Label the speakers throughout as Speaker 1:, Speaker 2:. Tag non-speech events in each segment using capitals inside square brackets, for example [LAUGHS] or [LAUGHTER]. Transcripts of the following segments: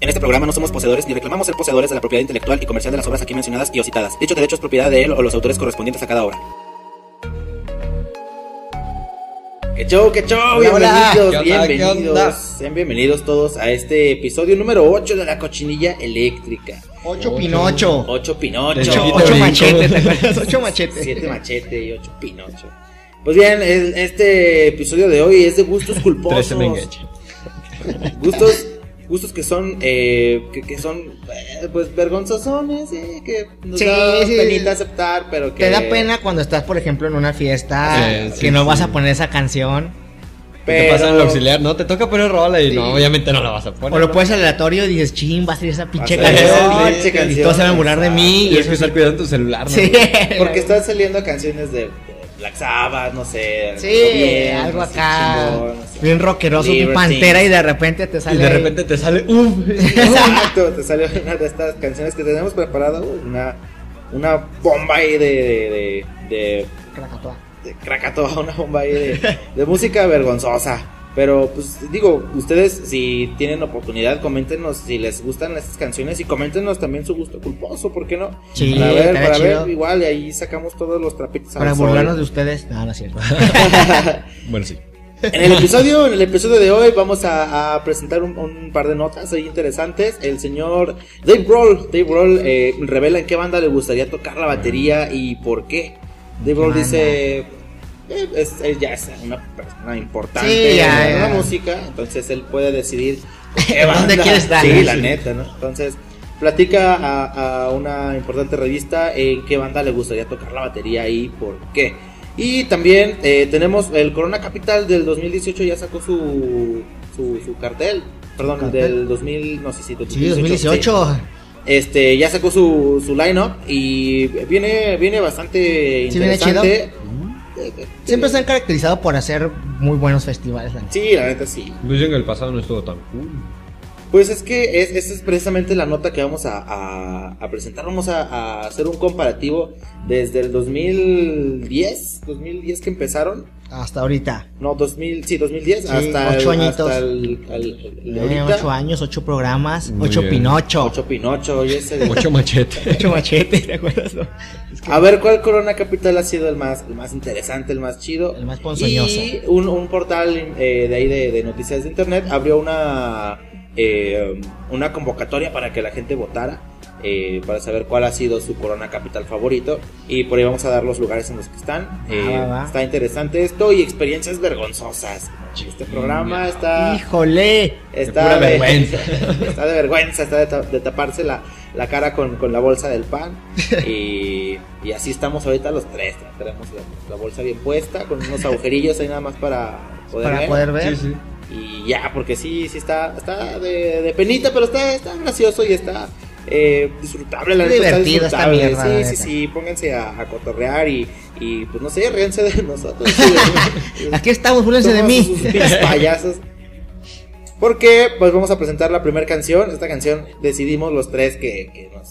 Speaker 1: En este programa no somos poseedores ni reclamamos ser poseedores de la propiedad intelectual y comercial de las obras aquí mencionadas y o citadas. Dicho derecho es propiedad de él o los autores correspondientes a cada obra. ¡Qué show, qué show!
Speaker 2: Hola, hola.
Speaker 1: bienvenidos,
Speaker 2: ¿Qué onda, qué
Speaker 1: bienvenidos.
Speaker 2: onda?
Speaker 1: Sean bienvenidos todos a este episodio número 8 de la cochinilla eléctrica.
Speaker 2: 8 Pinocho.
Speaker 1: 8 Pinocho.
Speaker 2: Ocho-
Speaker 3: Chiquito
Speaker 2: ocho
Speaker 3: brinco.
Speaker 2: machete, ¿te acuerdas? Ocho machete.
Speaker 1: Siete machete y ocho pinocho. Pues bien, el- este episodio de hoy es de
Speaker 2: [LAUGHS]
Speaker 1: gustos culposos.
Speaker 3: Trece Mengeche.
Speaker 1: gustos, gustos que son, eh, que, que son, eh, pues vergonzosones, eh, que nos
Speaker 2: Sí,
Speaker 1: da
Speaker 2: sí.
Speaker 1: penita aceptar, pero que.
Speaker 2: Te da pena cuando estás, por ejemplo, en una fiesta
Speaker 3: Sí, sí,
Speaker 2: que no
Speaker 3: sí.
Speaker 2: vas a poner esa canción.
Speaker 1: Pero,
Speaker 3: Te pasan el auxiliar, ¿no? Te toca poner rola y
Speaker 2: Sí.
Speaker 3: no, obviamente no la vas a poner.
Speaker 2: o lo
Speaker 3: ¿no?
Speaker 2: pones aleatorio y dices, ching, va a salir esa pinche
Speaker 1: Va a salir
Speaker 2: canción.
Speaker 1: esa pinche
Speaker 2: Y
Speaker 1: canción,
Speaker 2: todos se van a burlar de mí. Y
Speaker 3: Tienes
Speaker 2: eso
Speaker 3: que
Speaker 2: es
Speaker 3: estar cuidando tu celular, ¿no?
Speaker 2: Sí.
Speaker 1: Porque están saliendo canciones de, de Black Sabbath, no sé.
Speaker 2: Sí,
Speaker 1: bien,
Speaker 2: algo
Speaker 1: no sé,
Speaker 2: acá.
Speaker 1: chingón, no sé.
Speaker 2: [LAUGHS] Bien rockeroso, tu
Speaker 1: Libertine.
Speaker 2: pantera, y de repente te
Speaker 3: Y
Speaker 2: sale.
Speaker 3: de repente te sale,
Speaker 2: [LAUGHS]
Speaker 3: uff.
Speaker 1: Exacto, te salió una de estas canciones que tenemos preparada, uh, una, una bomba ahí de, de, de, de-
Speaker 2: Krakatoa.
Speaker 1: de Krakatoa, [LAUGHS] una bomba ahí de, de música vergonzosa. Pero pues digo, ustedes si tienen oportunidad, coméntenos si les gustan estas canciones y coméntenos también su gusto culposo, ¿por qué no?
Speaker 2: Sí,
Speaker 1: para ver,
Speaker 2: estaría
Speaker 1: para
Speaker 2: chido.
Speaker 1: ver, igual, y ahí sacamos todos los trapitos. al
Speaker 2: Para
Speaker 1: sol.
Speaker 2: burlarnos de ustedes. No, no es
Speaker 1: [LAUGHS]
Speaker 2: cierto. [LAUGHS]
Speaker 3: Bueno, sí.
Speaker 1: En el episodio, en el episodio de hoy vamos a, a presentar un, un par de notas ahí interesantes. El señor Dave Grohl, Dave Grohl eh, revela en qué banda le gustaría tocar la batería y por qué. Dave Grohl
Speaker 2: Banda.
Speaker 1: dice, eh, es- él ya es una persona importante
Speaker 2: Sí, ya,
Speaker 1: en
Speaker 2: ya.
Speaker 1: la música, entonces él puede
Speaker 2: [LAUGHS]
Speaker 1: decidir con qué
Speaker 2: ¿Dónde
Speaker 1: banda.
Speaker 2: quiere estar?
Speaker 1: Sí,
Speaker 2: Sí.
Speaker 1: la neta, ¿no? Entonces platica a, a una importante revista en qué banda le gustaría tocar la batería y por qué. Y también eh, tenemos el Corona Capital del 2018 ya sacó su, su, su cartel. Perdón,
Speaker 2: ¿Cartel?
Speaker 1: del 2000, no sé si
Speaker 2: Sí,
Speaker 1: sí.
Speaker 2: 2018.
Speaker 1: Este, ya sacó su, su line-up y viene, viene bastante
Speaker 2: Sí, viene chido.
Speaker 1: interesante.
Speaker 2: Siempre se han caracterizado por hacer muy buenos festivales. la neta.
Speaker 1: Sí, la neta sí.
Speaker 3: Dicen que el pasado no estuvo tan cool.
Speaker 1: Pues es que es, esa es precisamente la nota que vamos a, a- a presentar. Vamos a, a hacer un comparativo desde el 2010, 2010 que empezaron.
Speaker 2: Hasta ahorita.
Speaker 1: No, 2000, sí, 2010
Speaker 2: Sí,
Speaker 1: hasta,
Speaker 2: ocho
Speaker 1: el,
Speaker 2: añitos.
Speaker 1: hasta el, al- el de
Speaker 2: Eh,
Speaker 1: ahorita.
Speaker 2: Ocho años, ocho programas,
Speaker 3: Muy
Speaker 2: ocho
Speaker 3: bien.
Speaker 2: Pinocho.
Speaker 1: Ocho Pinocho y ese.
Speaker 3: Ocho machete.
Speaker 2: Ocho machete, ¿te acuerdas?
Speaker 1: A ver cuál Corona Capital ha sido el más, el más interesante, el más chido.
Speaker 2: El más ponzoñoso.
Speaker 1: Y un, un portal eh, de ahí de, de noticias de internet abrió una, eh, una convocatoria para que la gente votara. eh, para saber cuál ha sido su Corona Capital favorito. Y por ahí vamos a dar los lugares en los que están. Eh,
Speaker 2: Ah, va, va.
Speaker 1: Está interesante esto y experiencias vergonzosas. Este programa
Speaker 2: Mm.
Speaker 1: está.
Speaker 2: Híjole.
Speaker 1: Está
Speaker 3: pura vergüenza.
Speaker 1: [LAUGHS] Está de vergüenza, está de, ta- de taparse la, la cara con, con la bolsa del pan.
Speaker 3: [LAUGHS]
Speaker 1: Y, y así estamos ahorita los tres. ¿no? Tenemos la, la bolsa bien puesta, con unos agujerillos ahí nada más para poder
Speaker 2: Para
Speaker 1: ver.
Speaker 2: poder ver.
Speaker 3: Sí, sí.
Speaker 1: Y ya, porque sí, sí está, está de, de penita, pero está, está gracioso y está eh, disfrutable. La neta,
Speaker 2: Divertido esta
Speaker 1: disfrutable.
Speaker 2: mierda, la
Speaker 1: Sí,
Speaker 2: neta.
Speaker 1: sí, sí, pónganse a, a cotorrear y, y pues no sé, ríanse de
Speaker 2: [LAUGHS]
Speaker 1: nosotros. [LAUGHS] sí, de-
Speaker 2: Aquí estamos, búlense de
Speaker 1: todos
Speaker 2: mí.
Speaker 1: sus pinches payasos. Porque, pues vamos a presentar la primera canción. Esta canción decidimos los tres que, que nos,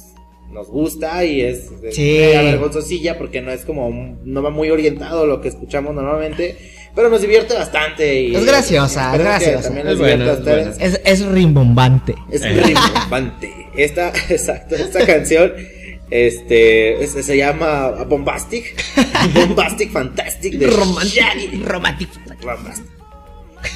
Speaker 1: nos gusta y es, es
Speaker 2: Sí.
Speaker 1: media vergonzosilla porque no es como, no va muy orientado lo que escuchamos normalmente. Pero nos divierte bastante. Y
Speaker 2: Es graciosa,
Speaker 1: espero
Speaker 2: es
Speaker 1: que
Speaker 2: graciosa.
Speaker 1: También
Speaker 3: Es
Speaker 1: les divierta
Speaker 3: buena, es
Speaker 1: a ustedes.
Speaker 3: buena.
Speaker 2: Es, es rimbombante.
Speaker 1: Es
Speaker 3: Eh. [LAUGHS]
Speaker 1: rimbombante. Esta, [LAUGHS] exacto, esta canción este, es- se llama
Speaker 2: [LAUGHS]
Speaker 1: Bombastic. Bombastic Fantastic de Shaggy.
Speaker 2: Romantic. Romantic.
Speaker 1: Bombastic.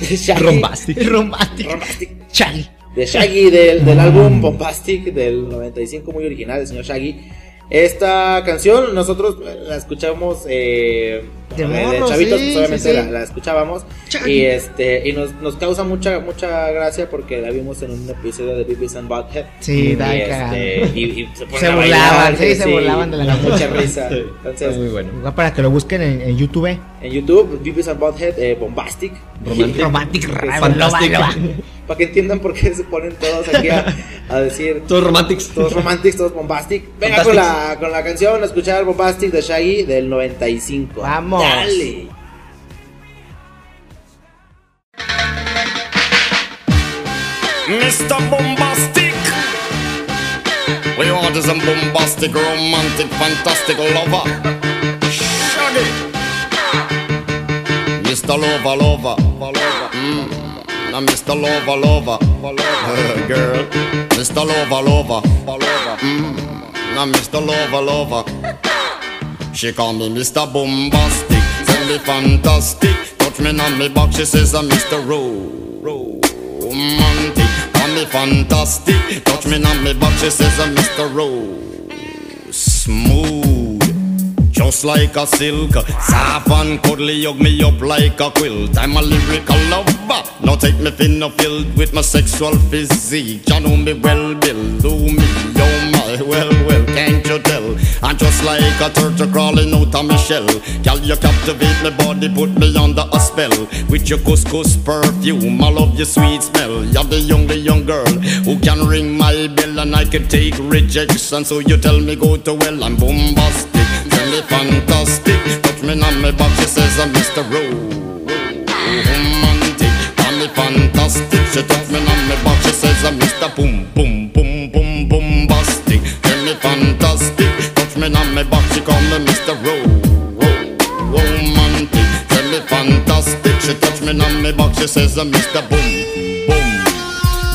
Speaker 1: De [LAUGHS] Shaggy.
Speaker 3: Rombastic.
Speaker 2: Romantic.
Speaker 1: Bombastic.
Speaker 2: Chali.
Speaker 1: de Shaggy del, del álbum Bombastic del 95 muy original del señor Shaggy. Esta canción nosotros eh, la escuchamos eh,
Speaker 2: De
Speaker 1: eh,
Speaker 2: morro,
Speaker 1: chavitos,
Speaker 2: sí,
Speaker 1: pues, obviamente
Speaker 2: sí, sí.
Speaker 1: La, la escuchábamos
Speaker 2: Shaggy.
Speaker 1: y este y nos, nos causa mucha mucha gracia porque la vimos en un episodio de Beavis and Butthead.
Speaker 2: Sí,
Speaker 1: y,
Speaker 2: da
Speaker 1: este,
Speaker 2: cagado.
Speaker 1: y, y se, ponen
Speaker 2: Se
Speaker 1: a
Speaker 2: burlaban,
Speaker 1: bailar,
Speaker 2: sí, se burlaban de la
Speaker 1: da mucha
Speaker 2: canción.
Speaker 1: risa.
Speaker 3: Sí,
Speaker 1: Entonces,
Speaker 3: está
Speaker 2: [LAUGHS]
Speaker 3: muy bueno.
Speaker 2: Igual para que lo busquen en, en YouTube.
Speaker 1: en YouTube Beavis and Butthead eh, Bombastic. [LAUGHS]
Speaker 3: Romantic.
Speaker 2: Romantic.
Speaker 3: Fantastic.
Speaker 2: Romantic.
Speaker 1: Para que entiendan por qué se ponen todos aquí a, a decir
Speaker 3: Todos romantics.
Speaker 1: Todos romantics, todos bombastic. Venga con la, con la canción a escuchar Bombastic de Shaggy del 95.
Speaker 2: Vamos.
Speaker 1: Dale.
Speaker 4: Mr. Bombastic. We want is a bombastic, romantic, fantastic lover. Shaggy. Mr. Lover, lover. Mm. Now, Mr. Lover, lover. Girl. Mr. Lover Lover. Mm, now Mr. Lover Lover. She call me Mr. Bombastic, tell me fantastic. Touch me on me back, she says I'm Mr. Ro- Romantic. Call me fantastic, touch me on me back, she says I'm Mr. Ro- Smooth. Just like a silk, soft and cuddly, hug me up like a quilt. I'm a lyrical lover. Now take me thin or filled with my sexual physique. You know me well, Bill. Do me, oh my, well, well, can't you tell? I'm just like a turtle crawling out of my shell. Girl, you captivate my body, put me under a spell. With your couscous perfume, I love your sweet smell. You're the only young girl who can ring my bell, and I can take rejection. So you tell me go to hell. I'm bombastic. Tell me fantastic Touch me on me back, she says I'm Mr. Ro- Romantic Tell me fantastic She touch me on me back, she says I'm Mr. Boom Boom Boom Boom Bombastic Tell me fantastic Touch me on me back, she call me Mr. Ro Ro- Romantic Tell me fantastic She touch me on me back, she says I'm Mr. Boom Boom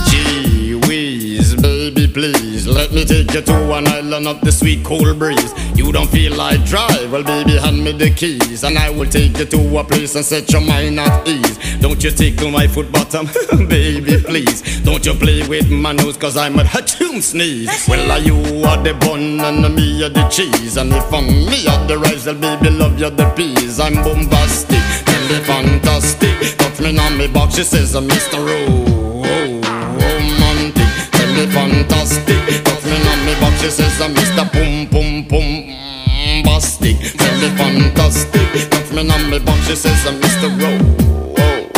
Speaker 4: Gee whiz, baby, please let me take you to an island of the sweet cold breeze. You don't feel like drive? Well, baby, hand me the keys, and I will take you to a place and set your mind at ease. Don't you tickle my foot bottom, [LAUGHS] baby, please. Don't you play with my nose, cause I'm a hatchoon sneeze. Well, are you are the bun and me are the cheese, and if I'm me are the rice, then baby, love you the peas. I'm bombastic, tell me fantastic. Touch me on me box, she says, "Uh, I'm Mr. Rowe romantic, Oh, tell me fantastic. Touch me on me back, she says "Uh, I'm Mr. Pum Pum Pum Bastic. mm, Tell me fantastic, touch me on me back, she says "Uh, I'm Mr. Oh,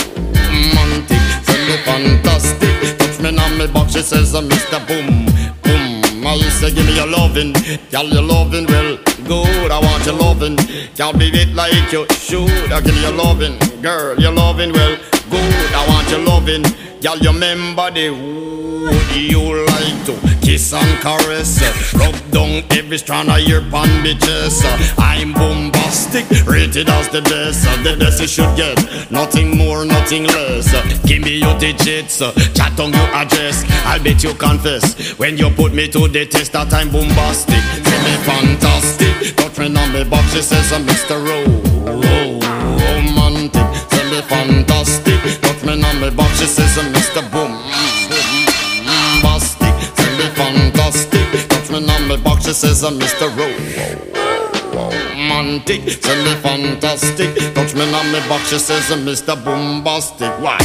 Speaker 4: Romantic. Tell me fantastic, touch me on me back, she says I'm Mr. Boom Boom. I say give me your lovin', girl your lovin' well good. I want your lovin', girl be it like you should. I give me your lovin', girl your lovin' well good. I want your lovin', girl you remember the wood you like to kiss and caress. Rub down every strand of your bandages. I'm bombastic, rated as the best. uh, The best you should get, nothing more, nothing less. Uh, Give me your digits, uh, chat on your address. I'll bet you confess when you put me to the test that I'm bombastic. Tell me fantastic, doctrine on me box. She says I'm Mr. Rowe, Rowe, romantic. Tell me fantastic, doctrine on me box. She says I'm Mr. Boom bombastic, tell me fantastic. Touch me on my box, she says I'm Mr. Ro- Romantic, tell me fantastic. Touch me on my box, she says I'm Mr. Bombastic. Why?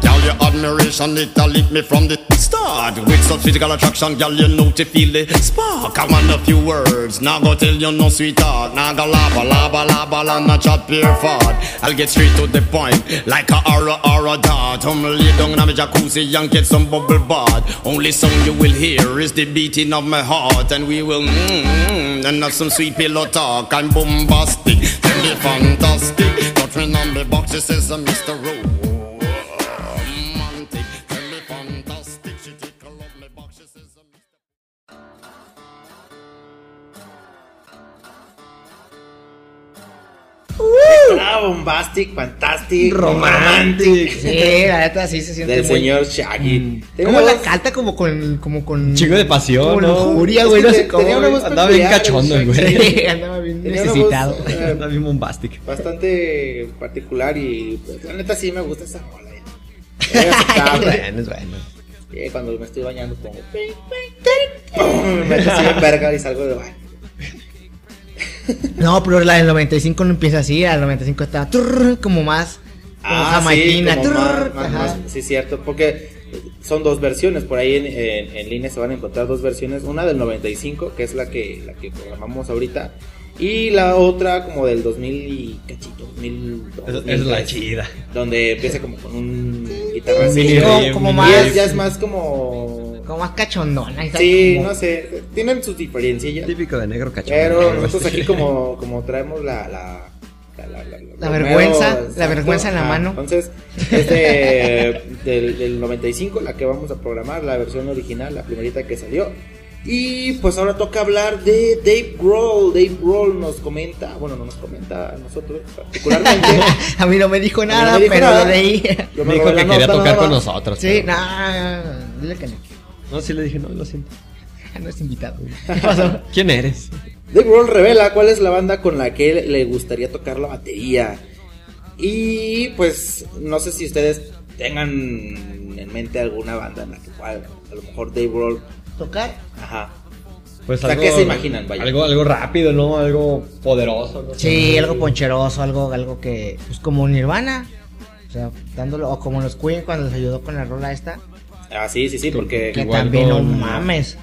Speaker 4: Girl, your admiration, it a lit me from the start. With such physical attraction, girl, you know to feel the spark. I want a few words, now go tell you no sweetheart. Now go lava, lava, lava, lava, chat pure fart. I'll get straight to the point, like a horror, horror dart. I'm lay down on my jacuzzi and get some bubble bath. Only song you will hear is the beating of my heart, and we will mm, mm, and have some sweet pillow talk. I'm bombastic, tell me fantastic. Doctrine on the box, it says I'm Mr. Rowe. Romantic, tell me fantastic. She tickle up my box, she says I'm Mr.
Speaker 1: Ah, bombastic, fantastic,
Speaker 2: Sí, la neta sí se siente
Speaker 1: Del
Speaker 2: muy- Mm.
Speaker 1: señor Shaggy. Tenía
Speaker 2: ¿Cómo
Speaker 1: una
Speaker 2: la
Speaker 1: voz-
Speaker 2: canta como con como con
Speaker 3: Chingo de pasión,
Speaker 2: Como
Speaker 3: ¿no?
Speaker 2: lujuria,
Speaker 1: Es
Speaker 2: güey,
Speaker 1: que
Speaker 2: no
Speaker 1: te-
Speaker 2: sé cómo.
Speaker 1: tenía una
Speaker 2: güey.
Speaker 1: voz
Speaker 3: Andaba bien
Speaker 1: peculiar,
Speaker 3: cachondo,
Speaker 1: el
Speaker 3: güey.
Speaker 1: Shaggy.
Speaker 3: [LAUGHS]
Speaker 2: Sí, andaba bien
Speaker 1: Tenía una
Speaker 2: necesitado.
Speaker 1: voz, eh,
Speaker 3: Está bien bombastic.
Speaker 1: bastante particular y pues, la neta sí me gusta esa rola.
Speaker 2: [LAUGHS]
Speaker 1: eh. Es aceptable.
Speaker 3: Bueno, es bueno.
Speaker 1: Eh, Cuando me estoy bañando pongo ping, ping, taring, pum, [LAUGHS] me meto así en verga y salgo de baño.
Speaker 2: No, pero la del 95 no empieza así, la del 95 está turr, como más como jamaiquina,
Speaker 1: Ah, sí, como más-
Speaker 2: turr,
Speaker 1: más-
Speaker 2: ajá.
Speaker 1: más- sí, cierto, porque son dos versiones, por ahí en, en- en línea se van a encontrar dos versiones, una del 95, que es la que, la que programamos ahorita, y la otra como del 2000 y cachito, 2002,
Speaker 3: Esa- esa es la
Speaker 1: 2003,
Speaker 3: chida.
Speaker 1: Donde empieza como con un guitarra
Speaker 2: Sí,
Speaker 1: así,
Speaker 2: como-
Speaker 1: y
Speaker 2: como
Speaker 1: es-
Speaker 2: más-
Speaker 1: ya es más como...
Speaker 2: como más cachondona, está
Speaker 1: Sí,
Speaker 2: como-
Speaker 1: no sé, tienen sus diferencias.
Speaker 3: Típico de negro cachorro.
Speaker 1: Pero nosotros aquí
Speaker 3: [LAUGHS]
Speaker 1: como, como traemos la... la la, la- la-
Speaker 2: La
Speaker 1: lo
Speaker 2: vergüenza, la
Speaker 1: exacto.
Speaker 2: vergüenza en la mano.
Speaker 1: Entonces, es
Speaker 2: [LAUGHS]
Speaker 1: de- del, del 95 la que vamos a programar, la versión original, la primerita que salió. Y pues ahora toca hablar de Dave Grohl. Dave Grohl nos comenta, bueno, no nos comenta a nosotros
Speaker 2: [LAUGHS]
Speaker 1: particularmente.
Speaker 2: [LAUGHS] A mí no me dijo
Speaker 1: mí
Speaker 2: nada,
Speaker 1: no me dijo
Speaker 2: pero
Speaker 1: nada. [LAUGHS]
Speaker 2: lo leí.
Speaker 1: Yo me
Speaker 3: Me dijo
Speaker 1: robé
Speaker 3: que
Speaker 1: la nota
Speaker 3: quería tocar
Speaker 1: nada
Speaker 3: con
Speaker 1: más.
Speaker 3: nosotros.
Speaker 2: Sí,
Speaker 3: pero-
Speaker 2: nada, dile que no. [LAUGHS]
Speaker 3: No, sí le dije, no, lo siento.
Speaker 2: No
Speaker 1: [LAUGHS]
Speaker 2: es invitado. ¿Qué pasó?
Speaker 3: ¿Quién eres?
Speaker 1: Dave Grohl revela cuál es la banda con la que le gustaría tocar la batería. Y pues no sé si ustedes tengan en mente alguna banda en la que cual a lo mejor Dave Grohl,
Speaker 2: ¿Tocar?
Speaker 1: ajá.
Speaker 3: Pues
Speaker 1: O sea, ¿qué se imaginan, vaya?
Speaker 3: Algo, algo rápido, ¿no? Algo poderoso. ¿no?
Speaker 2: Sí, algo poncheroso, algo, algo que. Pues como Nirvana. O sea, dándolo. O como los Queen cuando les ayudó con la rola esta.
Speaker 1: Ah, sí, sí, sí,
Speaker 2: Que
Speaker 1: porque
Speaker 3: Igual
Speaker 2: también no
Speaker 3: con-
Speaker 2: mames.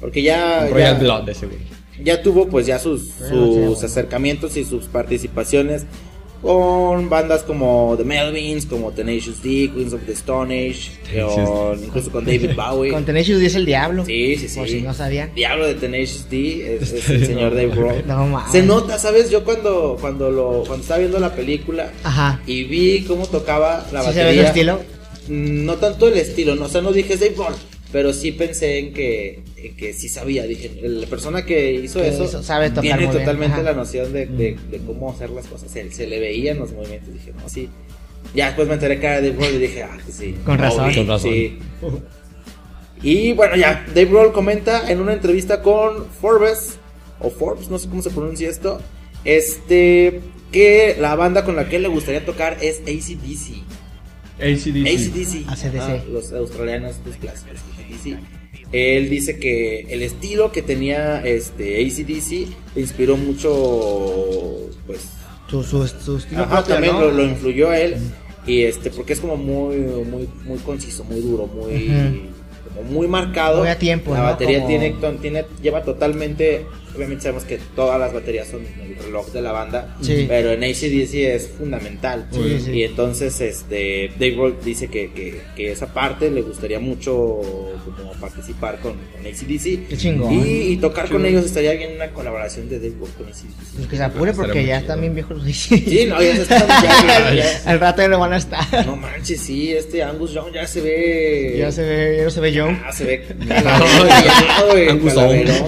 Speaker 1: porque ya
Speaker 3: Royal
Speaker 1: ya,
Speaker 3: Blood, ese güey.
Speaker 1: ya tuvo pues ya sus
Speaker 2: Ah, sí,
Speaker 1: sus
Speaker 2: bueno.
Speaker 1: acercamientos y sus participaciones con bandas como The Melvins, como Tenacious D, Queens of the Stone Age,
Speaker 3: Tenacious
Speaker 1: con- incluso con
Speaker 2: [LAUGHS]
Speaker 1: David Bowie.
Speaker 2: Con Tenacious D es el diablo.
Speaker 1: Sí, sí, sí.
Speaker 2: Por si no sabían.
Speaker 1: Diablo de Tenacious D es,
Speaker 2: [LAUGHS]
Speaker 1: es el señor Dave Grohl.
Speaker 2: No mames.
Speaker 1: Se nota, ¿sabes? Yo cuando cuando lo cuando estaba viendo la película
Speaker 2: Ajá.
Speaker 1: y vi cómo tocaba la
Speaker 2: ¿Sí se
Speaker 1: batería.
Speaker 2: ve su estilo?
Speaker 1: mm, No tanto el estilo, no, o sea, no dije "Es Dave Grohl, pero sí pensé en que en que sí sabía, dije, la persona que hizo
Speaker 2: Que
Speaker 1: eso
Speaker 2: hizo- sabe tocar
Speaker 1: tiene
Speaker 2: muy bien,
Speaker 1: totalmente
Speaker 2: ajá. Mm.
Speaker 1: la noción de, de- de cómo hacer las cosas. Se, se le veían los movimientos, dije, no, sí. Ya después me enteré que era Dave Grohl y dije, ah, que sí.
Speaker 2: Con razón.
Speaker 1: Bowie,
Speaker 3: Con razón.
Speaker 1: Sí. Y bueno, ya, Dave Grohl comenta en una entrevista con Forbes, o Forbes, no sé cómo se pronuncia esto, este, que la banda con la que le gustaría tocar es ACDC.
Speaker 3: ACDC.
Speaker 1: ACDC,
Speaker 2: AC/DC.
Speaker 1: ah, los australianos, los clásicos, AC/DC. Él dice que el estilo que tenía este ACDC le inspiró mucho, pues,
Speaker 2: Su, su, su estilo
Speaker 1: Ajá,
Speaker 2: propio,
Speaker 1: también
Speaker 2: ¿no?
Speaker 1: lo, lo influyó a él. Y este, porque es como muy, muy, muy conciso, muy duro, muy, como muy marcado.
Speaker 2: Muy a tiempo,
Speaker 1: La
Speaker 2: ¿no?
Speaker 1: batería
Speaker 2: Como-
Speaker 1: tiene, ton- tiene, lleva totalmente, obviamente sabemos que todas las baterías son el reloj de la banda,
Speaker 2: Sí.
Speaker 1: pero en ACDC es fundamental.
Speaker 2: Sí, sí.
Speaker 1: Y entonces, este, Dave Grohl dice que, que, que esa parte le gustaría mucho como participar con, con ACDC.
Speaker 2: Qué chingón.
Speaker 1: Y, y tocar con ellos estaría bien una colaboración de Dave Grohl con ACDC.
Speaker 2: Pues que se apure
Speaker 3: Estaría
Speaker 2: porque
Speaker 3: muy
Speaker 2: ya
Speaker 3: chido.
Speaker 2: están bien
Speaker 1: [LAUGHS]
Speaker 2: viejos los
Speaker 1: Sí, no, ya se están, ya-
Speaker 2: [LAUGHS]
Speaker 1: ya-
Speaker 2: Al rato ya no van a estar.
Speaker 1: No manches, sí, este Angus Young ya se ve.
Speaker 2: Ya se ve, ya no se ve
Speaker 3: [LAUGHS]
Speaker 2: John.
Speaker 1: Ah, se
Speaker 2: [LAUGHS]
Speaker 1: ve. [LAUGHS] calaverado, güey,
Speaker 3: Angus
Speaker 1: calaverón.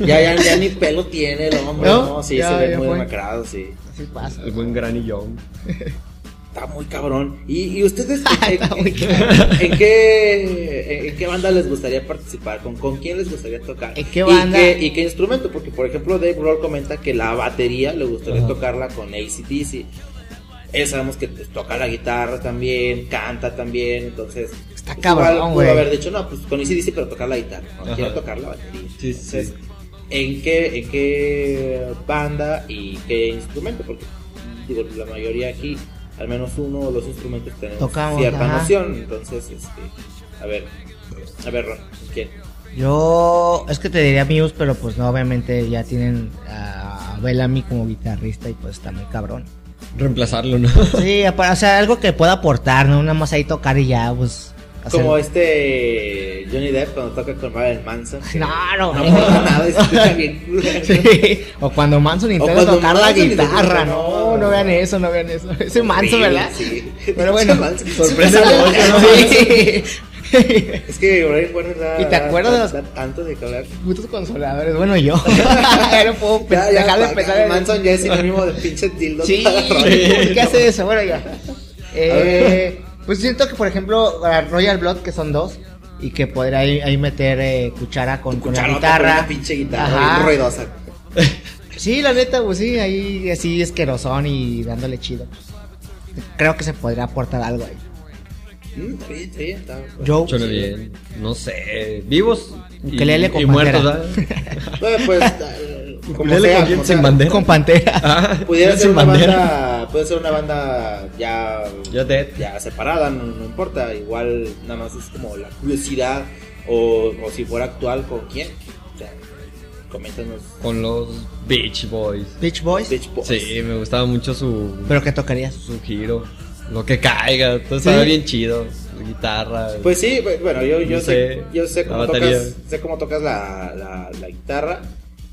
Speaker 1: Ya, ya, ya ni pelo tiene el hombre. No,
Speaker 2: ¿No?
Speaker 1: sí,
Speaker 2: Ya,
Speaker 1: se ve
Speaker 2: ya
Speaker 1: muy
Speaker 2: fue.
Speaker 1: demacrado, sí.
Speaker 2: Así pasa.
Speaker 3: El buen Granny Young.
Speaker 1: Está muy cabrón. ¿Y, y
Speaker 2: [LAUGHS]
Speaker 1: ustedes en, en- en qué, en qué banda les gustaría participar? ¿Con, con quién les gustaría tocar?
Speaker 2: ¿En qué banda?
Speaker 1: ¿Y qué, y qué instrumento? Porque, por ejemplo, Dave Grohl comenta que la batería le gustaría
Speaker 3: Ajá.
Speaker 1: tocarla con ACDC. Él sabemos que pues, toca la guitarra también, canta también, entonces...
Speaker 2: Está
Speaker 1: pues,
Speaker 2: cabrón,
Speaker 1: igual pudo
Speaker 2: güey.
Speaker 1: haber dicho, no, pues con ACDC, pero tocar la guitarra. No,
Speaker 3: Ajá.
Speaker 1: quiero tocar la batería.
Speaker 3: Sí, sí.
Speaker 1: Entonces, ¿en qué, ¿en qué banda y qué instrumento? Porque digo, la mayoría aquí, al menos uno o dos instrumentos tenemos
Speaker 2: Tocamos,
Speaker 1: cierta
Speaker 2: ajá.
Speaker 1: noción. Entonces, este, a ver, a ver, Ron, ¿quién?
Speaker 2: Yo es que te diría Muse, pero pues no, obviamente ya tienen a Bellamy como guitarrista y pues está muy cabrón.
Speaker 3: Reemplazarlo, ¿no?
Speaker 2: Sí, apa- o sea, algo que pueda aportar, ¿no? Nada más ahí tocar y ya, pues. hacer-
Speaker 1: Como este Johnny Depp cuando toca con Marilyn Manson. que
Speaker 2: No, no,
Speaker 1: no aporta nada, y se
Speaker 2: [LAUGHS]
Speaker 1: escucha bien. culero.
Speaker 2: Sí, O cuando Manson intenta
Speaker 1: cuando
Speaker 2: tocar la
Speaker 1: Manson intenta-
Speaker 2: guitarra,
Speaker 1: no,
Speaker 2: no, no vean eso, no vean eso. Ese Manson, ¿verdad?
Speaker 1: Sí. [LAUGHS]
Speaker 2: Pero bueno,
Speaker 1: Manson.
Speaker 2: sorpresa. Sí. [LAUGHS]
Speaker 1: Es que Brian Warner da-
Speaker 2: ¿Y te
Speaker 1: da-
Speaker 2: acuerdas de los-
Speaker 1: da tanto de que hablar.
Speaker 2: Putos consoladores, bueno, yo. [LAUGHS] ya no puedo
Speaker 1: Ya, ya,
Speaker 2: dejar Oh, de
Speaker 1: pa-
Speaker 2: pensar en
Speaker 1: Manson ya es sinónimo de pinche tildo.
Speaker 2: Sí, [LAUGHS] ¿por qué hace eso? Bueno, ya. Eh, pues siento que, por ejemplo, para Royal Blood, que son dos, y que podría ahí, ahí meter eh, cuchara con, con la
Speaker 1: Cucharota [LAUGHS]
Speaker 2: guitarra.
Speaker 1: con una pinche guitarra
Speaker 2: Ajá.
Speaker 1: bien ruidosa.
Speaker 2: Sí, la neta, pues sí, ahí así asquerosón y dándole chido. pues. Creo que se podría aportar algo ahí.
Speaker 1: Mm, está bien, está bien, está bien.
Speaker 2: Joe.
Speaker 3: Suena bien. No sé. Vivos. Y,
Speaker 2: Ukelele con
Speaker 3: y muertos,
Speaker 2: bandera.
Speaker 1: [LAUGHS]
Speaker 3: ¿verdad?
Speaker 1: Bueno,
Speaker 2: [LAUGHS]
Speaker 1: pues, eh, como
Speaker 3: Ukelele
Speaker 1: sea,
Speaker 3: con quien
Speaker 1: o
Speaker 3: sin
Speaker 1: sea,
Speaker 3: bandera.
Speaker 2: Con Pantera.
Speaker 3: Ah, [LAUGHS]
Speaker 1: Pudiera
Speaker 3: ya
Speaker 1: ser
Speaker 3: sin
Speaker 1: una
Speaker 3: bandera.
Speaker 1: banda, puede ser una banda ya,
Speaker 3: Ya dead.
Speaker 1: ya separada, no, no importa, igual nada más es como la curiosidad o, o si fuera actual con quién. O sea, coméntanos.
Speaker 3: Con los Beach Boys.
Speaker 2: Beach Boys.
Speaker 1: Beach Boys.
Speaker 3: Sí, me gustaba mucho su,
Speaker 2: Pero que tocarías.
Speaker 3: su giro. Lo que caiga. Todo
Speaker 2: Sí.
Speaker 3: estaba bien chido. La guitarra.
Speaker 1: Pues sí, bu- bueno, yo, yo
Speaker 3: No
Speaker 1: sé,
Speaker 3: sé,
Speaker 1: yo sé
Speaker 3: la
Speaker 1: cómo
Speaker 3: batería.
Speaker 1: tocas, sé cómo tocas la, la, la guitarra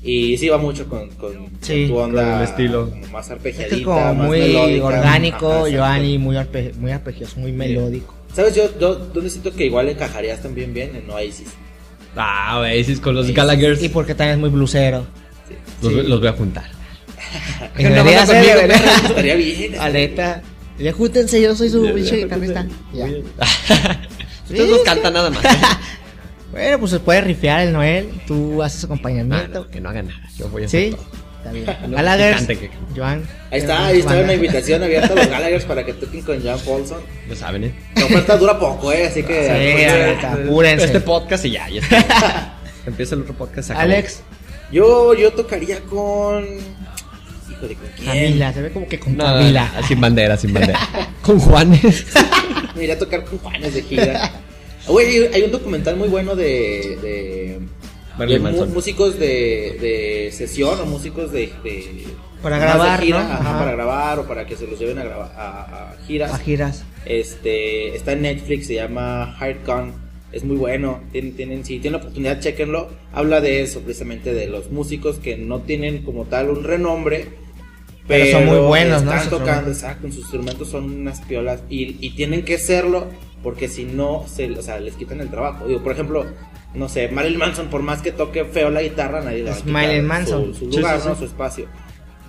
Speaker 1: y sí va mucho con, con,
Speaker 2: Sí,
Speaker 1: con tu onda
Speaker 3: con el estilo.
Speaker 1: como más
Speaker 2: Es
Speaker 1: arpegiadita,
Speaker 2: que como
Speaker 1: más
Speaker 2: muy
Speaker 1: melódica. Ajá,
Speaker 2: orgánico,
Speaker 1: exacto.
Speaker 2: Giovanni, muy, arpe- muy arpegioso, muy melódico.
Speaker 1: ¿Sabes yo, yo dónde siento que igual encajarías también bien en Oasis?
Speaker 3: Ah, Oasis con los Gallagher.
Speaker 1: pues,
Speaker 2: Y porque también es muy blusero.
Speaker 3: Los,
Speaker 2: sí.
Speaker 3: los voy a juntar.
Speaker 1: Ah,
Speaker 2: Y
Speaker 3: No,
Speaker 2: debería
Speaker 3: no,
Speaker 2: ser,
Speaker 3: conmigo,
Speaker 2: debería-
Speaker 1: [LAUGHS]
Speaker 2: [LAUGHS]
Speaker 1: Estaría bien.
Speaker 2: Aleta. Ya júntense, yo soy su pinche guitarrista.
Speaker 3: Muy
Speaker 2: Ya.
Speaker 3: bien. [LAUGHS] Ustedes
Speaker 2: Sí,
Speaker 3: nos
Speaker 2: sí.
Speaker 3: cantan nada más. ¿eh?
Speaker 2: [LAUGHS] Bueno, pues se puede rifear el Noel. Tú haces
Speaker 3: Ah,
Speaker 2: acompañamiento.
Speaker 3: no, que no hagan nada. Yo voy a hacer
Speaker 2: sí.
Speaker 3: todo.
Speaker 2: Está bien.
Speaker 3: [LAUGHS] No,
Speaker 2: Gallagher,
Speaker 3: que cante, que-
Speaker 2: Joan.
Speaker 1: Ahí está, ahí está una invitación abierta a los Gallagher para que toquen con John Paulson.
Speaker 3: Ya saben, ¿eh?
Speaker 1: La oferta dura poco, eh, así que. eh,
Speaker 2: Sí, ahorita, apúrense.
Speaker 3: Este podcast y ya,
Speaker 2: [LAUGHS]
Speaker 3: ya está. Empieza el otro podcast. se acabó.
Speaker 2: Alex,
Speaker 1: Yo, yo tocaría con. Híjole, ¿con quién?
Speaker 2: Camila. Se ve como que con
Speaker 3: No,
Speaker 2: Camila.
Speaker 3: no, sin bandera, sin
Speaker 2: [LAUGHS]
Speaker 3: bandera. Con Juanes.
Speaker 1: Me iría a tocar con Juanes de gira. Güey, hay un documental muy bueno de. de
Speaker 3: Marilyn
Speaker 1: de mu-
Speaker 3: Manson.
Speaker 1: músicos de, de sesión o músicos de. de-
Speaker 2: Para
Speaker 1: más de
Speaker 2: grabar,
Speaker 1: gira,
Speaker 2: ¿no?
Speaker 1: ajá,
Speaker 2: Ajá.
Speaker 1: para grabar o para que se los lleven a, graba- a, a giras.
Speaker 2: A giras.
Speaker 1: Este, está en Netflix, se llama Hard Gun. Es muy bueno. Tienen, tienen, si tienen la oportunidad, chequenlo. Habla de eso, precisamente de los músicos que no tienen como tal un renombre.
Speaker 2: Pero son muy buenos, ¿no?
Speaker 1: Están
Speaker 2: Sus
Speaker 1: tocando,
Speaker 2: instrumentos.
Speaker 1: exacto. en Sus instrumentos son unas piolas. Y, y tienen que serlo porque si no, se, o sea, les quitan el trabajo. Digo, por ejemplo, no sé, Marilyn Manson, por más que toque feo la guitarra, nadie le va a
Speaker 2: Es
Speaker 1: quitar
Speaker 2: Marilyn
Speaker 1: su-
Speaker 2: Manson.
Speaker 1: Su,
Speaker 3: Sí,
Speaker 1: lugar,
Speaker 3: sí,
Speaker 1: ¿no?
Speaker 3: sí.
Speaker 1: Su espacio.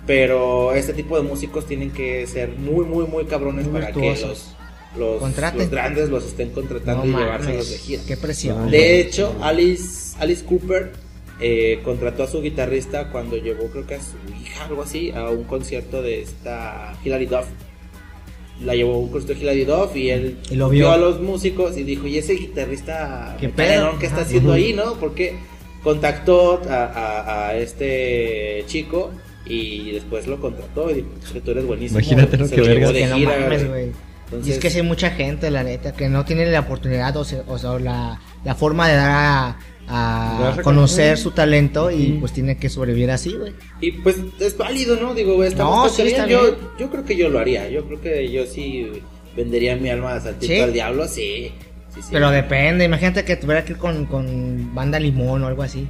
Speaker 1: Pero este tipo de músicos tienen que ser muy, muy, muy cabrones
Speaker 2: Muy
Speaker 1: para que
Speaker 2: virtuosos.
Speaker 1: los los,
Speaker 2: Contraten.
Speaker 1: los grandes los estén contratando y llevárselos de gira.
Speaker 2: Qué presión.
Speaker 1: De hecho, Alice, Alice Cooper eh, contrató a su guitarrista cuando llevó, creo que a su hija, algo así, a un concierto de esta Hilary Duff. La llevó a un concierto de Hilary Duff y él
Speaker 2: Y lo vio.
Speaker 1: a los músicos y dijo: ¿Y ese guitarrista
Speaker 2: ¿Qué
Speaker 1: metalero
Speaker 2: pedo?
Speaker 1: que está
Speaker 2: Ajá.
Speaker 1: haciendo
Speaker 2: Ujú.
Speaker 1: ahí, no? Porque contactó a, a- a este chico. Y después lo contrató y dijo, "Es que tú eres buenísimo.
Speaker 3: Imagínate lo
Speaker 1: Se
Speaker 3: que
Speaker 1: llevó
Speaker 3: vergas.
Speaker 1: de
Speaker 2: Que no
Speaker 1: gira,
Speaker 2: mames,
Speaker 1: güey.
Speaker 2: güey. Y
Speaker 1: Entonces-
Speaker 2: es que sí hay mucha gente, la neta, que no tiene la oportunidad o, se- o sea, la, la forma de dar
Speaker 3: De
Speaker 2: a, a
Speaker 3: darse a
Speaker 2: conocer
Speaker 3: conocer.
Speaker 2: su talento y
Speaker 3: Ujú.
Speaker 2: pues tiene que sobrevivir así, güey.
Speaker 1: Y pues es válido, ¿no? Digo, está,
Speaker 2: No,
Speaker 1: está
Speaker 2: sí,
Speaker 1: bien.
Speaker 2: está
Speaker 1: yo,
Speaker 2: bien.
Speaker 1: yo creo que yo lo haría. Yo creo que yo sí vendería mi alma a Santito
Speaker 2: ¿Sí?
Speaker 1: al diablo, sí. Sí, sí.
Speaker 2: Pero depende, imagínate que tuviera que ir con, con banda limón o algo así.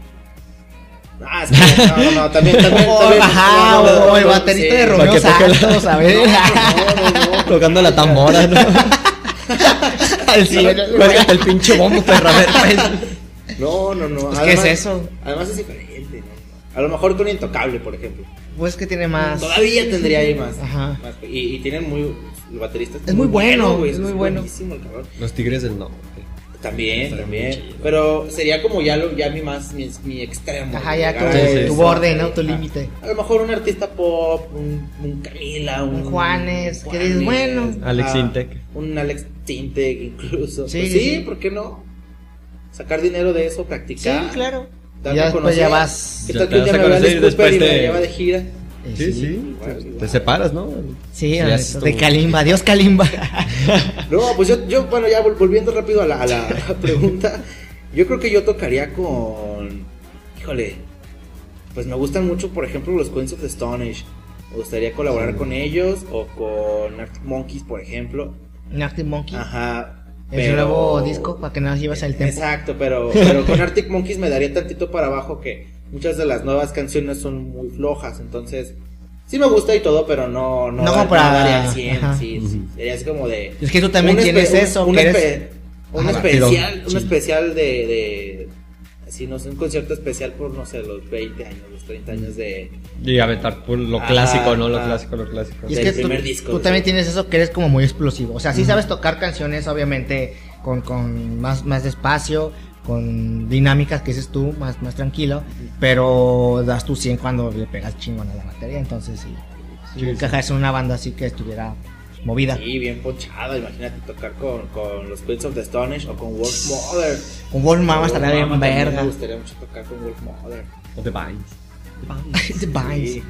Speaker 1: Ah, es que no, no, no, también,
Speaker 2: [LAUGHS]
Speaker 1: también.
Speaker 2: O,
Speaker 1: también
Speaker 2: Oh, ajá,
Speaker 1: No, no, no,
Speaker 2: o oh, el
Speaker 1: no,
Speaker 2: baterista
Speaker 1: sí.
Speaker 2: de
Speaker 3: Para
Speaker 2: Romeo
Speaker 3: que toque la-
Speaker 2: Santos, a ver.
Speaker 1: No, no, no.
Speaker 3: Tocando la
Speaker 2: [LAUGHS]
Speaker 3: tambora, ¿no? Al cielo. [LAUGHS] Cuélgate el pinche bombo, perra. A ver, pues.
Speaker 1: No, no, no.
Speaker 2: Pues, ¿qué es eso?
Speaker 1: Además es diferente, ¿no? A lo mejor que un intocable, por ejemplo.
Speaker 2: [LAUGHS] Pues que tiene más.
Speaker 1: Todavía tendría ahí más.
Speaker 2: Ajá.
Speaker 1: más- y, y tienen muy. El baterista
Speaker 2: Es muy bueno,
Speaker 1: güey,
Speaker 2: es muy bueno.
Speaker 1: buenísimo el cabrón.
Speaker 3: Los tigres del norte.
Speaker 1: También,
Speaker 3: Estaría
Speaker 1: también.
Speaker 3: muy chido.
Speaker 1: Pero sería como ya, lo, ya mi más, mi, mi extremo.
Speaker 2: Ajá, ya
Speaker 1: llegar
Speaker 2: tu-
Speaker 1: a-
Speaker 3: tu
Speaker 1: a-
Speaker 2: borde, ¿no? Tu
Speaker 1: a-
Speaker 2: límite.
Speaker 1: A lo mejor un artista pop, un, un Camila, un,
Speaker 2: Un Juanes, que dices, bueno.
Speaker 3: Alex
Speaker 1: ah,
Speaker 3: Intec.
Speaker 1: Un Alex Tintec incluso.
Speaker 2: Sí,
Speaker 1: Pues
Speaker 2: sí,
Speaker 1: sí,
Speaker 2: sí.
Speaker 1: ¿por qué no? Sacar dinero de eso,
Speaker 2: Sí,
Speaker 1: practicar.
Speaker 2: claro.
Speaker 1: darme
Speaker 2: Y ya
Speaker 1: a
Speaker 2: después
Speaker 1: conocer.
Speaker 2: ya vas.
Speaker 1: ¿Qué
Speaker 3: Ya
Speaker 1: tal
Speaker 3: te
Speaker 1: que un
Speaker 3: vas
Speaker 1: día me
Speaker 3: a
Speaker 1: va
Speaker 3: conocer y
Speaker 1: Alice Cooper y
Speaker 3: después
Speaker 1: me
Speaker 3: te-
Speaker 1: lleva de gira?
Speaker 2: Eh,
Speaker 3: Sí, sí.
Speaker 1: Igual,
Speaker 3: Te- Te
Speaker 1: igual.
Speaker 3: separas, ¿no?
Speaker 2: Sí,
Speaker 3: Ya
Speaker 2: la-
Speaker 3: haces
Speaker 2: de
Speaker 3: tu-
Speaker 2: Kalimba, Dios Kalimba.
Speaker 1: No, pues yo, yo bueno, ya vol- volviendo rápido a la, a la [LAUGHS] pregunta, yo creo que yo tocaría con. Híjole, pues me gustan mucho, por ejemplo, los Queens of the Stone Age. Me gustaría colaborar con ellos o con Arctic Monkeys, por ejemplo.
Speaker 2: Arctic Monkey.
Speaker 1: Ajá.
Speaker 2: El nuevo disco para que no lleves el tiempo.
Speaker 1: Exacto, pero, pero con Arctic Monkeys me daría tantito para abajo que muchas de las nuevas canciones son muy flojas, entonces sí me gusta y todo, pero no no,
Speaker 2: No
Speaker 1: dar-
Speaker 2: como para-
Speaker 1: daría el 100,
Speaker 2: ajá.
Speaker 1: sí, sí, sería así como de
Speaker 2: Es que tú también
Speaker 1: un espe-
Speaker 2: tienes
Speaker 1: un-
Speaker 2: eso,
Speaker 1: un,
Speaker 2: que
Speaker 1: espe-
Speaker 2: eres-
Speaker 1: un
Speaker 3: Ah,
Speaker 1: especial,
Speaker 3: rápido.
Speaker 1: un
Speaker 3: Sí.
Speaker 1: especial de, de así no sé, un concierto especial por no sé, los 20 años, los 30 años de
Speaker 3: Y aventar por lo
Speaker 1: Ajá,
Speaker 3: clásico, ¿no? Lo
Speaker 1: ajá.
Speaker 3: clásico, lo clásico.
Speaker 2: Ah, Y es
Speaker 1: del
Speaker 2: que tú,
Speaker 1: primer disco,
Speaker 2: tú
Speaker 1: sí.
Speaker 2: también tienes eso que eres como muy explosivo. O sea, sí sabes tocar canciones, obviamente, con, con más, más despacio, con dinámicas que dices tú, más, más tranquilo, pero das tu 100 cuando le pegas chingón a la batería. Entonces, sí, sí, encajas en una banda así que estuviera movida.
Speaker 1: sí, bien ponchada, imagínate tocar con, con los Queens of the Stone Age o con Wolf Mother.
Speaker 2: Con Wolf Mama estaría
Speaker 1: Wolf
Speaker 2: bien
Speaker 1: Mama también
Speaker 2: verga.
Speaker 1: Me gustaría mucho tocar con Wolf Mother.
Speaker 3: O The
Speaker 2: [LAUGHS]
Speaker 3: Vines.
Speaker 2: The [LAUGHS] Vines.
Speaker 1: Sí.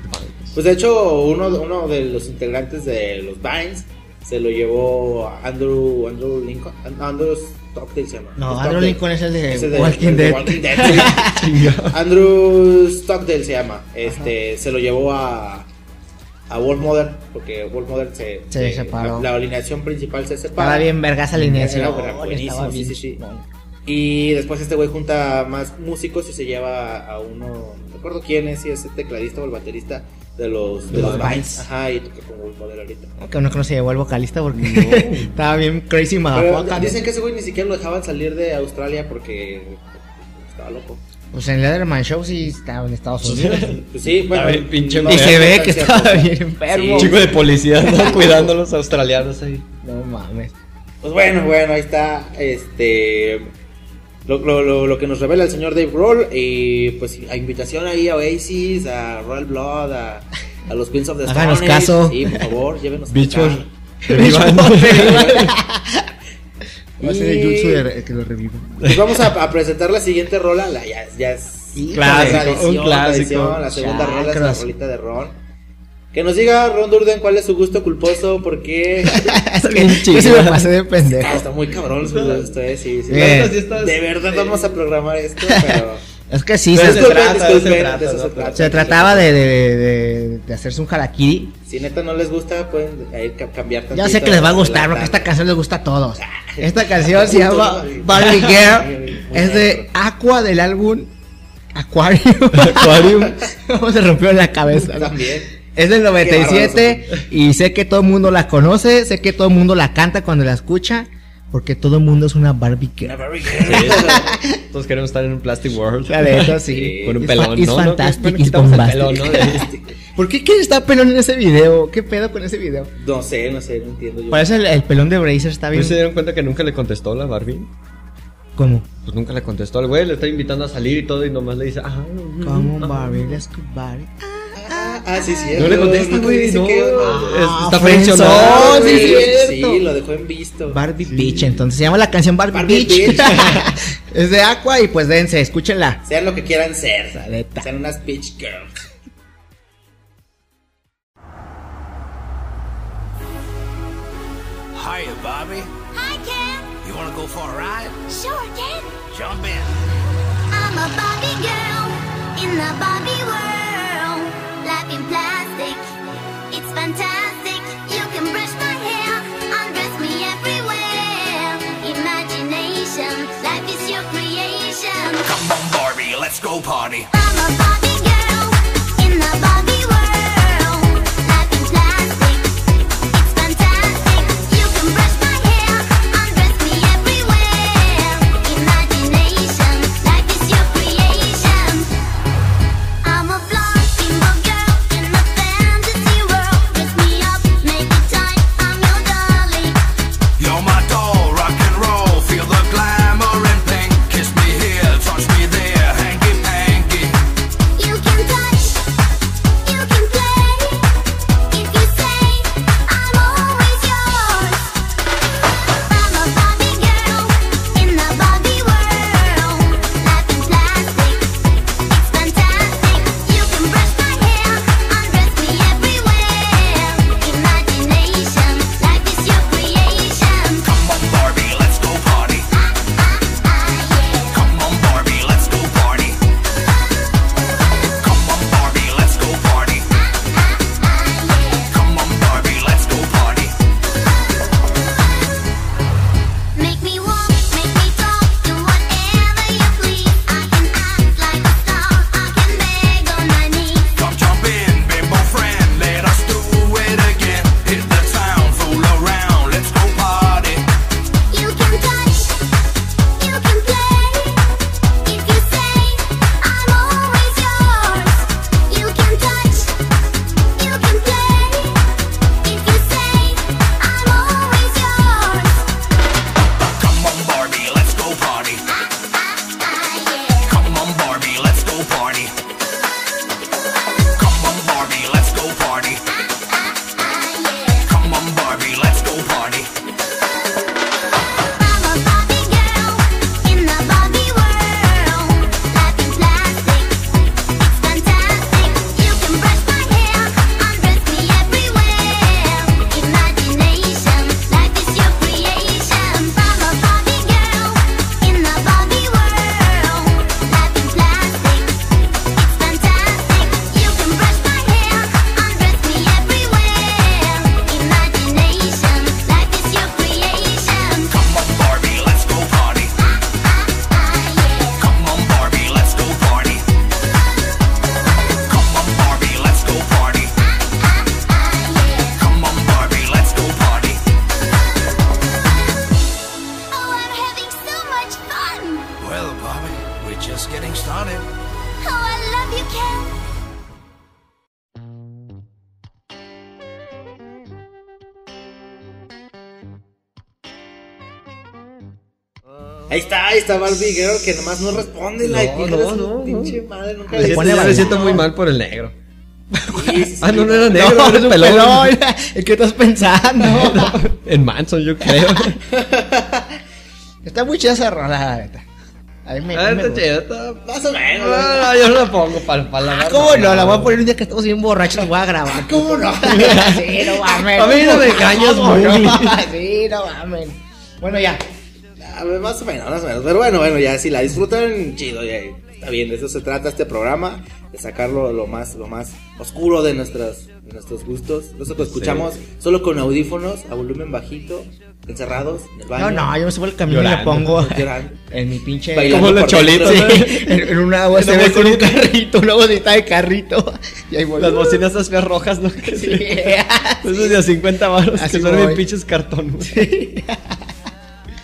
Speaker 1: Pues de hecho, uno, uno de los integrantes de los Vines se lo llevó a Andrew, Andrew Lincoln. And- Andrew Stockdale se llama.
Speaker 2: No,
Speaker 1: Stockdale.
Speaker 2: Andrew Lincoln es el de
Speaker 1: Ese
Speaker 2: Walking
Speaker 1: de
Speaker 2: Dead.
Speaker 1: Walking Dead.
Speaker 2: [LAUGHS]
Speaker 1: Andrew Stockdale se llama. Este, se lo llevó a a Wolf Mother porque Wolf Mother se, eh,
Speaker 2: Se separó.
Speaker 1: La, la alineación principal se separa.
Speaker 2: Estaba bien vergas alineación.
Speaker 1: Era buenísimo, sí, sí, sí. Y después este güey junta más músicos y se lleva a uno, no me acuerdo quién es, si es el tecladista o el baterista de los, de
Speaker 2: De
Speaker 1: los
Speaker 2: los
Speaker 1: Vines.
Speaker 2: Vines.
Speaker 1: Ajá, y toca con Wolf Mother ahorita.
Speaker 2: Aunque uno Ah, que no se llevó al vocalista porque [LAUGHS] estaba bien crazy
Speaker 1: Pero
Speaker 2: motherfucker.
Speaker 1: dicen que ese güey ni siquiera lo dejaban salir de Australia porque estaba loco.
Speaker 2: Pues en Leatherman Show sí estaba
Speaker 1: [LAUGHS]
Speaker 2: en Estados Unidos.
Speaker 1: Pues sí, bueno,
Speaker 3: A ver, pinche
Speaker 1: no
Speaker 2: y
Speaker 3: Pero
Speaker 2: se
Speaker 1: sé,
Speaker 2: ve
Speaker 1: no
Speaker 2: que
Speaker 1: sé,
Speaker 2: estaba
Speaker 1: pero-
Speaker 2: bien enfermo.
Speaker 3: Un chico de policía, ¿no? Cuidando a los australianos ahí.
Speaker 2: No mames.
Speaker 1: O Pues bueno, bueno, ahí está. Este. Lo, lo, lo, lo que nos revela el señor Dave Grohl. Y pues a invitación ahí a Oasis, a Royal Blood, a, a los Queens of the Stone
Speaker 3: Háganos
Speaker 1: Age.
Speaker 3: caso.
Speaker 1: Sí, por favor, llévenos.
Speaker 3: Bichos.
Speaker 1: acá.
Speaker 3: [LAUGHS]
Speaker 2: [LAUGHS] Va a ser el Jutsu de- que lo [LAUGHS] reviva.
Speaker 1: Pues vamos a, a presentar la siguiente rola. La, ya, ya es
Speaker 3: Clásico,
Speaker 1: tradición,
Speaker 3: un clásico.
Speaker 1: tradición, La segunda rola es la
Speaker 3: Chacras.
Speaker 1: rolita de Ron. Que nos diga Ron Durden cuál es su gusto culposo,
Speaker 3: [LAUGHS]
Speaker 1: porque
Speaker 3: Está bien chido.
Speaker 2: Yo sí me pasé de [LAUGHS]
Speaker 1: Ah,
Speaker 2: pendejo.
Speaker 1: está muy cabrón su gusto, eh, sí, sí.
Speaker 2: Eh,
Speaker 1: De verdad vamos a programar esto, pero
Speaker 2: Es que sí,
Speaker 3: Pero
Speaker 2: se,
Speaker 3: es
Speaker 1: Disculpen,
Speaker 3: trata, de eso se
Speaker 1: disculpen,
Speaker 3: trata,
Speaker 1: de eso
Speaker 3: ¿no?
Speaker 1: se trata.
Speaker 2: se trataba de, de, de- de hacerse un jalaquiri.
Speaker 1: si neta no les gusta pueden ahí ca- cambiar
Speaker 2: Ya sé
Speaker 1: tantito,
Speaker 2: que les va a gustar,
Speaker 1: adelantar.
Speaker 2: porque esta canción les gusta a todos. Esta canción se llama Barbie Girl. Es de Aqua del álbum Aquarium.
Speaker 3: Aquarium.
Speaker 2: [LAUGHS] ¿Cómo se rompió la cabeza? no?
Speaker 1: también.
Speaker 2: Es del
Speaker 1: Qué
Speaker 2: 97 y sé que todo el mundo la conoce, sé que todo el mundo la canta cuando la escucha, porque todo el mundo es una Barbie
Speaker 1: Una
Speaker 2: Girl.
Speaker 1: Barbie Girl.
Speaker 3: Todos queremos estar en un Plastic World.
Speaker 2: La neta,
Speaker 3: [LAUGHS]
Speaker 2: sí.
Speaker 3: Con un
Speaker 2: It's
Speaker 3: pelón,
Speaker 2: fa- it's
Speaker 3: ¿no?
Speaker 2: fantastic,
Speaker 3: ¿no?
Speaker 2: it's
Speaker 3: Quitamos el
Speaker 2: bombastic.
Speaker 3: pelón, ¿no?
Speaker 1: [LAUGHS]
Speaker 3: De- este.
Speaker 2: ¿Por qué quién está pelón en ese video? ¿Qué pedo con ese video?
Speaker 1: No sé, no sé, no entiendo yo.
Speaker 2: Parece el, el pelón de Bracer, está
Speaker 3: ¿No
Speaker 2: bien.
Speaker 3: se dieron cuenta que nunca le contestó la Barbie?
Speaker 2: ¿Cómo?
Speaker 3: Pues nunca le contestó al güey, le está invitando a salir y todo y nomás le dice, ah,
Speaker 2: Como Barbie, let's go Barbie.
Speaker 1: Ah, ah, sí, sí.
Speaker 3: No le contesta, güey,
Speaker 1: dice
Speaker 3: no.
Speaker 1: que-
Speaker 3: Es- Está
Speaker 2: friendzone.
Speaker 3: presionado,
Speaker 1: Ah,
Speaker 2: No, sí,
Speaker 1: güey,
Speaker 2: es
Speaker 1: sí,
Speaker 2: cierto.
Speaker 1: lo dejó en visto.
Speaker 2: Barbie Beach, entonces se llama la canción Barbie,
Speaker 1: Barbie
Speaker 2: Beach.
Speaker 1: Beach.
Speaker 2: [LAUGHS] es de Aqua y pues dense, escúchenla.
Speaker 1: Sean lo que quieran ser.
Speaker 2: La neta.
Speaker 1: Sean unas bitch girls.
Speaker 5: Hiya, Bobby.
Speaker 6: Hi, Ken.
Speaker 5: You want to go for a ride?
Speaker 6: Sure, Ken.
Speaker 5: Jump in.
Speaker 6: I'm a Bobby girl in the Bobby world. Life in plastic, it's fantastic. You can brush my hair, undress me everywhere. Imagination, life is your creation.
Speaker 5: Come on, Barbie. Let's go party.
Speaker 6: I'm a Bobby girl in the Bobby world. Life in plastic, it's fantastic. You can brush my hair, undress me everywhere. Imagination, life is your creation. I'm a blonde girl in the fantasy world. Dress me up, make it tight. I'm your darling.
Speaker 5: You're my doll. Rock and roll. Feel the glamour and pink. Kiss me here. Touch me there. Hanky panky.
Speaker 6: You can touch, you can play. If you say, I'm always yours. I'm a Bobby girl in the Bobby world. Life in plastic, it's fantastic. You can brush my hair, undress me everywhere. Imagination, life is your creation.
Speaker 5: Come on, Barbie. Let's go party.
Speaker 6: Ah ah ah yeah.
Speaker 5: Come on, Barbie. Let's go party. Come on, Barbie. Let's go party.
Speaker 6: Ah,
Speaker 5: Come on, Barbie. Let's go party.
Speaker 6: Make me walk, make me talk, do whatever you please. I can act like a star, I can beg on my knees.
Speaker 5: Come jump in, bimbo friend. Let us do it again. Hit the town. Fool around. Let's go party.
Speaker 6: You can touch, you can play. If you say, I'm always yours. You can touch, you can play. If you say, I'm always yours.
Speaker 5: Come on, Barbie. Let's go party.
Speaker 6: Ah ah ah yeah.
Speaker 5: Come on, Barbie, let's go party. Come on, Barbie, let's go party. Come on, Barbie, let's go party.
Speaker 6: I'm a Bobby girl in the Bobby world. Life in plastic, it's fantastic. You can brush my hair, undress me everywhere. Imagination, life is your creation. I'm a Bobby girl in the Bobby world. Life in plastic, it's fantastic. You can brush my hair, undress me everywhere. Imagination, life is your creation.
Speaker 5: Come on, Barbie, let's go party.
Speaker 6: Oh,
Speaker 5: Come on, Barbie, let's go party. Come on, Barbie, let's go party. Come on, Barbie, let's go party.
Speaker 6: Oh, I'm having so much fun!
Speaker 5: Well, Bobby, we're just getting started.
Speaker 6: Oh, I love you, Ken!
Speaker 1: Ahí está, ahí está Barbie Girl, que nomás no responde. la
Speaker 3: No,
Speaker 1: hija
Speaker 3: no,
Speaker 1: de su
Speaker 3: no, no.
Speaker 1: Pinche madre, nunca
Speaker 3: Me
Speaker 1: le
Speaker 3: siento,
Speaker 1: dice nada.
Speaker 2: pone
Speaker 3: ya me
Speaker 2: valor.
Speaker 3: siento muy mal por el negro.
Speaker 1: Sí, sí, sí.
Speaker 3: Ah, no, no era negro,
Speaker 2: No, [LAUGHS]
Speaker 3: era
Speaker 2: eres
Speaker 3: un
Speaker 2: un
Speaker 3: pelón.
Speaker 2: pelón. ¿En qué estás pensando? [LAUGHS]
Speaker 3: [LAUGHS] En Manson, yo creo.
Speaker 2: Está muy chida esa rola, la neta. A mí me, a
Speaker 3: Ah,
Speaker 2: mí me
Speaker 3: está
Speaker 2: gusta.
Speaker 3: chido, está-
Speaker 1: Más o menos. güey.
Speaker 3: Ah, yo no la pongo para pa la
Speaker 2: ¿Cómo no? La voy a poner un día que estamos bien borrachos, la voy a [LAUGHS] grabar.
Speaker 1: ¿Cómo [LAUGHS] no?
Speaker 2: sí, no mames.
Speaker 3: A mí no me engañas,
Speaker 2: ¿Cómo no?
Speaker 3: Mowgli.
Speaker 2: [LAUGHS] Sí, no mames. Bueno, ya.
Speaker 1: Ah, Más o menos, más o menos. Pero bueno, bueno, ya si la disfrutan, chido. ya, está bien, de eso se trata este programa. De sacarlo lo más, lo más oscuro de, nuestras, de nuestros gustos. Nosotros escuchamos solo con audífonos, a volumen bajito, encerrados, en el
Speaker 2: No,
Speaker 1: baño.
Speaker 2: no, yo me subo al camino y me
Speaker 3: Llorando,
Speaker 2: pongo
Speaker 1: llorando.
Speaker 2: en mi pinche.
Speaker 1: Bailando
Speaker 3: [LAUGHS] Como los
Speaker 1: por dentro.
Speaker 3: cholitos, ¿no?
Speaker 2: en, en una USB
Speaker 3: Una
Speaker 2: con un
Speaker 3: bolsita.
Speaker 2: carrito, una bolsita de carrito. [LAUGHS] Y ahí voy.
Speaker 3: Las bocinas esas feas rojas, ¿no? Que
Speaker 2: Sí.
Speaker 3: se- Esos de a 50 baros
Speaker 2: Así
Speaker 3: que son bien
Speaker 2: voy.
Speaker 3: pinches cartón. güey.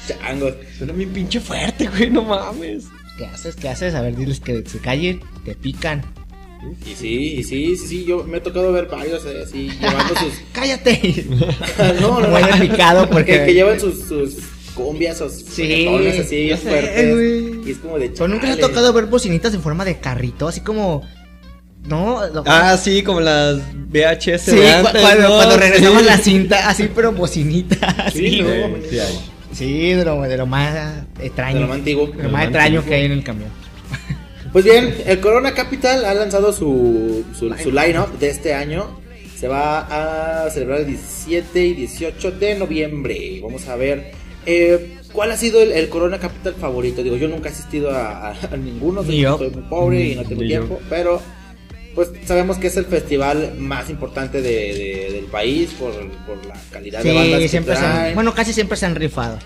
Speaker 1: Changos.
Speaker 3: Suena bien pinche fuerte, güey, no mames.
Speaker 2: ¿Qué haces? ¿Qué haces? A ver, diles que se callen, te pican.
Speaker 1: Y sí, y sí, sí, sí, yo me he tocado ver varios eh, así, llevando sus...
Speaker 2: ¡Cállate!
Speaker 1: no, no,
Speaker 2: Huele
Speaker 1: no. [LAUGHS]
Speaker 2: picado porque-
Speaker 1: Que, que llevan sus, sus cumbias, sus
Speaker 2: Sí,
Speaker 1: reggaetones así
Speaker 2: ya sé, eh,
Speaker 1: fuertes.
Speaker 2: güey.
Speaker 1: y es como de
Speaker 2: ¿Tú nunca has
Speaker 1: chale.
Speaker 2: tocado ver bocinitas en forma de carrito? Así como. No, lo-
Speaker 3: Ah, sí, como las VHS.
Speaker 2: sí,
Speaker 3: de
Speaker 2: cu-
Speaker 3: antes,
Speaker 2: cuando,
Speaker 3: ¿no?
Speaker 2: cuando regresamos
Speaker 3: Sí.
Speaker 2: la cinta, así, pero bocinita.
Speaker 1: Sí,
Speaker 2: Así.
Speaker 1: no,
Speaker 3: Sí,
Speaker 1: güey.
Speaker 3: sí hay.
Speaker 2: Sí, de lo, de lo más extraño.
Speaker 1: De lo más antiguo.
Speaker 2: de lo más extraño que hay en el camión.
Speaker 1: Pues bien, el Corona Capital ha lanzado su, su, su line-up de este año. Se va a celebrar el 17 y 18 de noviembre. Vamos a ver eh, cuál ha sido el, el Corona Capital favorito. Digo, yo nunca he asistido a, a- a ninguno, soy,
Speaker 2: Ni yo.
Speaker 1: soy muy pobre y no tengo
Speaker 3: Ni yo.
Speaker 1: tiempo, pero pues sabemos que es el festival más importante de- de- del país por, por la calidad de bandas
Speaker 2: Sí,
Speaker 1: que
Speaker 2: siempre se han,
Speaker 1: traen.
Speaker 2: Bueno, casi siempre se han rifado.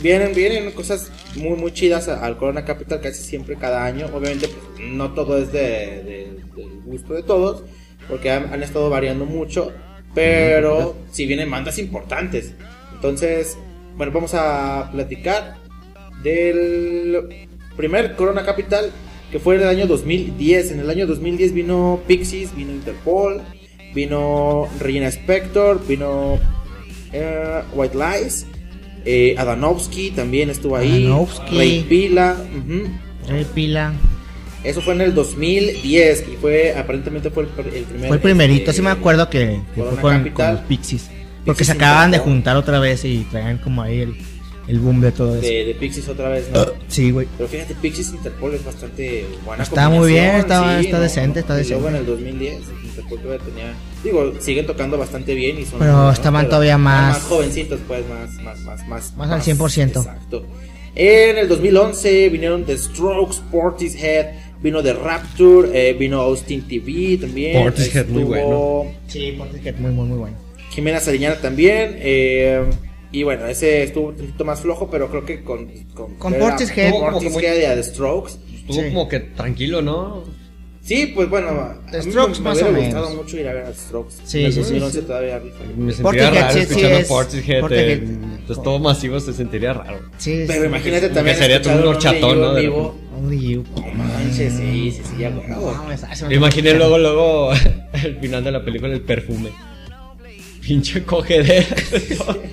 Speaker 1: Vienen, vienen cosas muy, muy chidas a- al Corona Capital casi siempre cada año. Obviamente, pues, no todo es de, de- del gusto de todos, porque han, han estado variando mucho, pero si vienen bandas importantes. Entonces, bueno, vamos a platicar del primer Corona Capital, que fue en el año 2010. En el año 2010 vino Pixies, vino Interpol, vino Regina Spector, vino eh, White Lies, eh, Adanovsky también estuvo ahí,
Speaker 2: Adanovsky.
Speaker 1: Ray Pila. ujú.
Speaker 2: Trae pila.
Speaker 1: Eso fue en el 2010 y fue, aparentemente fue el, pr- el primer.
Speaker 2: Fue el primerito,
Speaker 1: este,
Speaker 2: sí me acuerdo que, que fue
Speaker 1: Corona
Speaker 2: con,
Speaker 1: Capital.
Speaker 2: con los Pixies. Porque
Speaker 1: Pixies
Speaker 2: se acababan de
Speaker 1: Interpol.
Speaker 2: juntar otra vez y traían como ahí el, el boom de todo eso.
Speaker 1: De, de Pixies otra vez, ¿no?
Speaker 2: Sí, güey.
Speaker 1: Pero fíjate, Pixies Interpol es bastante buena.
Speaker 2: Está muy bien, está-
Speaker 1: combinación,
Speaker 2: está decente, está
Speaker 1: Y luego
Speaker 2: decente.
Speaker 1: en el 2010, Interpol todavía tenía. Digo, siguen tocando bastante bien y son.
Speaker 2: Pero
Speaker 1: ¿no?
Speaker 2: estaban todavía más-
Speaker 1: Más jovencitos, pues, más. Más, más, más,
Speaker 2: Más al 100%.
Speaker 1: Exacto. En el 2011 vinieron The Strokes, Portishead, vino The Rapture, eh, vino Austin TV también.
Speaker 3: Portishead, muy
Speaker 1: estuvo
Speaker 2: Sí, porque muy, muy, muy bueno.
Speaker 1: Jimena Sariñana también. eh, y bueno, ese estuvo un poquito más flojo, pero creo que con. Con,
Speaker 2: Con
Speaker 1: ver a
Speaker 2: Portishead.
Speaker 1: Portishead y a The Strokes.
Speaker 3: Estuvo
Speaker 2: Sí.
Speaker 3: como que tranquilo, ¿no?
Speaker 1: Sí, pues bueno, a
Speaker 2: The
Speaker 1: mí
Speaker 2: Strokes,
Speaker 1: me,
Speaker 2: más
Speaker 1: me
Speaker 2: o
Speaker 1: hubiera gustado
Speaker 2: menos.
Speaker 1: mucho ir a ver a The Strokes.
Speaker 2: Sí,
Speaker 1: El
Speaker 2: sí, sí,
Speaker 1: 2011 todavía rifa.
Speaker 3: Me sentiría
Speaker 2: Portishead,
Speaker 3: raro
Speaker 2: sí, sí
Speaker 3: escuchando
Speaker 2: es-
Speaker 3: Portishead.
Speaker 2: Portishead.
Speaker 3: en- Entonces todo masivo se sentiría raro.
Speaker 2: Sí,
Speaker 1: Pero
Speaker 2: sí.
Speaker 1: imagínate
Speaker 3: que
Speaker 1: también.
Speaker 3: sería todo un
Speaker 1: escuchar
Speaker 3: horchatón,
Speaker 1: Lonely
Speaker 3: ¿no?
Speaker 1: en
Speaker 3: De
Speaker 1: vivo. [LAUGHS]
Speaker 2: Only you.
Speaker 1: No manches, sí, sí, sí, ya, güey.
Speaker 2: No, mames, ah, se me-
Speaker 3: Me imaginé luego, luego, [LAUGHS] el final de la película, el perfume. Pinche
Speaker 1: [LAUGHS]
Speaker 3: cogedera.
Speaker 2: [LAUGHS]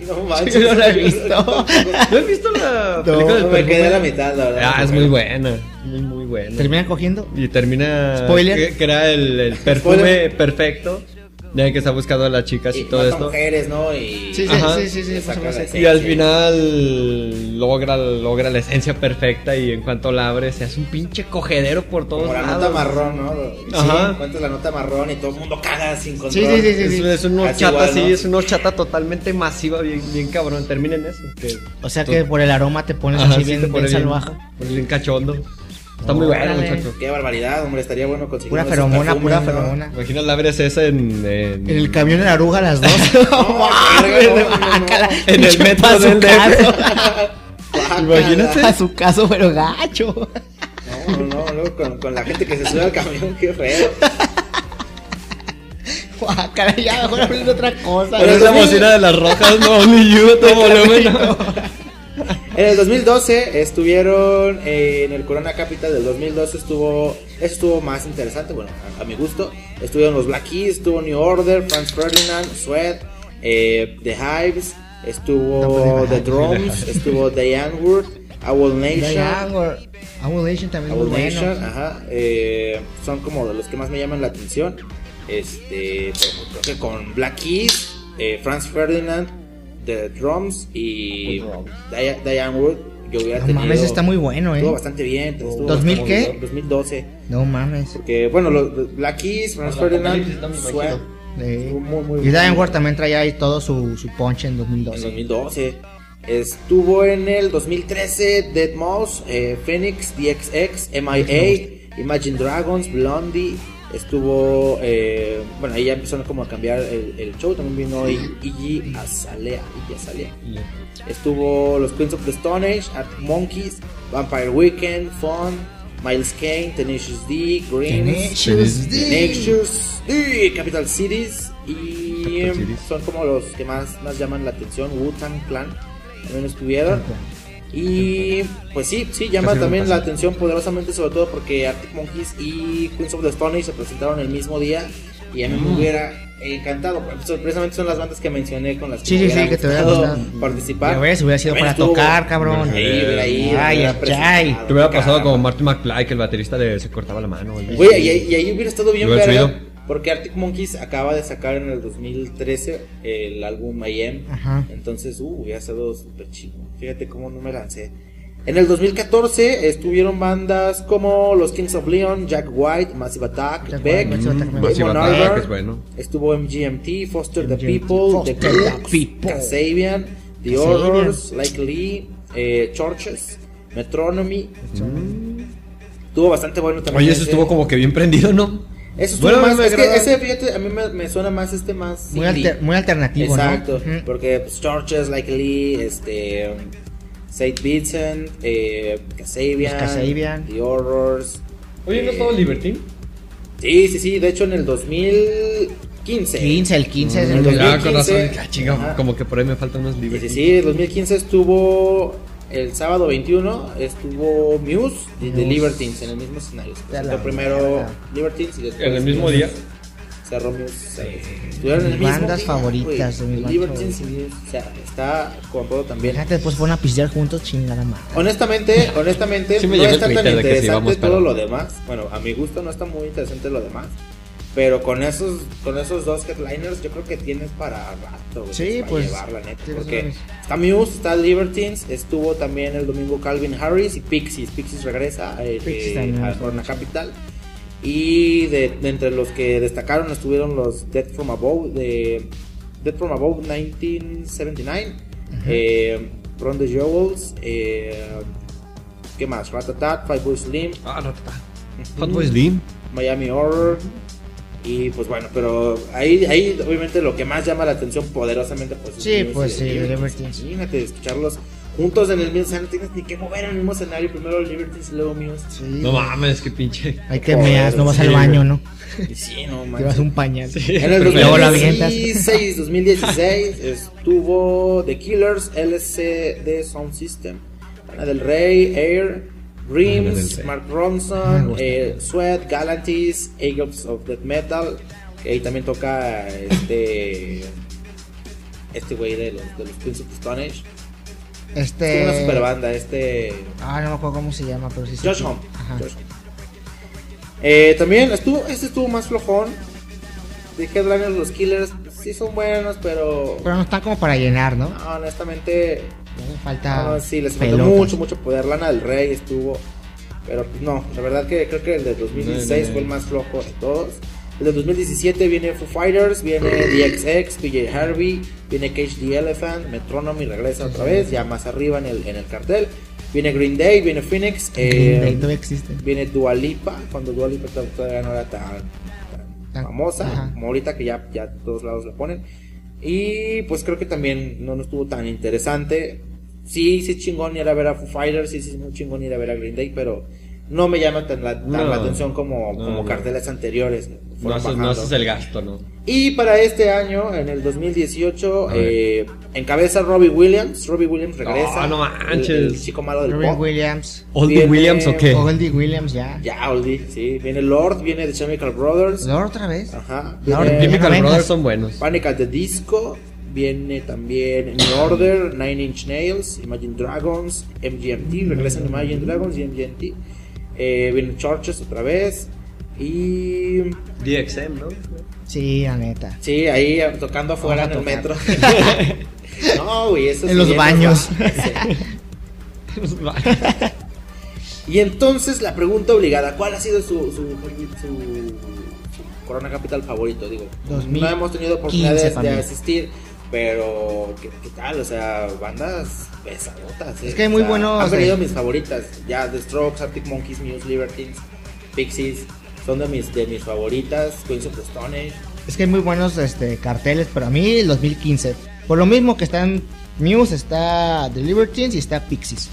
Speaker 1: No
Speaker 3: Sí,
Speaker 1: manches.
Speaker 3: no la he
Speaker 1: [LAUGHS]
Speaker 3: visto. [LAUGHS] ¿No has visto la película del
Speaker 1: No, me
Speaker 3: perfume?
Speaker 1: quedé a la mitad, la verdad.
Speaker 3: Ah, es muy buena. es Muy, muy buena.
Speaker 2: ¿Terminan cogiendo?
Speaker 3: Y termina.
Speaker 2: Spoiler.
Speaker 3: Que, que era el, el perfume
Speaker 1: Spoiler.
Speaker 3: perfecto. De que está buscando a las chicas y,
Speaker 1: Y
Speaker 3: todo
Speaker 1: mata
Speaker 3: esto.
Speaker 1: mujeres, ¿no? Y.
Speaker 2: Sí, sí,
Speaker 3: Ajá.
Speaker 2: sí, sí, sí,
Speaker 1: Le
Speaker 2: pues,
Speaker 1: saca
Speaker 2: no
Speaker 1: la
Speaker 2: sé qué.
Speaker 1: escena.
Speaker 3: Y al final logra, logra la esencia perfecta y en cuanto la abre se hace un pinche cogedero por todos
Speaker 1: Como la nota
Speaker 3: lados.
Speaker 1: marrón, ¿no?
Speaker 3: Ajá.
Speaker 1: Sí, cuentas la nota marrón y todo el mundo caga sin control.
Speaker 2: Sí, sí, sí, sí,
Speaker 3: Es,
Speaker 2: sí.
Speaker 3: es una
Speaker 1: Casi
Speaker 3: horchata,
Speaker 1: igual,
Speaker 3: sí,
Speaker 1: ¿no?
Speaker 3: es una horchata totalmente masiva, bien, bien cabrón. Terminen eso. Que,
Speaker 2: O sea que por el aroma te pones así bien, bien salvaje.
Speaker 3: Pues bien cachondo. Está muy
Speaker 2: Órale.
Speaker 3: bueno, muchacho.
Speaker 1: Qué barbaridad, hombre, estaría bueno conseguir.
Speaker 2: Pura
Speaker 1: unos
Speaker 2: feromona,
Speaker 1: perfumes,
Speaker 2: pura
Speaker 1: ¿no?
Speaker 2: feromona.
Speaker 3: Imagina la abres esa en, en.
Speaker 2: En el camión en Aruga las dos.
Speaker 1: [LAUGHS] No, verga, no, no, no.
Speaker 2: Guácala.
Speaker 3: [LAUGHS] En el
Speaker 2: Pinche
Speaker 3: metro
Speaker 2: pa' su
Speaker 3: del DF.
Speaker 2: caso.
Speaker 1: Guácala.
Speaker 3: [LAUGHS] Imagínate.
Speaker 2: A su caso, pero gacho.
Speaker 1: No,
Speaker 2: [LAUGHS]
Speaker 1: no, no, luego con, con la gente que se sube al camión, qué feo.
Speaker 2: Guácala, Ah, ya mejor hablar de otra cosa.
Speaker 3: Pero es la
Speaker 1: Pero sí.
Speaker 3: bocina de las rojas, no, ni yo,
Speaker 2: [LAUGHS]
Speaker 3: todo volumen.
Speaker 1: En el 2012 estuvieron eh, en el Corona Capital del 2012 estuvo estuvo más interesante, bueno, a, a mi gusto. Estuvieron los Black Keys, estuvo New Order, Franz Ferdinand, Sweat, eh, The Hives, estuvo
Speaker 2: No, pues,
Speaker 1: The
Speaker 2: The
Speaker 1: Drums, estuvo The Antwoord, Owl Nation.
Speaker 2: Diane, Nation también es
Speaker 1: Owl
Speaker 2: muy
Speaker 1: Nation,
Speaker 2: bueno.
Speaker 1: ajá, eh, son como de los que más me llaman la atención. Este, pero creo que con Black Keys, eh, Franz Ferdinand, The Drums y Dia- Diane Wood, yo hubiera
Speaker 2: No
Speaker 1: tenido.
Speaker 2: mames, está muy bueno, eh.
Speaker 1: Estuvo bastante bien. estuvo
Speaker 2: 2000
Speaker 1: bastante
Speaker 2: qué?
Speaker 1: bien, 2012.
Speaker 2: No mames.
Speaker 1: Que bueno, los, los Black Keys, Franz
Speaker 3: Con
Speaker 1: Ferdinand,
Speaker 3: Apocalipsis, no me
Speaker 1: Sue-
Speaker 3: imagino.
Speaker 2: Eh,
Speaker 1: estuvo muy, muy
Speaker 2: Y Diane
Speaker 1: bueno.
Speaker 2: Ward también traía ahí todo su, su ponche en
Speaker 1: En
Speaker 2: 2012.
Speaker 1: 2012. Estuvo en el 2013 Dead Mouse, eh, Phoenix, DXX, MIA, Imagine Dragons, Blondie. Estuvo, eh, bueno, ahí ya empezaron como a cambiar el, el show. También vino I- Iggy Azalea. Iggy Azalea. Estuvo los Queens of the Stone Age, Arctic Monkeys, Vampire Weekend, Fun, Miles Kane, Tenacious D, Green,
Speaker 2: Tenacious D.
Speaker 1: Tenacious D, Capital Cities y
Speaker 3: Capital
Speaker 1: em,
Speaker 3: Cities.
Speaker 1: son como los que más, más llaman la atención. Wu-Tang Clan también estuvieron. Y pues sí, sí, llama
Speaker 3: Casi no
Speaker 1: también
Speaker 3: pasa.
Speaker 1: la atención poderosamente, sobre todo porque Arctic Monkeys y Queens of the Stone Age se presentaron el mismo día y a mí
Speaker 2: Mm.
Speaker 1: me hubiera encantado. Pues, Sorpresamente son las bandas que mencioné con las que
Speaker 2: Sí,
Speaker 1: me
Speaker 2: sí, sí,
Speaker 1: hubiera
Speaker 2: que te hubiera
Speaker 1: gustado
Speaker 2: gustado.
Speaker 1: participar.
Speaker 2: Ya ves, hubiera sido
Speaker 1: También
Speaker 2: para tocar, cabrón.
Speaker 1: Sí, hubiera ido,
Speaker 2: Ay,
Speaker 1: hubiera
Speaker 2: ay,
Speaker 1: presentado,
Speaker 2: ay.
Speaker 3: Te hubiera
Speaker 1: cabrón.
Speaker 3: pasado como Marty McFly, que el baterista le, se cortaba la mano. güey.
Speaker 1: Güey, y, ahí- y ahí hubiera estado bien
Speaker 3: Lo hubiera
Speaker 1: verga,
Speaker 3: subido.
Speaker 1: porque Arctic Monkeys acaba de sacar en el 2013 el álbum I Am.
Speaker 2: Ajá.
Speaker 1: Entonces, uh, hubiera estado súper chido. Fíjate cómo no me lancé. En el 2014 estuvieron bandas como Los Kings of Leon, Jack White, Massive Attack,
Speaker 2: Jack
Speaker 1: Beck,
Speaker 2: White, Massive Attack,
Speaker 1: Big
Speaker 3: Massive
Speaker 1: One
Speaker 3: Attack,
Speaker 1: Over,
Speaker 3: es bueno.
Speaker 1: estuvo MGMT, Foster the
Speaker 2: MGMT,
Speaker 1: People, The
Speaker 2: Foster the
Speaker 1: Crux,
Speaker 2: People.
Speaker 1: Kasabian, The
Speaker 2: Kasabian.
Speaker 1: Horrors, Like Lee, eh, Churches, Metronomy. Estuvo bastante bueno también.
Speaker 3: Oye, eso
Speaker 1: ese.
Speaker 3: estuvo como que bien prendido, ¿no?
Speaker 1: Eso estuvo
Speaker 3: Bueno,
Speaker 1: más,
Speaker 3: me
Speaker 1: es que
Speaker 3: agrada.
Speaker 1: ese, fíjate, a mí me, me suena más este más
Speaker 2: Muy,
Speaker 1: indie.
Speaker 2: alter- muy alternativo,
Speaker 1: Exacto,
Speaker 2: ¿no? Ujú.
Speaker 1: porque pues, Churches, Like Lee, este, um, Saint Vincent, eh, Kasabian,
Speaker 2: Los Kasabian.
Speaker 1: The Horrors. eh,
Speaker 3: Libertine?
Speaker 1: Sí, sí, sí, de hecho en el 2015.
Speaker 2: 15, el 15 es el
Speaker 1: Mm,
Speaker 2: dos-
Speaker 1: ya.
Speaker 3: Ah, con razón.
Speaker 1: 2015.
Speaker 3: Ah, chinga,
Speaker 1: Ajá.
Speaker 3: como que por ahí me faltan unos
Speaker 1: Sí, sí,
Speaker 3: Libertine.
Speaker 1: sí, el 2015 estuvo el sábado 21, estuvo Muse y The
Speaker 2: Muse.
Speaker 1: Libertines en el mismo escenario. Se
Speaker 2: Ya la
Speaker 1: presentó primero
Speaker 2: mierda.
Speaker 1: Libertines y después.
Speaker 3: En el mismo
Speaker 1: Muse.
Speaker 3: día.
Speaker 1: Cerró Muse. se- Estuvieron en el
Speaker 2: Mis
Speaker 1: mismo
Speaker 2: bandas
Speaker 1: día,
Speaker 2: favoritas
Speaker 1: güey.
Speaker 2: de mis bandas
Speaker 1: Libertines y Muse. O sea, está comprado también.
Speaker 2: Fíjate, después fueron pues, a pistear juntos, chingada madre.
Speaker 1: Honestamente, honestamente,
Speaker 3: Sí me
Speaker 1: no
Speaker 3: llegó el
Speaker 1: está tan
Speaker 3: Twitter de que sí,
Speaker 1: interesante
Speaker 3: vamos,
Speaker 1: todo
Speaker 3: pero-
Speaker 1: lo demás. Bueno, a mi gusto no está muy interesante lo demás. Pero con esos, con esos dos headliners, yo creo que tienes para rato, güey,
Speaker 2: Sí,
Speaker 1: para
Speaker 2: pues,
Speaker 1: llevar, la neta.
Speaker 2: sí,
Speaker 1: Porque
Speaker 2: sabes.
Speaker 1: está Muse, está Libertines, estuvo también el domingo Calvin Harris y Pixies. Pixies regresa eh,
Speaker 2: Pixies
Speaker 1: eh,
Speaker 2: también
Speaker 1: a
Speaker 2: está
Speaker 1: Corona Capital. Y de, de entre los que destacaron estuvieron los Dead from Above de Dead from Above 1979, eh, Ron the Jewels, eh, ¿qué más? Ratatat, Five Boy Slim,
Speaker 3: Ah, no, ta. Hot Boy Slim.
Speaker 1: Miami Horror. Y pues bueno, pero ahí, ahí obviamente lo que más llama la atención poderosamente pues es
Speaker 2: Sí,
Speaker 1: Muse y The
Speaker 2: pues, sí,
Speaker 1: Libertines.
Speaker 2: Libertines.
Speaker 1: Imagínate escucharlos juntos en el mismo, o sea, no tienes ni que mover en el mismo escenario, primero Libertines y luego Muse.
Speaker 2: Sí.
Speaker 3: No mames, qué pinche.
Speaker 2: Hay que meas, no vas
Speaker 3: Sí,
Speaker 2: al baño, ¿no?
Speaker 1: Y Sí, no
Speaker 2: Llevas
Speaker 1: manches.
Speaker 2: un pañal.
Speaker 1: En el
Speaker 2: Pero luego lo avientas.
Speaker 1: 2016,
Speaker 2: [LAUGHS]
Speaker 1: 2016 estuvo The Killers, LCD Sound System, Ana del Rey, Air,
Speaker 3: Ana del
Speaker 1: Dreams,
Speaker 3: Rey.
Speaker 1: Mark
Speaker 2: Ah, me
Speaker 1: Ronson,
Speaker 2: gusta.
Speaker 1: eh, Sweat, Galantis, Eagles of Death Metal. Que ahí también toca este. Este güey de los, de los Queens of the Stone Age.
Speaker 2: Este.
Speaker 1: Estuvo una super banda, este.
Speaker 2: Ah, no me acuerdo cómo se llama, pero sí. sí.
Speaker 1: Josh Home.
Speaker 2: Ajá.
Speaker 1: Josh Home. Eh, también estuvo, este estuvo más flojón. De Headliners, los Killers, sí son buenos, pero.
Speaker 2: Pero no está como para llenar, ¿no?
Speaker 1: no, honestamente.
Speaker 2: Le Falta.
Speaker 1: no, Ah, sí, les faltó
Speaker 2: pelotas.
Speaker 1: mucho, mucho poder. Lana del Rey estuvo. Pero pues, no, la verdad que creo que el de 2016
Speaker 3: No, no, no.
Speaker 1: fue el más flojo de todos. El de 2017 viene Foo Fighters, viene
Speaker 3: Ah.
Speaker 1: DXX, PJ Harvey, viene Cage the Elephant, Metronomy regresa otra vez, ya más arriba en el, en el cartel. Viene Green Day, viene Phoenix. eh,
Speaker 2: Green Day todavía existe.
Speaker 1: Viene Dualipa, cuando Dualipa todavía no era tan, tan
Speaker 2: Tan-
Speaker 1: famosa,
Speaker 2: ajá.
Speaker 1: como ahorita que ya, ya todos lados la ponen. Y pues creo que también no, no estuvo tan interesante. Sí, sí es chingón ir a ver a Foo Fighters, sí, sí es muy chingón ir a ver a Green Day, pero no me llama tan la, tan
Speaker 3: No.
Speaker 1: la atención como,
Speaker 3: No,
Speaker 1: como
Speaker 3: no.
Speaker 1: carteles anteriores. que
Speaker 3: No
Speaker 1: fueron
Speaker 3: haces, no
Speaker 1: bajando.
Speaker 3: haces el gasto, ¿no?
Speaker 1: Y para este año, en el 2018,
Speaker 3: A ver.
Speaker 1: eh, encabeza Robbie Williams. Robbie Williams regresa.
Speaker 3: Ah, No, no manches.
Speaker 1: El, el chico malo del
Speaker 2: Robin
Speaker 1: pop.
Speaker 2: Williams.
Speaker 3: ¿Oldie
Speaker 1: Viene-
Speaker 3: Williams o qué?
Speaker 2: Goldie Williams ya.
Speaker 1: Ya, Oldie, sí. Viene Lord, viene The Chemical Brothers.
Speaker 2: ¿Lo otra vez?
Speaker 1: Ajá.
Speaker 2: Lord,
Speaker 1: viene
Speaker 2: dime-
Speaker 3: Chemical
Speaker 2: Vengas.
Speaker 3: Brothers son buenos.
Speaker 1: Panic at the Disco. Viene también New Order, Nine Inch Nails, Imagine Dragons, MGMT. Regresan Imagine Dragons y MGMT. Eh, viene Churches otra vez. Y.
Speaker 3: DXM, [LAUGHS] ¿no?
Speaker 2: Sí, la neta.
Speaker 1: Sí, ahí eh, tocando afuera en
Speaker 2: Vamos a
Speaker 1: el metro.
Speaker 2: [LAUGHS]
Speaker 1: [LAUGHS] no, güey, eso
Speaker 2: En
Speaker 1: sí
Speaker 2: los
Speaker 1: es
Speaker 2: baños.
Speaker 1: normal. Sí. Y entonces la pregunta obligada: ¿cuál ha sido su, su, su- su Corona Capital favorito? Digo,
Speaker 2: 2015
Speaker 1: no hemos tenido oportunidades de
Speaker 2: familia.
Speaker 1: asistir, pero ¿qué, qué tal? O sea, bandas pesadotas. ¿eh?
Speaker 2: Es que hay muy
Speaker 1: O sea,
Speaker 2: buenos,
Speaker 1: Han venido
Speaker 2: eh.
Speaker 1: mis favoritas: ya The Strokes, Arctic Monkeys, Muse, Libertines, Pixies. Son de mis, de mis favoritas. Queens of the Stone Age.
Speaker 2: Es que hay muy buenos este, carteles, pero a mí el 2015. Por lo mismo que están Muse, está The Libertines y está Pixies.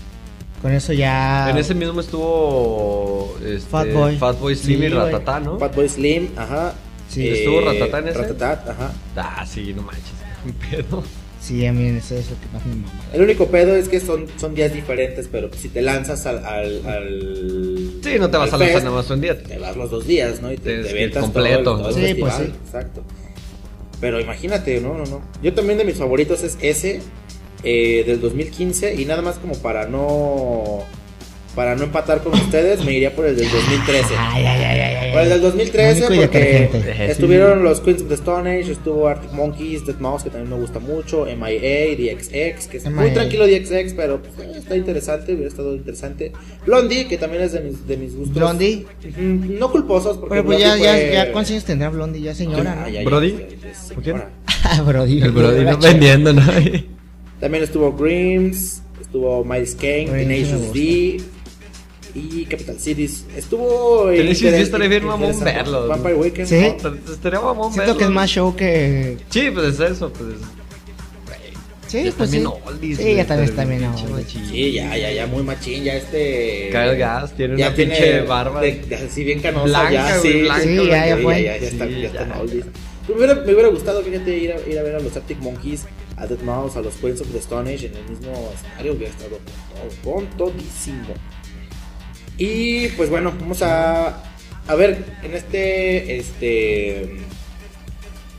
Speaker 2: Con eso ya.
Speaker 3: En ese mismo estuvo este,
Speaker 2: Fatboy.
Speaker 3: Fatboy Slim
Speaker 2: Sí, güey.
Speaker 3: y Ratatá, ¿no?
Speaker 1: Fatboy Slim, ajá.
Speaker 2: Sí,
Speaker 3: ¿estuvo Ratatá en ese?
Speaker 1: Ratatá, ajá.
Speaker 3: ah, sí, no manches. Un pedo.
Speaker 2: Sí, a mí eso es lo que más me mama.
Speaker 1: El único pedo es que son, son días diferentes, pero si te lanzas al. al, al-
Speaker 3: Sí, no te vas
Speaker 1: al
Speaker 3: a lanzar
Speaker 1: fest,
Speaker 3: nada más un día.
Speaker 1: Te vas los dos días, ¿no? Y te,
Speaker 3: Tienes
Speaker 1: te
Speaker 3: que ir
Speaker 1: ventas
Speaker 3: completo.
Speaker 1: todo el- todo el
Speaker 2: Sí, pues
Speaker 1: festival,
Speaker 2: sí.
Speaker 1: Exacto. Pero imagínate, no, no, no. Yo también de mis favoritos es ese eh, del 2015 y nada más como para no. Para no empatar con ustedes, me iría por el del 2013.
Speaker 2: Ay, ay, ay, ay, ay.
Speaker 1: Por el del 2013
Speaker 2: Mónico y
Speaker 1: porque
Speaker 2: detergente.
Speaker 1: estuvieron los Queens of the Stone Age, estuvo Arctic Monkeys, Dead Mouse que también me gusta mucho, MIA, DXX, que es muy
Speaker 2: MIA.
Speaker 1: tranquilo DXX, pero pues, eh, está interesante, hubiera estado interesante. Blondie, que también es de mis, de mis gustos.
Speaker 2: Blondie.
Speaker 1: Mm, no culposos porque
Speaker 2: Pero pues ya,
Speaker 1: Blondie
Speaker 2: ya,
Speaker 1: fue-
Speaker 2: ya, ¿cuántos años tendrá Blondie? Ya señora,
Speaker 1: Ah,
Speaker 2: ¿no?
Speaker 1: ya, ya,
Speaker 3: ¿Brody?
Speaker 1: ya, ya,
Speaker 3: ¿Por quién?
Speaker 1: señora.
Speaker 2: [LAUGHS] Ah, Brody.
Speaker 3: El Brody no
Speaker 2: La chica.
Speaker 3: vendiendo, [LAUGHS] ¿no?
Speaker 1: También estuvo Grims, estuvo Miles Kane,
Speaker 2: Grimes me
Speaker 1: Tenacious
Speaker 2: gusta.
Speaker 1: D y Capital Cities. Estuvo eh,
Speaker 3: Tenacious D
Speaker 1: interes-
Speaker 3: estaría bien mamón
Speaker 1: interesante.
Speaker 3: verlo.
Speaker 1: Vampire Weekend.
Speaker 2: Sí.
Speaker 1: ¿no?
Speaker 3: Estaría mamón
Speaker 2: Siento
Speaker 3: verlo.
Speaker 2: que es más show que.
Speaker 3: Sí, pues es eso, pues.
Speaker 2: Sí,
Speaker 3: ya
Speaker 2: pues sí.
Speaker 3: también oldies,
Speaker 2: Sí,
Speaker 3: güey,
Speaker 2: ya también
Speaker 3: pero
Speaker 2: está bien.
Speaker 3: pinche
Speaker 2: oldies.
Speaker 3: machín.
Speaker 1: Sí, ya, ya, ya, muy machín, ya este.
Speaker 3: Kyle Gass tiene
Speaker 1: ya
Speaker 3: una pinche barba.
Speaker 1: de- de- así bien canosa,
Speaker 3: Blanca,
Speaker 1: ya,
Speaker 3: güey,
Speaker 1: sí.
Speaker 3: blanca,
Speaker 1: sí,
Speaker 2: güey.
Speaker 1: ya, ya
Speaker 2: Sí,
Speaker 1: fue.
Speaker 2: ya,
Speaker 1: Ya, ya está,
Speaker 3: sí,
Speaker 1: ya está
Speaker 3: ya.
Speaker 1: en oldies. Me hubiera, me hubiera gustado, fíjate, ir a, ir a ver a los Arctic Monkeys, a Dead Mouse, a los Queens of the Stone Age en el mismo escenario, hubiera estado con todo, con todísimo. Y pues bueno, vamos a, a ver en este, este,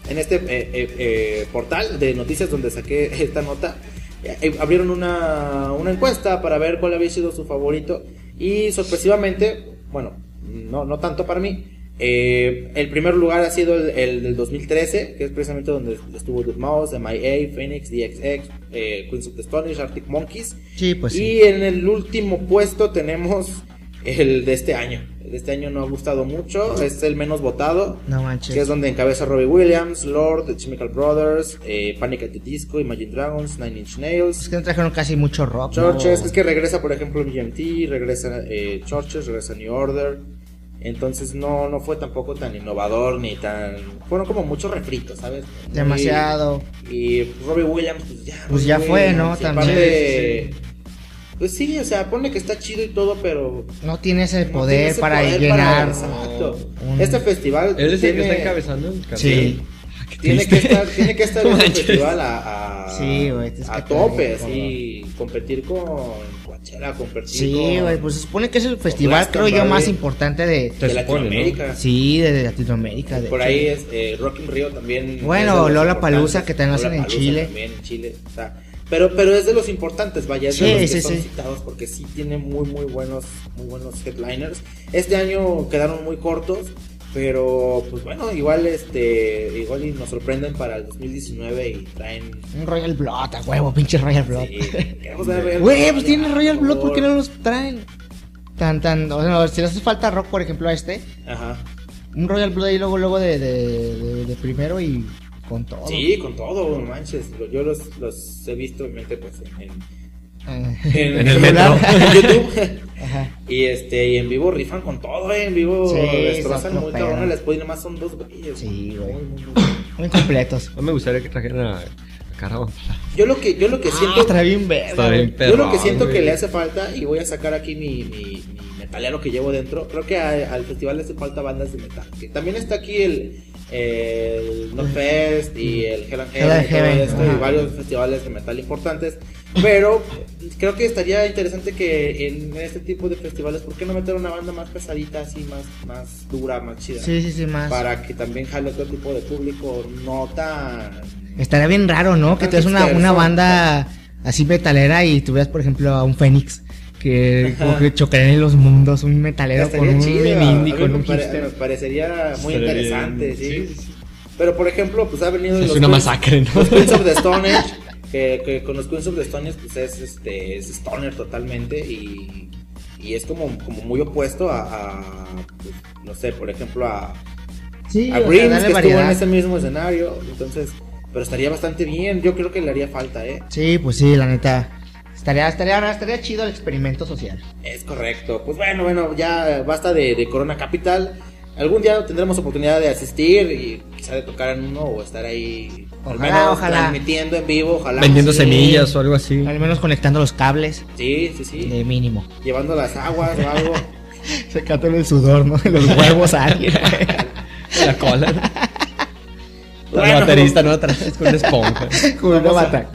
Speaker 1: en este eh, eh, eh, portal de noticias donde saqué esta nota, eh, eh, abrieron una, una encuesta para ver cuál había sido su favorito y sorpresivamente, bueno, no, no tanto para mí, eh, el primer lugar ha sido el, el del 2013, que es precisamente donde estuvo The Mouse, MIA, Phoenix, DXX, eh, Queens of the Stone Age, Arctic Monkeys.
Speaker 2: Sí, pues sí.
Speaker 1: Y en el último puesto tenemos el de este año. El de este año no ha gustado mucho, es el menos votado.
Speaker 2: No manches.
Speaker 1: Que es donde encabeza Robbie Williams, Lord, The Chemical Brothers, eh, Panic at the Disco, Imagine Dragons, Nine Inch
Speaker 2: Es
Speaker 1: Nails,
Speaker 2: que no trajeron casi mucho rock. ¿no?
Speaker 1: Churches. Es que regresa, por ejemplo, BMT, regresa eh, Churches, regresa New Order. Entonces no, no fue tampoco tan innovador ni tan... Fueron como muchos refritos, ¿sabes? Muy-
Speaker 2: Demasiado.
Speaker 1: y Robbie Williams, pues ya.
Speaker 2: Pues ya
Speaker 1: Robbie
Speaker 2: fue,
Speaker 1: Williams,
Speaker 2: ¿no?
Speaker 1: y
Speaker 2: También.
Speaker 1: aparte, Pues sí, o sea, pone que está chido y todo, pero.
Speaker 2: No tiene ese
Speaker 1: no
Speaker 2: poder
Speaker 1: tiene ese
Speaker 2: para
Speaker 1: poder
Speaker 2: llenar.
Speaker 1: Exacto.
Speaker 2: un-
Speaker 1: Este festival.
Speaker 3: ¿Eres el que
Speaker 1: tiene-
Speaker 3: está encabezando el cartel?
Speaker 2: Sí.
Speaker 1: Tiene que estar, tiene que estar
Speaker 3: [LAUGHS]
Speaker 1: en el
Speaker 3: Manches.
Speaker 1: festival a, a,
Speaker 2: Sí, güey, tienes
Speaker 1: a
Speaker 2: que
Speaker 1: tope,
Speaker 2: tener todo.
Speaker 1: así, competir con Coachella, competir
Speaker 2: Sí,
Speaker 1: con-
Speaker 2: güey, pues se supone que es el festival,
Speaker 1: Blaston,
Speaker 2: creo yo,
Speaker 1: Barbie.
Speaker 2: más importante
Speaker 1: de
Speaker 2: de...
Speaker 3: Se supone, ¿no?
Speaker 1: Latinoamérica.
Speaker 2: Sí, de Latinoamérica. de
Speaker 1: Por
Speaker 2: hecho.
Speaker 1: ahí es eh, Rock in Rio también.
Speaker 2: Bueno,
Speaker 1: es de los
Speaker 2: Lollapalooza,
Speaker 1: importantes.
Speaker 2: que también hacen en
Speaker 1: Lollapalooza
Speaker 2: Chile.
Speaker 1: También en Chile. o sea, pero, pero es de los importantes, vaya, es
Speaker 2: Sí,
Speaker 1: de los que
Speaker 2: sí,
Speaker 1: son
Speaker 2: sí.
Speaker 1: citados porque sí tiene muy, muy buenos, muy buenos headliners. Este año quedaron muy cortos, pero pues bueno, igual este, igual y nos sorprenden para el 2019 y traen.
Speaker 2: Un Royal Blood, a huevo, pinche Royal Blood. [LAUGHS]
Speaker 1: sí, [LAUGHS] queremos ver a Royal
Speaker 2: Güey,
Speaker 1: Blood,
Speaker 2: pues
Speaker 1: ya,
Speaker 2: tiene Royal
Speaker 1: por
Speaker 2: Blood, ¿por qué
Speaker 1: favor.
Speaker 2: no los traen? Tan, tan... O sea, si le hace falta rock, por ejemplo, a este,
Speaker 1: Ajá.
Speaker 2: un Royal Blood ahí luego, luego de, de, de- de primero y con todo.
Speaker 1: Sí, con todo, no manches. lo- Yo los, los he visto, obviamente, pues en, en-
Speaker 2: [LAUGHS] Eh,
Speaker 1: en-
Speaker 3: En el
Speaker 2: metro.
Speaker 1: [LAUGHS] en YouTube.
Speaker 2: Ajá.
Speaker 1: Y este, y en vivo rifan con todo, eh, en vivo
Speaker 2: Sí,
Speaker 1: destrozan
Speaker 2: son
Speaker 1: muy
Speaker 2: troperos.
Speaker 1: cabrón el Spotify, nomás son dos güeyes.
Speaker 2: Sí,
Speaker 1: güey.
Speaker 2: güey. Muy completos.
Speaker 3: No me gustaría que trajeran a, a Caravan.
Speaker 1: Yo lo que, yo lo que
Speaker 2: Ah,
Speaker 1: siento,
Speaker 2: está bien verga,
Speaker 3: Está
Speaker 2: güey.
Speaker 3: bien
Speaker 1: yo lo que
Speaker 3: perrón,
Speaker 1: siento que
Speaker 3: güey.
Speaker 1: le hace falta, y voy a sacar aquí mi, mi, mi metalero que llevo dentro, creo que a- al festival le hace falta bandas de metal. Que también está aquí el, el No Fest y el Hell and
Speaker 2: Hell
Speaker 1: Heaven,
Speaker 2: and
Speaker 1: y todo
Speaker 2: Heaven,
Speaker 1: esto,
Speaker 2: ajá.
Speaker 1: y varios festivales de metal importantes, pero creo que estaría interesante que en este tipo de festivales, ¿por qué no meter una banda más pesadita, así, más, más dura, más chida?
Speaker 2: Sí, sí, sí, más.
Speaker 1: Para que también jale otro tipo de público, no tan...
Speaker 2: Estaría bien raro, ¿no? Que tuvieras una, una
Speaker 1: Hipsters,
Speaker 2: banda así metalera y tuvieras, por ejemplo, a un Fénix. Que como que chocarían en los mundos, un metalero con
Speaker 1: Estaría
Speaker 2: un
Speaker 1: chido,
Speaker 2: indie,
Speaker 1: a mí
Speaker 2: con
Speaker 1: me
Speaker 2: un
Speaker 1: pare-
Speaker 2: hipster.
Speaker 1: me parecería muy
Speaker 3: Estaría
Speaker 1: interesante,
Speaker 3: bien,
Speaker 1: ¿sí?
Speaker 3: sí, sí, sí.
Speaker 1: Pero por ejemplo, pues ha venido
Speaker 3: Es
Speaker 1: los
Speaker 3: una
Speaker 1: Queens-
Speaker 3: masacre, ¿no?
Speaker 1: Los Queens of the Stone Age, que, que con los Queens of the Stone Age, pues es, este, es stoner totalmente y, y es como, como muy opuesto a, a, pues, no sé, por ejemplo, a,
Speaker 2: Sí,
Speaker 1: a
Speaker 2: o sea,
Speaker 1: Prince,
Speaker 2: darle
Speaker 1: que estuvo en
Speaker 2: variedad.
Speaker 1: ese mismo escenario, entonces, pero estaría bastante bien, yo creo que le haría falta, ¿eh?
Speaker 2: Sí, pues sí, la neta. Estaría, estaría, estaría chido el experimento social.
Speaker 1: Es correcto. Pues bueno, bueno, ya basta de, de Corona Capital. Algún día tendremos oportunidad de asistir y quizá de tocar en uno o estar ahí. al
Speaker 2: Ojalá,
Speaker 1: menos
Speaker 2: ojalá.
Speaker 1: Transmitiendo en vivo, ojalá.
Speaker 3: Vendiendo
Speaker 1: Sí.
Speaker 3: semillas o algo así.
Speaker 2: Al menos conectando los cables,
Speaker 1: Sí, sí, sí.
Speaker 2: de mínimo.
Speaker 1: Llevando las aguas o algo.
Speaker 3: [LAUGHS]
Speaker 2: Se cató el sudor, ¿no? Los huevos a alguien. [LAUGHS]
Speaker 3: La cola.
Speaker 1: Bueno.
Speaker 3: El baterista no atrás con una esponja.
Speaker 2: Con una bata.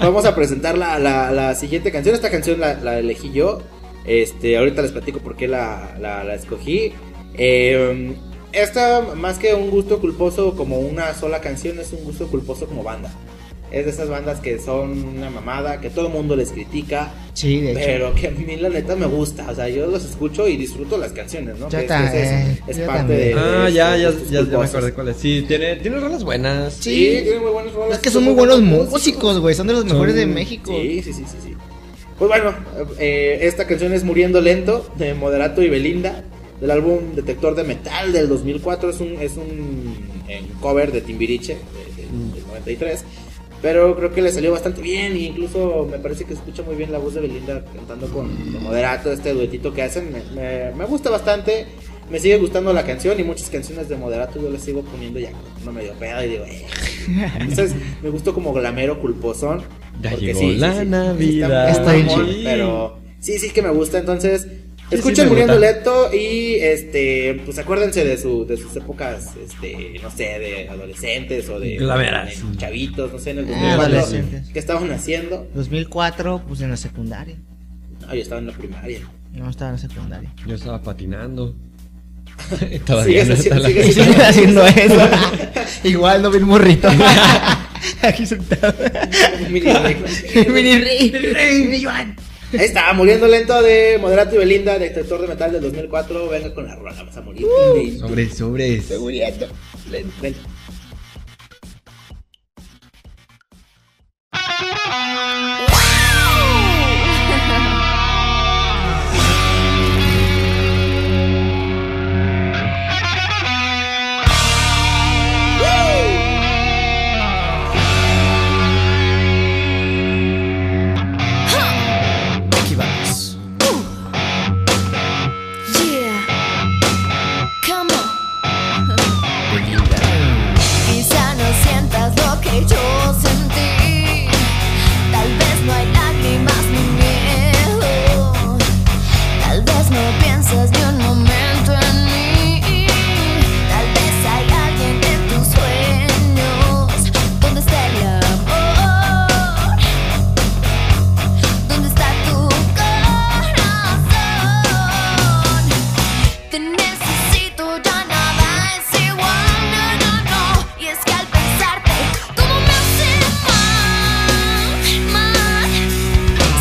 Speaker 1: Vamos a presentar la, la- la siguiente canción. Esta canción la, la elegí yo. Este, ahorita les platico por qué la, la- la escogí. Eh, esta, más que un gusto culposo como una sola canción, es un gusto culposo como banda. Es de esas bandas que son una mamada, que todo el mundo les critica,
Speaker 2: Sí, de hecho.
Speaker 1: pero que a mí la neta me gusta. O sea, yo los escucho y disfruto las canciones, ¿no?
Speaker 2: Yo
Speaker 1: Que es-
Speaker 2: ta-
Speaker 1: es- es-
Speaker 2: eh,
Speaker 1: es
Speaker 2: yo
Speaker 1: parte de.
Speaker 2: también.
Speaker 3: Ah,
Speaker 1: de
Speaker 3: ya, ya,
Speaker 1: estos
Speaker 3: ya,
Speaker 1: gustos
Speaker 3: ya me
Speaker 1: culposos.
Speaker 3: acordé cuál es. Sí, tiene, tiene rolas buenas.
Speaker 1: Sí, tiene muy buenos rolas.
Speaker 2: Es que son muy buenos músicos, güey. Son de los mejores de México.
Speaker 1: Mm. Sí, sí, sí, sí, sí. Pues bueno, eh, esta canción es Muriendo Lento de Moderato y Belinda del álbum Detector de Metal del 2004. Es un, es un, eh, cover de Timbiriche de- de- del 93. Pero creo que le salió bastante bien. E incluso me parece que escucha muy bien la voz de Belinda cantando con con Moderato. Este duetito que hacen me, me- me gusta bastante. Me sigue gustando la canción y muchas canciones de Moderato yo las sigo poniendo ya. No me dio pedo y digo, eh, entonces me gustó como glamero culposón.
Speaker 3: Ya
Speaker 1: porque
Speaker 3: llegó la
Speaker 1: Está,
Speaker 3: Navidad.
Speaker 1: está bien
Speaker 2: Sí.
Speaker 1: chido, Pero sí, sí que me gusta. Entonces, escuchen
Speaker 3: sí me
Speaker 1: Muriendo
Speaker 3: gusta.
Speaker 1: Leto y este, pues acuérdense de, su, de sus épocas, este, no sé, de adolescentes o de,
Speaker 3: Glameras.
Speaker 1: de chavitos, no sé, en el
Speaker 2: Ah,
Speaker 1: 2004.
Speaker 2: adolescentes.
Speaker 1: ¿Qué estaban haciendo?
Speaker 2: 2004, pues en la secundaria.
Speaker 1: Ah, yo estaba en la
Speaker 3: [LAUGHS]
Speaker 1: primaria.
Speaker 2: No, estaba en la
Speaker 1: [LAUGHS]
Speaker 2: secundaria.
Speaker 3: Yo estaba patinando. Todavía
Speaker 1: Sigues
Speaker 3: no está
Speaker 1: haciendo-
Speaker 3: [LAUGHS] la
Speaker 1: sigues
Speaker 2: Y siguen [LAUGHS] haciendo eso. Igual no vi el
Speaker 1: [LAUGHS]
Speaker 2: morrito. Aquí sentado.
Speaker 1: Mini
Speaker 2: [LAUGHS]
Speaker 3: [LAUGHS]
Speaker 1: Rick.
Speaker 2: Mini Rey. Mini Joan.
Speaker 1: Ahí está, Muriendo Lento de Moderato y Belinda, Detector de Metal del 2004. Venga con la rola, vamos a morir.
Speaker 3: Uh, Sobre, sobre.
Speaker 1: Ven.
Speaker 6: Yeah. Come on. Quizá no sientas lo que yo sentí. Tal vez no hay lágrimas ni miedo. Tal vez no piensas ni un momento en mí. Tal vez hay alguien en tus sueños. ¿Dónde está el amor? ¿Dónde está tu corazón? Te necesito, ya nada es igual, no, no, no Y es que al pensarte, ¿cómo me hace mal, mal?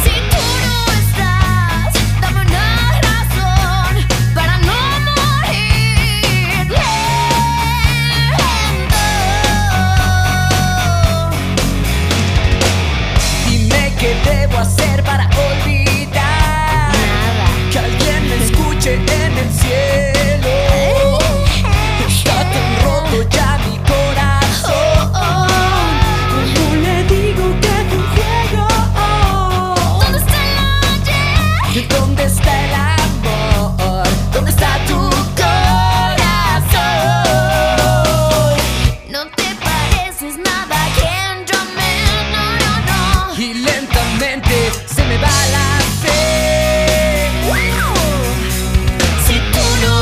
Speaker 6: Si tú no estás, dame una razón para no morir lento
Speaker 7: Dime qué debo hacer para olvidar
Speaker 6: Nada
Speaker 7: Que alguien me escuche en el cielo Está tan roto ya mi
Speaker 6: Oh,
Speaker 7: corazón No le digo que te ciego
Speaker 6: ¿Dónde está la
Speaker 7: ¿Y dónde está el amor? ¿Dónde está tu corazón?
Speaker 6: No te pareces nada a quien yo amé, no, no, no.
Speaker 7: Y lentamente se me va la fe
Speaker 6: Si tú no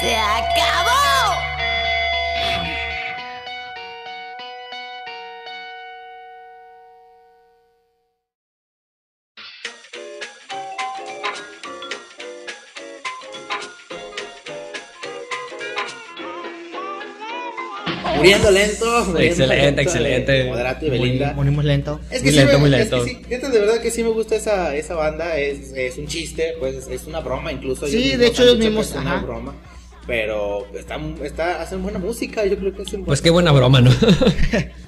Speaker 6: se acabó.
Speaker 1: Muriendo lento. muriendo
Speaker 3: Excelente,
Speaker 1: lento,
Speaker 3: excelente.
Speaker 1: eh, Moderato y
Speaker 3: Muy-
Speaker 1: Belinda.
Speaker 2: Ponemos lento.
Speaker 1: Es que
Speaker 3: Muy
Speaker 1: sí
Speaker 3: lento,
Speaker 1: me-
Speaker 3: muy
Speaker 1: es
Speaker 3: lento.
Speaker 1: que sí, neta, de verdad que sí me gusta esa, esa banda. Es, es un chiste, pues es, es una broma incluso.
Speaker 2: Sí,
Speaker 1: mismos
Speaker 2: de hecho,
Speaker 1: han
Speaker 2: ellos
Speaker 1: dicho que
Speaker 2: mismos,
Speaker 1: Es una
Speaker 2: ajá.
Speaker 1: broma. Pero está, está, hacen buena música. Yo creo que hacen
Speaker 3: Pues
Speaker 1: buena-
Speaker 3: qué buena broma, ¿no?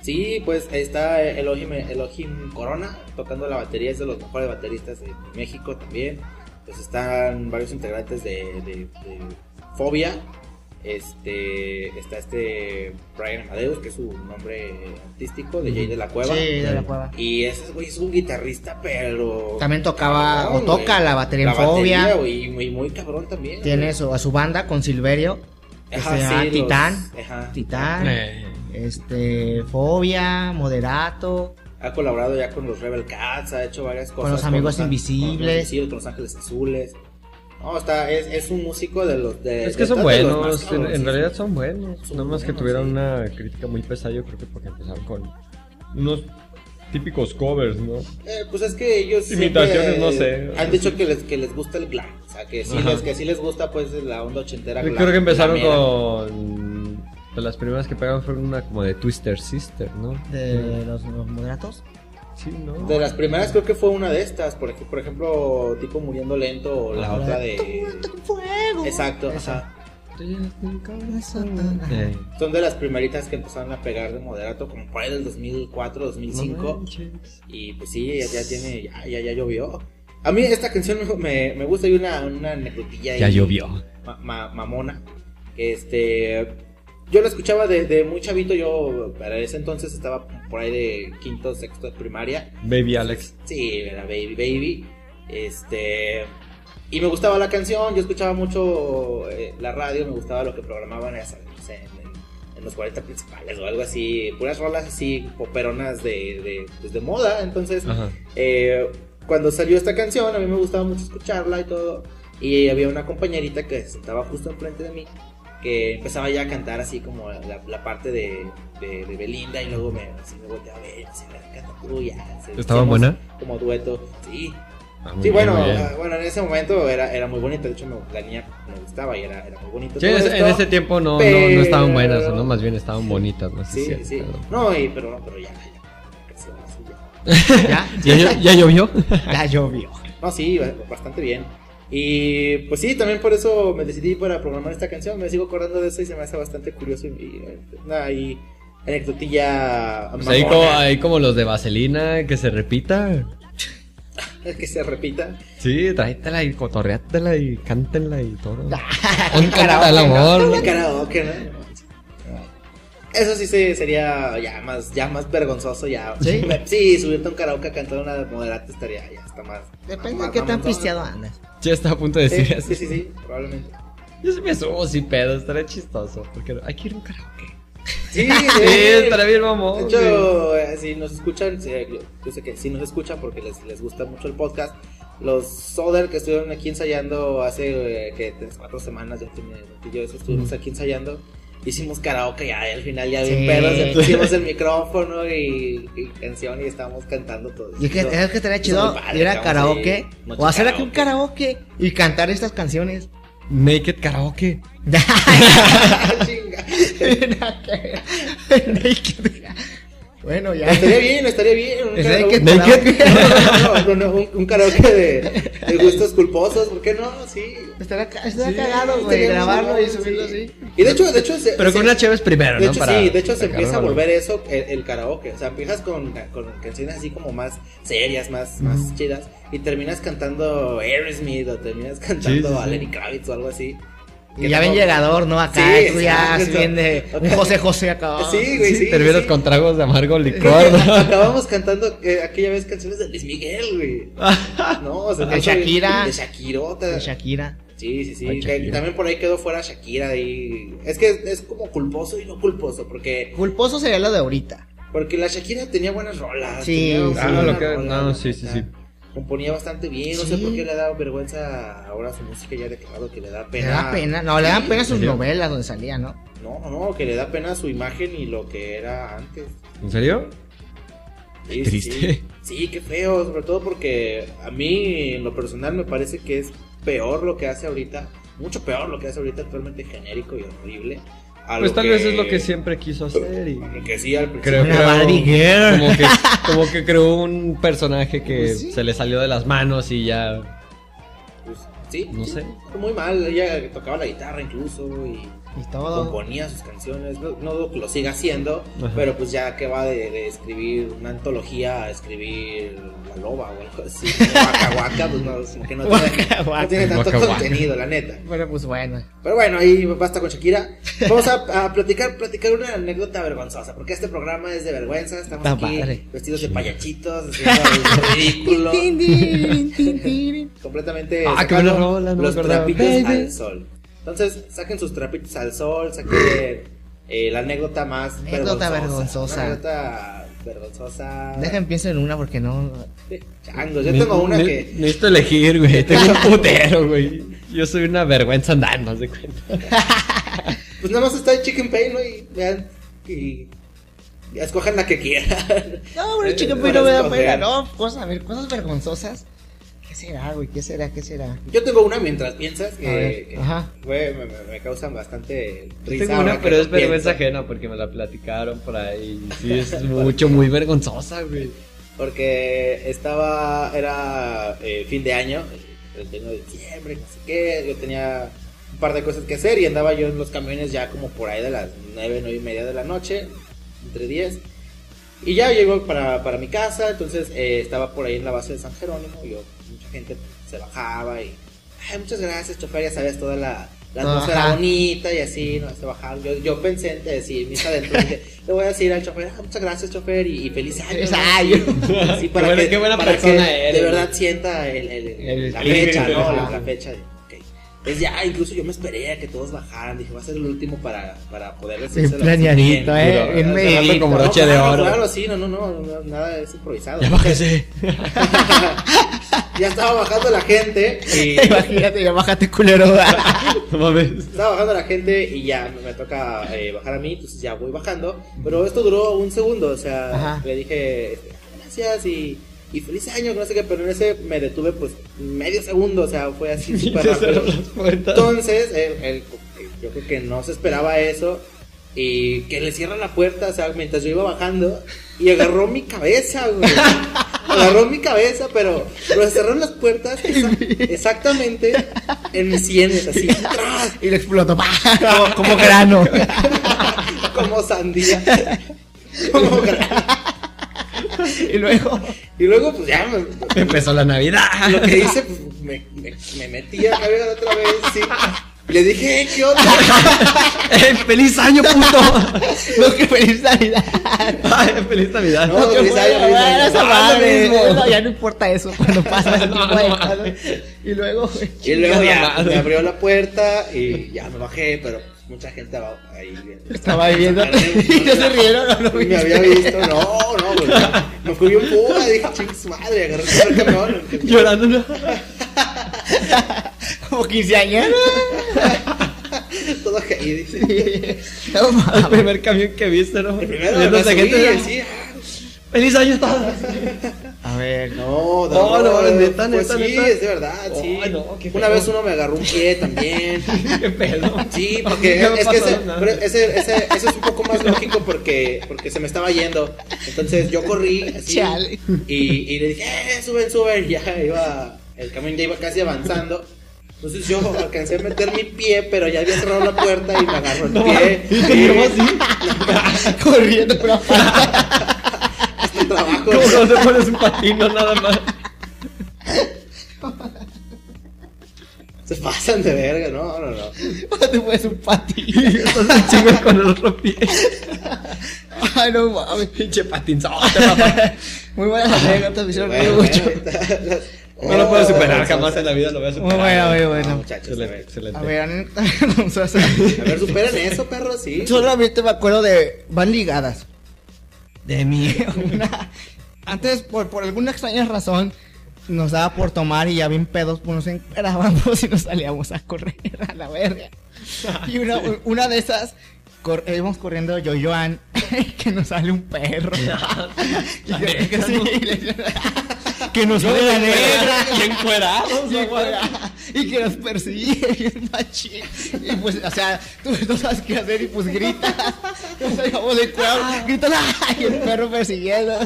Speaker 1: Sí, pues está Elohim, Elohim Corona tocando la batería. Es de los mejores bateristas de, de México también. Pues están varios integrantes de, de, de Fobia. Este, está este Brian Amadeus, que es su nombre artístico, de Jay de la Cueva.
Speaker 2: Sí, de la cueva.
Speaker 1: Y ese güey es un guitarrista, pero.
Speaker 2: También tocaba,
Speaker 1: cabrón,
Speaker 2: o toca
Speaker 1: Ah, güey.
Speaker 2: la batería en
Speaker 1: La batería,
Speaker 2: Fobia.
Speaker 1: güey, y muy, muy cabrón también.
Speaker 2: Tiene
Speaker 1: güey.
Speaker 2: su, a su banda con Silverio. que
Speaker 1: Ajá,
Speaker 2: se llama
Speaker 1: sí, los-
Speaker 2: Titán.
Speaker 1: ajá.
Speaker 2: Titán.
Speaker 3: Eh,
Speaker 2: Este, Fobia, Moderato.
Speaker 1: Ha colaborado ya con los Rebel Cats, ha hecho varias cosas.
Speaker 2: los Amigos
Speaker 1: con los-
Speaker 2: Invisibles.
Speaker 1: Con los, Invisibles, con los Ángeles Azules. No, está, es, es un músico de los. De,
Speaker 3: es
Speaker 1: de-
Speaker 3: que son
Speaker 1: de los
Speaker 3: buenos,
Speaker 1: más
Speaker 3: en,
Speaker 1: cabrones.
Speaker 3: en realidad son buenos.
Speaker 1: Son
Speaker 3: Nada más que
Speaker 1: buenos,
Speaker 3: tuvieron
Speaker 1: sí.
Speaker 3: una crítica muy pesada, yo creo que porque empezaron con unos típicos covers, ¿no?
Speaker 1: Eh, pues es que ellos.
Speaker 3: Imitaciones,
Speaker 1: siempre,
Speaker 3: no sé.
Speaker 1: Han dicho que les, que les gusta el glam. O sea, que sí,
Speaker 3: Ajá.
Speaker 1: les, que sí les gusta, pues, la onda ochentera.
Speaker 3: Yo
Speaker 1: glam-
Speaker 3: creo que empezaron
Speaker 1: glamera.
Speaker 3: con. De las primeras que pegaron fueron una como de Twister Sister, ¿no?
Speaker 2: De los, los moderatos.
Speaker 3: Sí, ¿no?
Speaker 1: De las primeras, creo que fue una de estas. Por, ej- por ejemplo, tipo Muriendo Lento o la
Speaker 3: Ajá.
Speaker 1: otra de. Exacto,
Speaker 2: Esa.
Speaker 1: ajá.
Speaker 3: Eh,
Speaker 1: Son de las primeritas que empezaron a pegar de moderato, como por ahí del 2004, 2005.
Speaker 3: no manches.
Speaker 1: Y pues sí, ya, ya tiene, ya, ya, ya llovió. A mí esta canción me, me, me gusta, hay una, una anecdotilla
Speaker 3: Ya
Speaker 1: ahí,
Speaker 3: llovió.
Speaker 1: ma- ma- mamona. Que este. Yo la escuchaba desde muy chavito, yo para ese entonces estaba por ahí de quinto, sexto de primaria.
Speaker 3: Baby Alex.
Speaker 1: Sí, era Baby Baby. Este. Y me gustaba la canción, yo escuchaba mucho eh, la radio, me gustaba lo que programaban ya sabes, no sé, en, en- en los 40 principales o algo así, puras rolas así, poperonas de, de, pues, de moda. Entonces,
Speaker 3: Ajá.
Speaker 1: eh, cuando salió esta canción, a mí me gustaba mucho escucharla y todo. Y había una compañerita que se sentaba justo enfrente de mí, que empezaba ya a cantar así como la, la parte de, de- de Belinda y luego me, así me volteaba a ver, así, "Ah, canta tú ya. Se-
Speaker 3: ¿Estaba
Speaker 1: hicimos
Speaker 3: buena?
Speaker 1: Como dueto, sí.
Speaker 3: Ah,
Speaker 1: sí,
Speaker 3: muy bien,
Speaker 1: bueno,
Speaker 3: muy bien.
Speaker 1: ah, bueno, en ese momento era, era muy bonita, de hecho me- la niña me gustaba y era, era muy bonita.
Speaker 3: Sí,
Speaker 1: todo
Speaker 3: en- en
Speaker 1: esto.
Speaker 3: ese tiempo no, no, no
Speaker 1: pero-
Speaker 3: estaban buenas, ¿no? Más bien estaban bonitas, no sé
Speaker 1: Sí,
Speaker 3: si-
Speaker 1: sí.
Speaker 3: pero-
Speaker 1: No, y- pero, no, pero ya, ya, creció, así ya.
Speaker 2: Ya,
Speaker 3: ¿Ya, llo- ya llovió?
Speaker 1: [LAUGHS]
Speaker 2: ya llovió.
Speaker 1: No, sí, ba- bastante bien. Y pues sí, también por eso me decidí para programar esta canción. Me sigo acordando de eso y se me hace bastante curioso. Y, y, nada, y anecdotilla
Speaker 3: Pues ahí,
Speaker 1: mamona
Speaker 3: como, ahí como los de Vaselina, que se repita.
Speaker 1: que se repita.
Speaker 3: Sí, tráetela y cotorreátela y cántenla y todo.
Speaker 1: Ah,
Speaker 2: Un
Speaker 3: Canta el amor.
Speaker 1: En karaoke, ¿no? Eso sí se- sería ya más, ya más vergonzoso. Ya.
Speaker 2: ¿Sí?
Speaker 1: sí, subirte a un karaoke a cantar una moderata estaría ya hasta más.
Speaker 2: Depende
Speaker 1: más
Speaker 2: de qué tan
Speaker 1: mamonzón.
Speaker 2: pisteado andas.
Speaker 3: Ya está a punto de decir
Speaker 1: Sí,
Speaker 3: eso.
Speaker 1: sí, sí, sí, probablemente.
Speaker 3: Yo se me subo sin pedo, estaría chistoso. Porque hay que ir a un karaoke.
Speaker 1: Sí,
Speaker 3: Sí,
Speaker 1: sí.
Speaker 3: estaría bien,
Speaker 1: De
Speaker 3: mamón. güey.
Speaker 1: hecho, eh, si nos escuchan, si- eh, yo, yo sé que si nos escuchan porque les, les gusta mucho el podcast, los Soder que estuvieron aquí ensayando hace eh, que tres, cuatro semanas, ya tiene ratillo eso, estuvimos aquí ensayando, hicimos karaoke ya, y al final ya bien
Speaker 2: Sí.
Speaker 1: pedos,
Speaker 2: [LAUGHS]
Speaker 1: ya pusimos el micrófono y, y canción y estábamos cantando todo.
Speaker 2: Y es que, es que estaría chido
Speaker 1: muy padre,
Speaker 2: ir a
Speaker 1: cabrón,
Speaker 2: karaoke
Speaker 1: sí. Noche
Speaker 2: o hacer aquí un karaoke y cantar estas canciones. [LAUGHS]
Speaker 3: Naked karaoke.
Speaker 1: Chinga. [LAUGHS]
Speaker 2: bueno, ya.
Speaker 1: Estaría bien, estaría bien. Un
Speaker 2: Estaría
Speaker 1: karaoke,
Speaker 2: que-
Speaker 1: no, no, no, no, no, un, [LAUGHS] un karaoke de, de gustos culposos, ¿por qué no? Sí.
Speaker 2: Estará, ca- estará
Speaker 3: Sí,
Speaker 2: cagado, güey,
Speaker 1: Estaría
Speaker 2: grabarlo
Speaker 1: muy
Speaker 2: y subirlo
Speaker 1: padre,
Speaker 2: así.
Speaker 1: sí. Y de hecho, de hecho, se-
Speaker 3: Pero
Speaker 1: se-
Speaker 3: con una chévere primero,
Speaker 1: De
Speaker 3: ¿no?
Speaker 1: hecho,
Speaker 3: Para
Speaker 1: sí, de hecho se
Speaker 3: sacar
Speaker 1: empieza a
Speaker 3: valor.
Speaker 1: volver eso el, el karaoke. O sea, empiezas con, con canciones así como más serias, más, más chidas. Y terminas cantando Aerosmith o terminas cantando
Speaker 3: sí, sí.
Speaker 1: a Lenny Kravitz o algo así.
Speaker 2: Y ya ven llegador, ¿no? Acá,
Speaker 1: Sí,
Speaker 2: tú ya
Speaker 1: exacto.
Speaker 2: así bien de un
Speaker 1: Ok.
Speaker 2: José José acá.
Speaker 1: [LAUGHS] Sí, güey,
Speaker 3: Sí,
Speaker 1: sí.
Speaker 3: terminas
Speaker 1: sí.
Speaker 3: con tragos de amargo
Speaker 1: [LAUGHS]
Speaker 3: licor.
Speaker 1: Creo [LAUGHS] que
Speaker 3: ¿no?
Speaker 1: Acabamos cantando eh, aquella vez canciones de Luis Miguel,
Speaker 3: [LAUGHS]
Speaker 1: güey. No, o sea,
Speaker 2: De
Speaker 1: no soy-
Speaker 2: Shakira.
Speaker 1: De Shakirota.
Speaker 2: De Shakira.
Speaker 1: Sí, sí, sí.
Speaker 3: Ay,
Speaker 1: que
Speaker 3: Shakira.
Speaker 1: También por ahí quedó fuera Shakira. Y... Es que es, es como culposo y no culposo. Porque
Speaker 2: Culposo sería lo de ahorita.
Speaker 1: Porque la Shakira tenía buenas rolas.
Speaker 2: Sí,
Speaker 1: tenía
Speaker 2: sí.
Speaker 3: Ah,
Speaker 1: buenas
Speaker 3: lo que-
Speaker 1: rolas,
Speaker 3: no,
Speaker 1: la
Speaker 3: sí, sí,
Speaker 1: neta.
Speaker 3: sí.
Speaker 1: componía bastante bien. No sé
Speaker 2: Sí.
Speaker 1: por qué le da vergüenza ahora su música. Ya ha declarado que le da
Speaker 2: Le
Speaker 1: pena.
Speaker 2: da pena, no, le dan
Speaker 1: Sí.
Speaker 2: pena sus
Speaker 3: ¿En serio?
Speaker 2: novelas donde salía, ¿no?
Speaker 1: No, no, que le da pena su imagen y lo que era antes.
Speaker 3: ¿En serio?
Speaker 1: Sí,
Speaker 3: Triste.
Speaker 1: Sí, Sí, qué feo, sobre todo porque a mí en lo personal me parece que es peor lo que hace ahorita, mucho peor lo que hace ahorita actualmente genérico y horrible. a
Speaker 3: Pues
Speaker 1: lo
Speaker 3: tal vez es lo que siempre quiso hacer y
Speaker 1: lo que sí al principio.
Speaker 3: creo
Speaker 2: Una
Speaker 3: creo-
Speaker 2: Barbie girl.
Speaker 3: como que como que creó un personaje que
Speaker 2: Pues sí.
Speaker 3: se le salió de las manos y ya
Speaker 1: pues, sí,
Speaker 3: No
Speaker 1: sí,
Speaker 3: sé.
Speaker 1: Muy mal, ella tocaba la guitarra incluso y
Speaker 2: Y todo.
Speaker 1: componía sus canciones. No, no dudo que lo siga haciendo,
Speaker 3: Ajá.
Speaker 1: pero pues ya que va de, de escribir una antología a escribir La Loba o algo así. Waka Waka, pues no, como que no tiene,
Speaker 2: Waka Waka.
Speaker 1: no tiene tanto
Speaker 3: Waka Waka.
Speaker 1: contenido, la neta.
Speaker 2: Bueno, pues bueno.
Speaker 1: Pero bueno, ahí basta con Shakira. Vamos a, a platicar, platicar una anécdota vergonzosa, porque este programa es de vergüenza, estamos
Speaker 2: Está
Speaker 1: aquí
Speaker 2: padre.
Speaker 1: vestidos de payachitos,
Speaker 3: [LAUGHS]
Speaker 1: haciendo el ridículo,
Speaker 2: Tin, tin, tin, tin.
Speaker 1: completamente
Speaker 3: Ah, qué
Speaker 1: sacando
Speaker 3: buena rola, no me
Speaker 1: los
Speaker 3: acordaba.
Speaker 1: trapitos
Speaker 3: Baby.
Speaker 1: al sol. Entonces, saquen sus trapitos al sol, saquen eh, la anécdota más
Speaker 2: Anécdota vergonzosa.
Speaker 1: Una anécdota vergonzosa.
Speaker 2: Déjenme pienso en una porque no.
Speaker 1: Changos, yo tengo una
Speaker 3: Ne-
Speaker 1: que...
Speaker 3: necesito
Speaker 1: [LAUGHS]
Speaker 3: elegir, güey. Tengo un putero, güey. Yo soy una vergüenza andando, haz de cuenta.
Speaker 1: Pues nada más está el Chicken Pay, ¿no? Y vean, y... y Escojan la que quieran. [LAUGHS]
Speaker 2: No, bueno,
Speaker 1: Eh,
Speaker 2: chico,
Speaker 1: no
Speaker 2: pero me
Speaker 1: las
Speaker 2: da pena.
Speaker 1: cojean.
Speaker 2: No, cosas, a ver, cosas vergonzosas. ¿Qué será, güey? ¿Qué será?
Speaker 1: [LAUGHS]
Speaker 2: ¿Qué será?
Speaker 1: Yo tengo una mientras piensas
Speaker 2: A
Speaker 1: que,
Speaker 2: ver,
Speaker 1: que,
Speaker 2: ajá.
Speaker 1: güey, me, me- me causan bastante risa.
Speaker 3: Tengo
Speaker 1: ahora
Speaker 3: una,
Speaker 1: que
Speaker 3: pero
Speaker 1: lo
Speaker 3: es vergüenza
Speaker 1: pienso,
Speaker 3: ajena porque me la platicaron por ahí. y Sí,
Speaker 1: [LAUGHS]
Speaker 3: es mucho, muy vergonzosa, güey.
Speaker 1: Porque estaba, era eh, fin de año, el 31 de diciembre, no sé qué. Yo tenía un par de cosas que hacer y andaba yo en los camiones ya como por ahí de las 9, 9 y media de la noche, entre 10. Y ya llego para, para mi casa, entonces eh, estaba por ahí en la base de San Jerónimo. Yo, mucha gente se bajaba y. Ay, muchas gracias, chofer, ya sabes, toda la, la
Speaker 2: Ajá.
Speaker 1: atmósfera bonita y así, ¿no? Se bajaron. Yo, yo pensé en decir, mis adentro, dije, le voy a decir al chofer, "Ah, muchas gracias, chofer, y, y feliz año.
Speaker 2: Feliz
Speaker 1: ¿no?
Speaker 2: año.
Speaker 1: Sí, para
Speaker 3: Qué buena-
Speaker 1: que,
Speaker 3: qué buena
Speaker 1: para
Speaker 3: persona
Speaker 1: que
Speaker 3: eres.
Speaker 1: De verdad sienta el- el- el-
Speaker 3: El
Speaker 1: la
Speaker 3: espíritu,
Speaker 1: fecha, ¿no?
Speaker 3: ajá.
Speaker 1: La, la fecha. de- ok. Pues ya, incluso yo me esperé a que todos bajaran. Dije, va a ser el último para, para poder
Speaker 2: Bien
Speaker 1: decírselo
Speaker 2: planeadito,
Speaker 1: así
Speaker 2: eh, bien
Speaker 1: Claro,
Speaker 2: medidito.
Speaker 1: claro,
Speaker 3: Como broche de
Speaker 1: claro,
Speaker 3: oro.
Speaker 1: Claro, sí, no, no, no, no, nada es improvisado.
Speaker 3: Ya bájese.
Speaker 1: [LAUGHS] ya estaba bajando la gente y
Speaker 2: Imagínate, ya bájate, culero.
Speaker 3: No mames.
Speaker 1: estaba bajando la gente y ya me, me toca eh, bajar a mí, entonces ya voy bajando. Pero esto duró un segundo, o sea,
Speaker 2: Ajá.
Speaker 1: le dije este, gracias y, y feliz año, que no sé qué, pero en ese me detuve pues medio segundo, o sea, fue así
Speaker 3: Y
Speaker 1: súper
Speaker 3: se cerró
Speaker 1: rápido.
Speaker 3: las puertas.
Speaker 1: Entonces, él- él, yo creo que no se esperaba eso. Y que le cierra la puerta, o sea, mientras yo iba bajando. Y agarró mi cabeza, güey. Agarró mi cabeza, pero, pero cerraron las puertas exa- exactamente en mis sienes, así, ¡tras!
Speaker 2: y lo explotó. pa, Como,
Speaker 3: [LAUGHS]
Speaker 2: como grano.
Speaker 1: [LAUGHS] como sandía. Como gra-
Speaker 2: y luego.
Speaker 1: [LAUGHS] y luego, pues ya, me-
Speaker 3: Empezó la Navidad.
Speaker 1: lo que hice, pues, me, me, me metí a cabeza otra vez, sí. Y le dije, "Eh, ¿qué onda?
Speaker 3: [LAUGHS] ¡Eh, ¡Feliz
Speaker 2: [LAUGHS]
Speaker 3: año, puto!
Speaker 2: Lo que feliz Navidad.
Speaker 3: Ay, ¡Feliz Navidad!
Speaker 1: No,
Speaker 2: Yo
Speaker 1: feliz
Speaker 2: voy
Speaker 1: año,
Speaker 2: a
Speaker 1: feliz
Speaker 2: ver
Speaker 1: año.
Speaker 2: esa
Speaker 1: Ah, lo
Speaker 2: madre.
Speaker 3: mismo.
Speaker 2: No, ya no importa eso [LAUGHS] cuando pasa ese
Speaker 3: No,
Speaker 2: tipo de
Speaker 3: no,
Speaker 2: cosas. Y luego, güey,
Speaker 1: Y luego
Speaker 3: Chingada
Speaker 1: ya
Speaker 3: madre.
Speaker 1: me abrió la puerta y ya me bajé, pero pues, mucha gente estaba ahí viendo.
Speaker 2: estaba viendo. [LAUGHS] y no se rieron, no lo
Speaker 1: Y me
Speaker 2: viste.
Speaker 1: había visto, no, no, güey. Me fui un fuga, dije, ching su madre, agarré el camión.
Speaker 3: Llorando. ¿no?
Speaker 2: Como [LAUGHS] quinceañera.
Speaker 1: Todo caí, dice.
Speaker 2: No
Speaker 3: El
Speaker 2: mames.
Speaker 3: primer camión que viste, ¿no?
Speaker 1: Primero
Speaker 3: Viendo
Speaker 1: me
Speaker 3: esa
Speaker 1: subí,
Speaker 3: gente, ¿no?
Speaker 1: sí, ah,
Speaker 3: ¡Feliz año a todos!
Speaker 2: A ver, no.
Speaker 1: No,
Speaker 3: Oh, No, no,
Speaker 1: es
Speaker 3: neta, neta,
Speaker 1: sí,
Speaker 3: neta.
Speaker 1: es de verdad, sí.
Speaker 3: Ay, Oh, no, qué feo.
Speaker 1: Una vez uno me agarró un pie
Speaker 3: [LAUGHS]
Speaker 1: también.
Speaker 3: [LAUGHS] ¡Qué pedo!
Speaker 1: Sí, porque
Speaker 3: Nunca me
Speaker 1: es que
Speaker 3: pasó
Speaker 1: ese,
Speaker 3: nada.
Speaker 1: pero ese- ese- eso es un poco más lógico porque, porque se me estaba yendo. Entonces yo corrí así,
Speaker 2: Chale.
Speaker 1: y, y le dije, "Eh, suben, suben. Y ya iba, el camión ya iba casi avanzando. Entonces yo alcancé a meter mi pie, pero ya había cerrado la puerta y me agarró el pie.
Speaker 3: ¿Y te llevó así?
Speaker 1: [LAUGHS]
Speaker 2: [LAUGHS] corriendo, pero aparte.
Speaker 1: Este trabajo.
Speaker 3: ¿Cómo no te pones un patino nada más?
Speaker 1: Se pasan de verga, no, no, no.
Speaker 2: te puedes un patín.
Speaker 3: Y entonces chingas con el otro pie.
Speaker 2: Ay, no mames.
Speaker 3: Pinche patinzote, papá.
Speaker 2: Muy buenas anécdotas, me hicieron reír
Speaker 1: Bueno,
Speaker 2: mucho.
Speaker 1: [LAUGHS] bueno,
Speaker 3: No lo puedo
Speaker 1: Oh,
Speaker 3: superar, jamás en la vida lo voy a
Speaker 2: Muy
Speaker 3: superar.
Speaker 2: bueno, muy
Speaker 1: No,
Speaker 2: bueno.
Speaker 1: muchachos, a
Speaker 3: Excelente,
Speaker 1: ver.
Speaker 3: excelente.
Speaker 2: Oh, A ver, [LAUGHS] anécdota vergonzosa.
Speaker 1: A ver, superen eso, perro, sí.
Speaker 2: Solamente me acuerdo de. Van ligadas. [LAUGHS] De mí. Una. Antes, por, por alguna extraña razón, nos daba por tomar y ya bien pedos, pues nos encuerábamos y nos salíamos a correr a la verga. Y una, una de esas, cor- íbamos corriendo yo y Joan, [LAUGHS] que nos sale un perro. Y que, que sí, [LAUGHS] que nos sale la negra. Y
Speaker 3: encuerados,
Speaker 2: que- Y que nos persigue bien machín. Y pues, o sea, tú no sabes qué hacer y pues gritas. Nos dejamos de cuadro, gritas ¡ah! y el perro persiguiendo.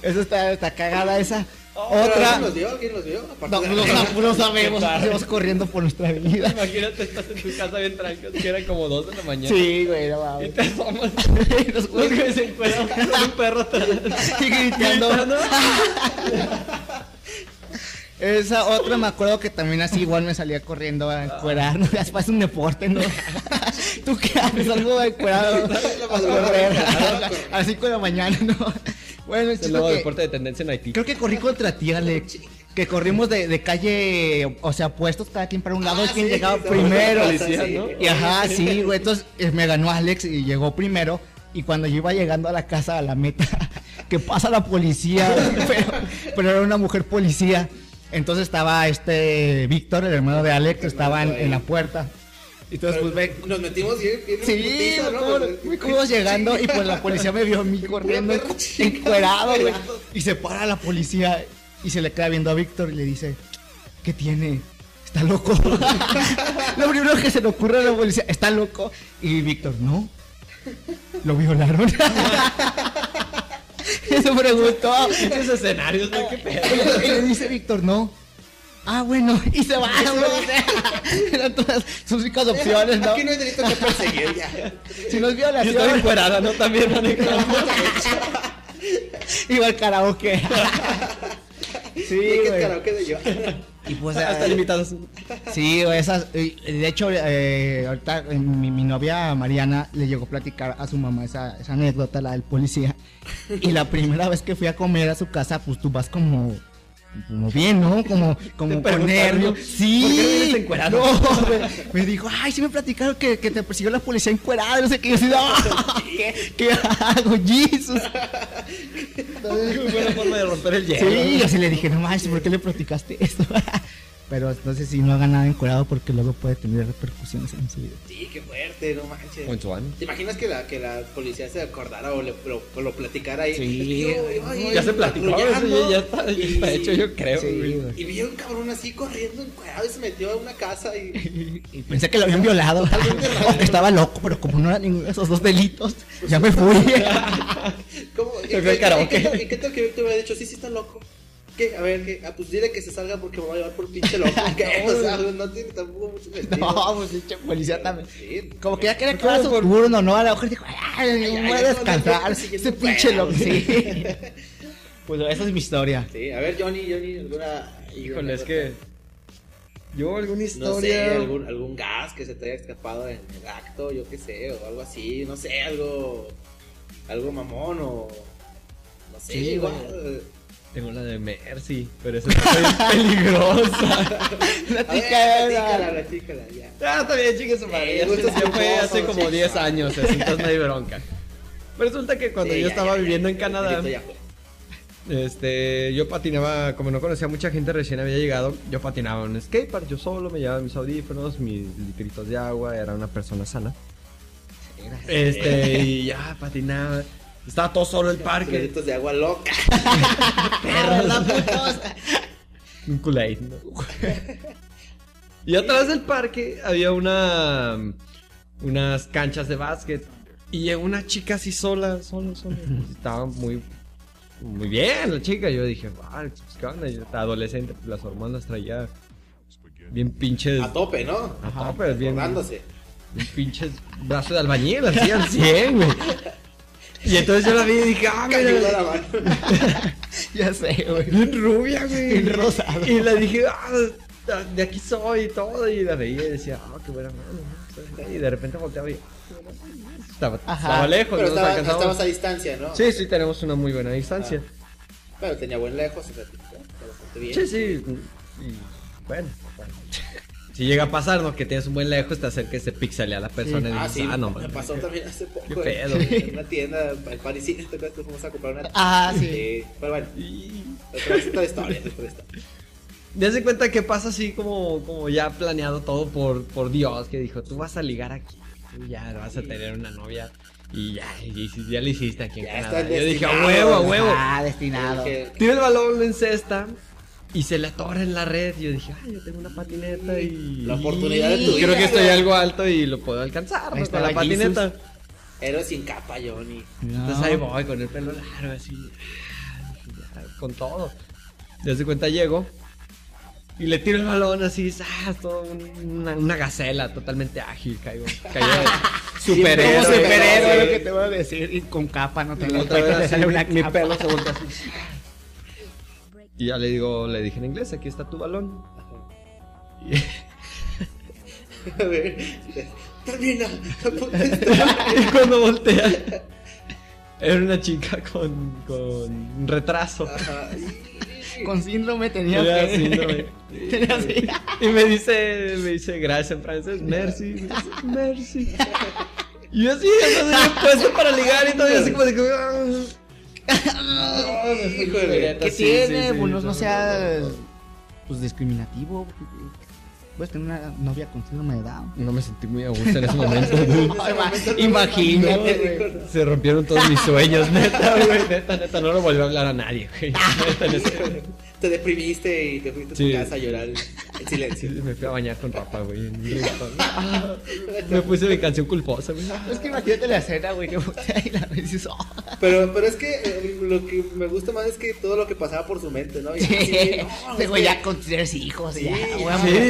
Speaker 2: Eso está, está cagada esa. Otra.
Speaker 1: ¿Quién los vio? ¿Quién los vio? Aparte de-
Speaker 2: No, no sa- no sabemos,
Speaker 3: Qué padre.
Speaker 2: estamos corriendo por nuestra vida.
Speaker 3: Imagínate, estás en tu casa bien tranquilo, que era como 2 de la mañana.
Speaker 2: Sí, güey, no
Speaker 3: Y
Speaker 2: mames. [LAUGHS]
Speaker 3: te asomas.
Speaker 2: Los
Speaker 3: Los
Speaker 2: güeyes
Speaker 3: que se
Speaker 2: [LAUGHS]
Speaker 3: encueran con un
Speaker 1: [LAUGHS]
Speaker 3: perro atrás.
Speaker 2: Y gritando.
Speaker 3: Gritando.
Speaker 2: [LAUGHS] Esa otra me acuerdo que también así igual me salía corriendo a encuerar. No seas para un
Speaker 1: [LAUGHS]
Speaker 2: deporte, ¿no? Tú qué haces algo de encuerado. A correr. A las 5 de la mañana, ¿no? Bueno, el
Speaker 3: Es el
Speaker 2: chico
Speaker 3: nuevo
Speaker 2: que-
Speaker 3: deporte de tendencia en Haití.
Speaker 2: creo que corrí contra ti, Alex. Que corrimos de, de calle, o sea, puestos cada quien para un lado y quien
Speaker 1: Ah, sí,
Speaker 2: llegaba
Speaker 1: sí,
Speaker 2: primero.
Speaker 1: sí, sí, sí.
Speaker 2: Y ajá, sí, güey. Entonces eh, me ganó Alex y llegó primero. Y cuando yo iba llegando a la casa, a la meta, [LAUGHS] que pasa la policía, [LAUGHS] pero, pero era una mujer policía. Entonces estaba este Víctor, el hermano de Alex, estaba en, en la puerta. Y entonces pues ve,
Speaker 1: Nos metimos bien. bien en
Speaker 2: Sí,
Speaker 1: putiza, ¿no?
Speaker 2: ¿cómo,
Speaker 1: Pues,
Speaker 2: cómo ibas
Speaker 1: [LAUGHS]
Speaker 2: llegando y pues la policía me vio a mí corriendo
Speaker 1: perra chica,
Speaker 2: encuerado, güey.
Speaker 1: encuerado.
Speaker 2: Y se para la policía y se le queda viendo a Víctor y le dice, ¿qué tiene? Está loco. [LAUGHS] Lo primero que se le ocurre a la policía, está loco. Y Víctor, no. Lo violaron. [LAUGHS] Eso preguntó.
Speaker 3: Esos escenarios, ¿no? ¿Qué
Speaker 2: [LAUGHS]
Speaker 3: pedo?
Speaker 2: Y le dice Víctor, no. Ah, bueno, y se va. [LAUGHS] güey. Eran todas sus ricas opciones, ¿no?
Speaker 1: Aquí no hay delito que perseguir ya.
Speaker 2: Si nos viola,
Speaker 3: Y estaba encuerada, ¿no?
Speaker 2: [LAUGHS]
Speaker 3: También manejando.
Speaker 2: Iba al
Speaker 3: [LAUGHS]
Speaker 2: karaoke.
Speaker 1: Sí,
Speaker 2: sí,
Speaker 1: que es
Speaker 2: güey.
Speaker 1: karaoke de yo. [LAUGHS]
Speaker 2: Y pues
Speaker 3: Hasta
Speaker 2: eh, [LAUGHS]
Speaker 3: invitados.
Speaker 2: Sí, güey, esas. eh, De hecho, eh, ahorita eh, mi, mi novia Mariana le llegó a platicar a su mamá esa, esa anécdota, la del policía. Y la primera vez que fui a comer a su casa, pues tú vas como. Como bien, ¿no? Como, como con
Speaker 3: preguntaron,
Speaker 2: nervios.
Speaker 3: ¿por qué no
Speaker 2: Sí.
Speaker 3: vienes encuerado?
Speaker 2: No, güey. me, dijo, ay, sí me platicaron que, que te persiguió la policía encuerada, no sé qué. Yo así,
Speaker 3: [LAUGHS]
Speaker 2: "Ah, ¿qué, ¿qué hago? Jesus.
Speaker 3: Muy buena forma de romper el
Speaker 2: [LAUGHS]
Speaker 3: hielo.
Speaker 2: Sí, así le dije, no manches, ¿por qué le platicaste esto? [LAUGHS] Pero entonces si no haga nada encuerado porque luego puede tener repercusiones en su vida.
Speaker 1: Sí, qué fuerte, no manches.
Speaker 2: Pues
Speaker 3: O en su ano.
Speaker 1: ¿Te imaginas que la, que la policía se acordara o le, lo, lo platicara ahí?
Speaker 2: Sí.
Speaker 1: Es que, ay, ay,
Speaker 3: Ya se platicó,
Speaker 1: patrullando.
Speaker 3: eso ya- ya está- ya está hecho, yo creo,
Speaker 1: Sí,
Speaker 3: güey.
Speaker 1: güey. Y vi a un cabrón así corriendo encuerado y se metió a una casa y.
Speaker 3: [LAUGHS]
Speaker 2: Y pensé que lo habían violado. [LAUGHS] o que estaba loco, pero como no era ninguno de esos dos delitos, ya me fui.
Speaker 1: ¿Cómo? ¿Y,
Speaker 3: Se
Speaker 1: qué-
Speaker 3: fue
Speaker 1: y
Speaker 3: al
Speaker 1: qué,
Speaker 3: karaoke.
Speaker 1: tal- y qué tal que Víctor hubiera dicho? Sí, sí, está loco. ¿Qué? A ver, ¿qué? Ah, pues dile que se salga porque me va a llevar por pinche
Speaker 3: [LAUGHS]
Speaker 1: loco. ¿Qué?
Speaker 2: No,
Speaker 1: o sea, no tiene tampoco mucho sentido.
Speaker 2: [LAUGHS] no, pues pinche policía también.
Speaker 1: Sí.
Speaker 2: Como que ya quería acabar su turno, ¿no? A la mujer dijo, ay,
Speaker 1: ay,
Speaker 2: voy a
Speaker 1: ay,
Speaker 2: descansar.
Speaker 1: no, no, no,
Speaker 2: Ese pinche loco, sí. [LAUGHS] Pues esa es mi historia.
Speaker 1: Sí, a ver, Johnny, Johnny, alguna.
Speaker 3: Híjole, es que. Yo alguna historia.
Speaker 1: No sé, algún, algún gas que se te haya escapado en el acto, yo qué sé, o algo así, no sé, algo. Algo mamón o. No sé,
Speaker 2: Sí,
Speaker 1: igual.
Speaker 3: Tengo la de Mercy, pero esa está
Speaker 2: [LAUGHS]
Speaker 3: bien [LAUGHS] peligrosa.
Speaker 1: A ver, platícala,
Speaker 2: Platícala.
Speaker 1: platícala, ya.
Speaker 3: ah, está bien, chingue su
Speaker 1: Eh,
Speaker 3: madre. Ya,
Speaker 1: gustos
Speaker 3: ya fue
Speaker 1: culposos,
Speaker 3: hace como
Speaker 1: sí.
Speaker 3: 10 años, así, entonces no hay bronca. Resulta que cuando
Speaker 1: Sí,
Speaker 3: yo
Speaker 1: ya,
Speaker 3: estaba
Speaker 1: ya,
Speaker 3: viviendo
Speaker 1: ya,
Speaker 3: en
Speaker 1: ya,
Speaker 3: Canadá,
Speaker 1: ya pues, fue.
Speaker 3: este, yo patinaba, como no conocía a mucha gente, recién había llegado, yo patinaba en un skatepark, yo solo, me llevaba mis audífonos, mis litritos de agua, era una persona sana. Este, y ya patinaba. Estaba todo solo el parque.
Speaker 1: Chorritos de agua loca.
Speaker 3: [LAUGHS] Un Kool-Aid, ¿no? y atrás del parque había una. Unas canchas de básquet. Y llegó una chica así sola, sola, sola. Pues Estaba muy. Muy bien la chica. Yo dije, "Ah, pues, ¿qué onda?" Yo estaba adolescente, pues, las hormonas traía. Bien pinches.
Speaker 1: A tope, ¿no?
Speaker 3: Ajá, pero Pues bien. [LAUGHS]
Speaker 1: Acordándose.
Speaker 3: Un pinche brazo de albañil, así al 100, güey. Y entonces yo la vi y dije, ah,
Speaker 1: Cayó
Speaker 3: mira.
Speaker 1: la mano.
Speaker 2: Ya sé, güey.
Speaker 3: Bien rubia, güey.
Speaker 2: Bien rosado.
Speaker 3: Y le dije, ah, de aquí soy y todo. Y la veía y decía, ah, qué buena mano. ¿no? Y de repente volteaba y. ah, qué buena mano. Estaba,
Speaker 2: Ajá.
Speaker 3: estaba lejos,
Speaker 1: Pero
Speaker 3: no nos
Speaker 1: estaba-
Speaker 3: alcanzamos.
Speaker 1: estabas Ah. a distancia, ¿no?
Speaker 3: Sí, sí, tenemos una muy buena distancia.
Speaker 1: Pero tenía buen lejos, o sea, te- te bastante bien.
Speaker 3: Sí, sí. y- bueno, bueno. Si llega a pasar, ¿no? Que tienes un buen lejos, te acerques, se pixelea la persona y
Speaker 1: Ah,
Speaker 3: dices,
Speaker 1: sí,
Speaker 3: ah, no,
Speaker 1: me
Speaker 3: man".
Speaker 1: pasó también hace poco.
Speaker 3: Qué
Speaker 1: en-
Speaker 3: pedo.
Speaker 1: En una tienda en Parisina, ¿te acuerdas que fuimos a comprar una
Speaker 2: Ah, sí.
Speaker 1: Eh, pero bueno,
Speaker 3: Y-
Speaker 1: otra es otra historia, es otra historia.
Speaker 3: Ya se cuenta que pasa así como, como ya planeado todo por, por Dios, que dijo, tú vas a ligar aquí, tú ya vas a tener una novia y ya, y si- ya lo hiciste aquí en
Speaker 1: Ya
Speaker 3: Canadá.
Speaker 1: está
Speaker 3: Yo dije, a
Speaker 1: destinado,
Speaker 3: huevo, a huevo.
Speaker 2: Ah, destinado.
Speaker 1: Que-
Speaker 3: Tira el balón, lo encesta y se le atora en la red. Yo dije, ay, yo tengo una patineta y...
Speaker 1: La oportunidad de tu
Speaker 3: Creo
Speaker 1: vida,
Speaker 3: que estoy
Speaker 1: güey.
Speaker 3: algo alto y lo puedo alcanzar
Speaker 2: Ahí
Speaker 3: ¿no?
Speaker 2: está
Speaker 3: con la
Speaker 2: la Jesus.
Speaker 3: patineta.
Speaker 1: Héroe sin capa, Johnny.
Speaker 3: Entonces ahí voy con el pelo largo, así. ya, Con todo. Ya se cuenta, llego. Y le tiro el balón así, ¡zas! todo un- una, una gacela totalmente ágil, caigo. caigo
Speaker 2: [LAUGHS] Como
Speaker 1: Superhéroe,
Speaker 3: superhéroe.
Speaker 2: superhéroe,
Speaker 1: sí.
Speaker 2: lo que te voy a decir. Y con capa, no te das
Speaker 3: Otra vez
Speaker 2: cuenta, te
Speaker 3: así,
Speaker 2: sale una
Speaker 3: mi
Speaker 2: capa.
Speaker 3: pelo se voltea así. Y ya le digo, le dije en inglés, aquí está tu balón. [LAUGHS] Y-
Speaker 1: A ver, termina.
Speaker 3: y cuando voltea, era una chica con, con retraso.
Speaker 1: Ajá.
Speaker 2: Con síndrome tenías
Speaker 3: Era
Speaker 2: que-
Speaker 3: síndrome. [LAUGHS]
Speaker 2: tenías que-
Speaker 3: Y me dice, me dice gracias en francés, merci, me dice, [LAUGHS] merci. Y yo así, yo no tenía puesto para ligar y todo, y así como de que. "Ah".
Speaker 1: Híjole.
Speaker 2: ¿Qué
Speaker 3: Sí,
Speaker 2: tiene?
Speaker 3: sí, sí,
Speaker 2: Bueno, no
Speaker 3: no,
Speaker 2: seas
Speaker 3: no, no,
Speaker 2: pues discriminativo. Puedes tener una novia con síndrome de Down.
Speaker 3: No me sentí muy a gusto [LAUGHS] en ese momento. dude.
Speaker 2: Imagínate,
Speaker 1: güey.
Speaker 3: Se rompieron todos mis sueños, neta, güey. [LAUGHS] Neta, neta, no lo volví a hablar a nadie, güey. [LAUGHS] Neta, en ese-
Speaker 1: Te deprimiste y te fuiste a tu
Speaker 3: Sí.
Speaker 1: casa a llorar en
Speaker 3: Sí,
Speaker 1: silencio.
Speaker 3: me fui a bañar con ropa, güey. en un [LAUGHS] rincón. Ah, Me puse mi canción culposa, güey.
Speaker 2: Es que imagínate la escena, güey, que voltea y la ves y dices, [LAUGHS] "Oh".
Speaker 1: Pero, pero es que eh, lo que me gusta más es que todo lo que pasaba por su mente, ¿no? Y así, no,
Speaker 2: [LAUGHS] Este
Speaker 1: es
Speaker 2: güey
Speaker 1: que-
Speaker 2: ya con tres hijos, ya, güey,
Speaker 3: sí,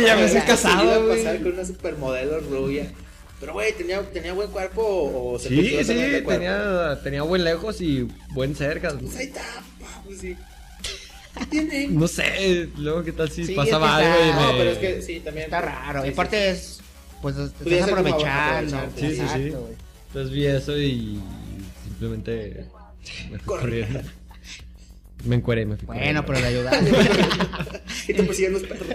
Speaker 3: ya me
Speaker 2: güey,
Speaker 3: estoy
Speaker 1: Su
Speaker 3: casado,
Speaker 1: vida
Speaker 3: güey.
Speaker 1: pasar con una supermodelo rubia. Pero, güey, tenía, tenía buen cuerpo o, o se
Speaker 3: Sí,
Speaker 1: construyó
Speaker 3: sí,
Speaker 1: también de cuerpo?
Speaker 3: tenía, tenía buen lejos y buen cerca.
Speaker 1: Pues ahí está, pa, pues sí. ¿Qué tiene?
Speaker 3: No sé, luego qué tal si
Speaker 2: Sí,
Speaker 3: pasaba
Speaker 2: es que
Speaker 3: algo y
Speaker 2: está-
Speaker 1: No,
Speaker 3: me-
Speaker 1: pero es que sí, también.
Speaker 2: Está raro. Y
Speaker 1: Sí, sí,
Speaker 2: aparte es. Pues te
Speaker 1: Pudiera
Speaker 2: estás
Speaker 1: ser como
Speaker 2: aprovechando.
Speaker 1: aprovecharte,
Speaker 3: sí, sí, sí.
Speaker 2: exacto, güey.
Speaker 3: Entonces vi eso y simplemente me fui corriendo. Me encueré, me fui
Speaker 2: Bueno, pero
Speaker 3: corriendo.
Speaker 2: le ayudaste.
Speaker 1: [LAUGHS] Y te persiguen los perros.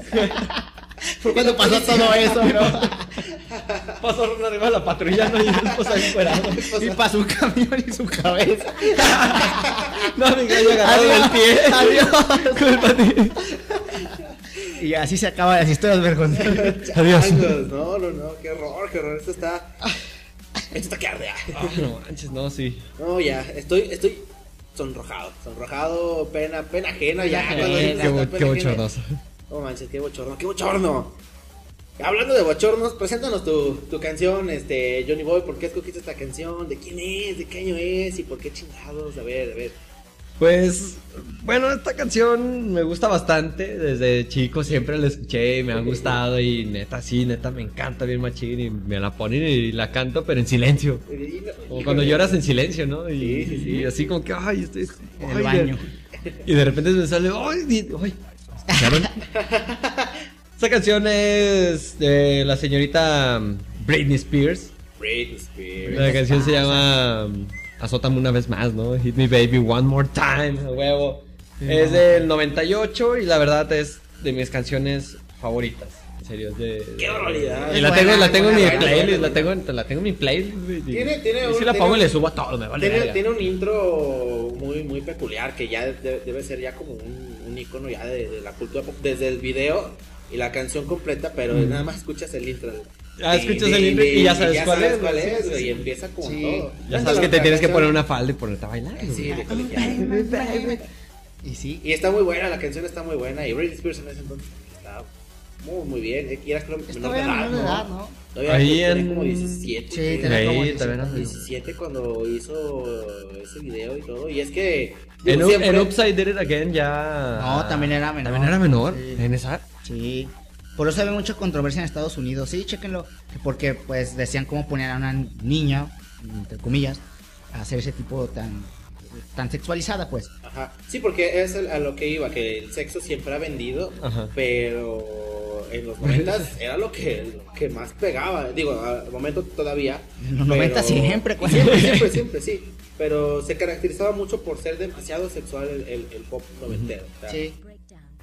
Speaker 2: Fue cuando [LAUGHS] pasó todo eso,
Speaker 3: [LAUGHS]
Speaker 2: ¿no?
Speaker 3: pasaron arriba de la patrulla, no, y después ahí encuerado.
Speaker 2: Y pasó un camión y su cabeza.
Speaker 3: [LAUGHS] No, mi gallo agarrado del pie.
Speaker 2: Adiós.
Speaker 3: Con el patín.
Speaker 2: Y así se acaba las historias vergonzosas.
Speaker 3: Adiós.
Speaker 1: Changos, No, no, no, qué horror, qué horror. Esto está. Esto está que arde. ah.
Speaker 3: Ah, no manches, no, sí.
Speaker 1: No, ya, estoy, estoy sonrojado. Sonrojado, pena, pena ajena ya.
Speaker 2: Pena
Speaker 1: cuando dices,
Speaker 3: Qué,
Speaker 1: "Ah,
Speaker 3: bo-
Speaker 1: está
Speaker 3: qué
Speaker 1: pena ajena".
Speaker 3: bochornoso.
Speaker 1: No manches, qué bochorno, qué bochorno. Hablando de bochornos, preséntanos tu, tu canción, este, Johnny Boy, ¿por qué escogiste esta canción? ¿De quién es? ¿De qué año es? ¿Y por qué chingados? A ver, a ver.
Speaker 3: Pues, bueno, esta canción me gusta bastante. Desde chico siempre la escuché y me ha gustado. Y neta, sí, neta, me encanta bien machín. Y me la ponen y la canto, pero en silencio.
Speaker 1: Y no-
Speaker 3: Como cuando
Speaker 1: híjole.
Speaker 3: lloras en silencio, ¿no?
Speaker 1: Sí,
Speaker 3: Y,
Speaker 1: sí, sí.
Speaker 3: y así como que, ay, estoy
Speaker 2: En
Speaker 3: ay,
Speaker 2: el baño.
Speaker 3: Y de repente me sale, ay, di- ay. ¿escucharon? Esta canción es de la señorita Britney Spears.
Speaker 1: Britney Spears.
Speaker 3: La canción se llama um, Azótame una vez más, ¿no? Hit me baby one more time, a huevo. Es del 98 y la verdad es de mis canciones favoritas. En serio, es de.
Speaker 1: ¡Qué barbaridad!
Speaker 3: Y la
Speaker 2: Es
Speaker 3: tengo,
Speaker 2: buena,
Speaker 3: la tengo en mi
Speaker 2: buena,
Speaker 1: buena,
Speaker 3: playlist,
Speaker 1: buena.
Speaker 3: la tengo, en- la tengo en mi playlist. güey.
Speaker 1: Tiene- tiene
Speaker 3: Y
Speaker 1: un-
Speaker 3: si la
Speaker 1: tiene
Speaker 3: pongo y
Speaker 1: un-
Speaker 3: le subo a todo, me vale.
Speaker 1: Tiene,
Speaker 3: verga.
Speaker 1: tiene un intro muy, muy peculiar que ya de- debe ser ya como un, un icono ya de, de la cultura pop, desde el video y la canción completa, pero nada más escuchas el intro.
Speaker 3: Mm. Ah,
Speaker 1: Y-
Speaker 3: escuchas
Speaker 1: de-
Speaker 3: el intro y
Speaker 1: de-
Speaker 3: ya sabes cuál es,
Speaker 1: cuál
Speaker 3: sí,
Speaker 1: es,
Speaker 3: sí,
Speaker 1: güey,
Speaker 3: sí.
Speaker 1: y empieza con
Speaker 2: Sí.
Speaker 1: todo.
Speaker 3: Ya sabes que te
Speaker 1: La
Speaker 3: tienes que
Speaker 1: canción-
Speaker 3: poner una falda y ponerte a bailar. güey.
Speaker 1: Sí, de colegial.
Speaker 2: [LAUGHS] Y sí.
Speaker 1: Y está muy buena, la canción está muy buena. Y Britney Spears en ese entonces estaba muy, muy bien. eh, Y era creo menor
Speaker 2: Estaba
Speaker 1: de
Speaker 2: en
Speaker 1: edad,
Speaker 2: menor de
Speaker 1: ¿no?
Speaker 2: edad, ¿no?
Speaker 1: Todavía
Speaker 3: Ahí
Speaker 1: tenía
Speaker 3: en-
Speaker 1: como 17.
Speaker 2: Sí,
Speaker 1: creo.
Speaker 2: tenía como
Speaker 3: Ahí también
Speaker 2: 17.
Speaker 3: hace-
Speaker 1: 17 cuando hizo ese video y todo. Y es que.
Speaker 3: En,
Speaker 1: digo,
Speaker 3: Up-
Speaker 1: siempre-
Speaker 3: en Upside Did It Again ya.
Speaker 2: No, también era menor.
Speaker 3: Ah, También era menor.
Speaker 2: Sí.
Speaker 3: En esa.
Speaker 2: Sí. Por eso había mucha controversia en Estados Unidos. Sí, chéquenlo. Porque pues decían cómo ponían a una niña, entre comillas, a hacer ese tipo tan, tan sexualizada, pues.
Speaker 1: Ajá. Sí, porque es el- a lo que iba, que el sexo siempre ha vendido,
Speaker 3: Ajá.
Speaker 1: pero en los 90 era lo que, lo que más pegaba. Digo, al momento todavía.
Speaker 2: En los
Speaker 1: pero-
Speaker 2: 90 siempre,
Speaker 1: y
Speaker 2: güey.
Speaker 1: Siempre, siempre, siempre, sí. Pero se caracterizaba mucho por ser demasiado sexual el, el- el pop noventero. o sea,
Speaker 2: Sí.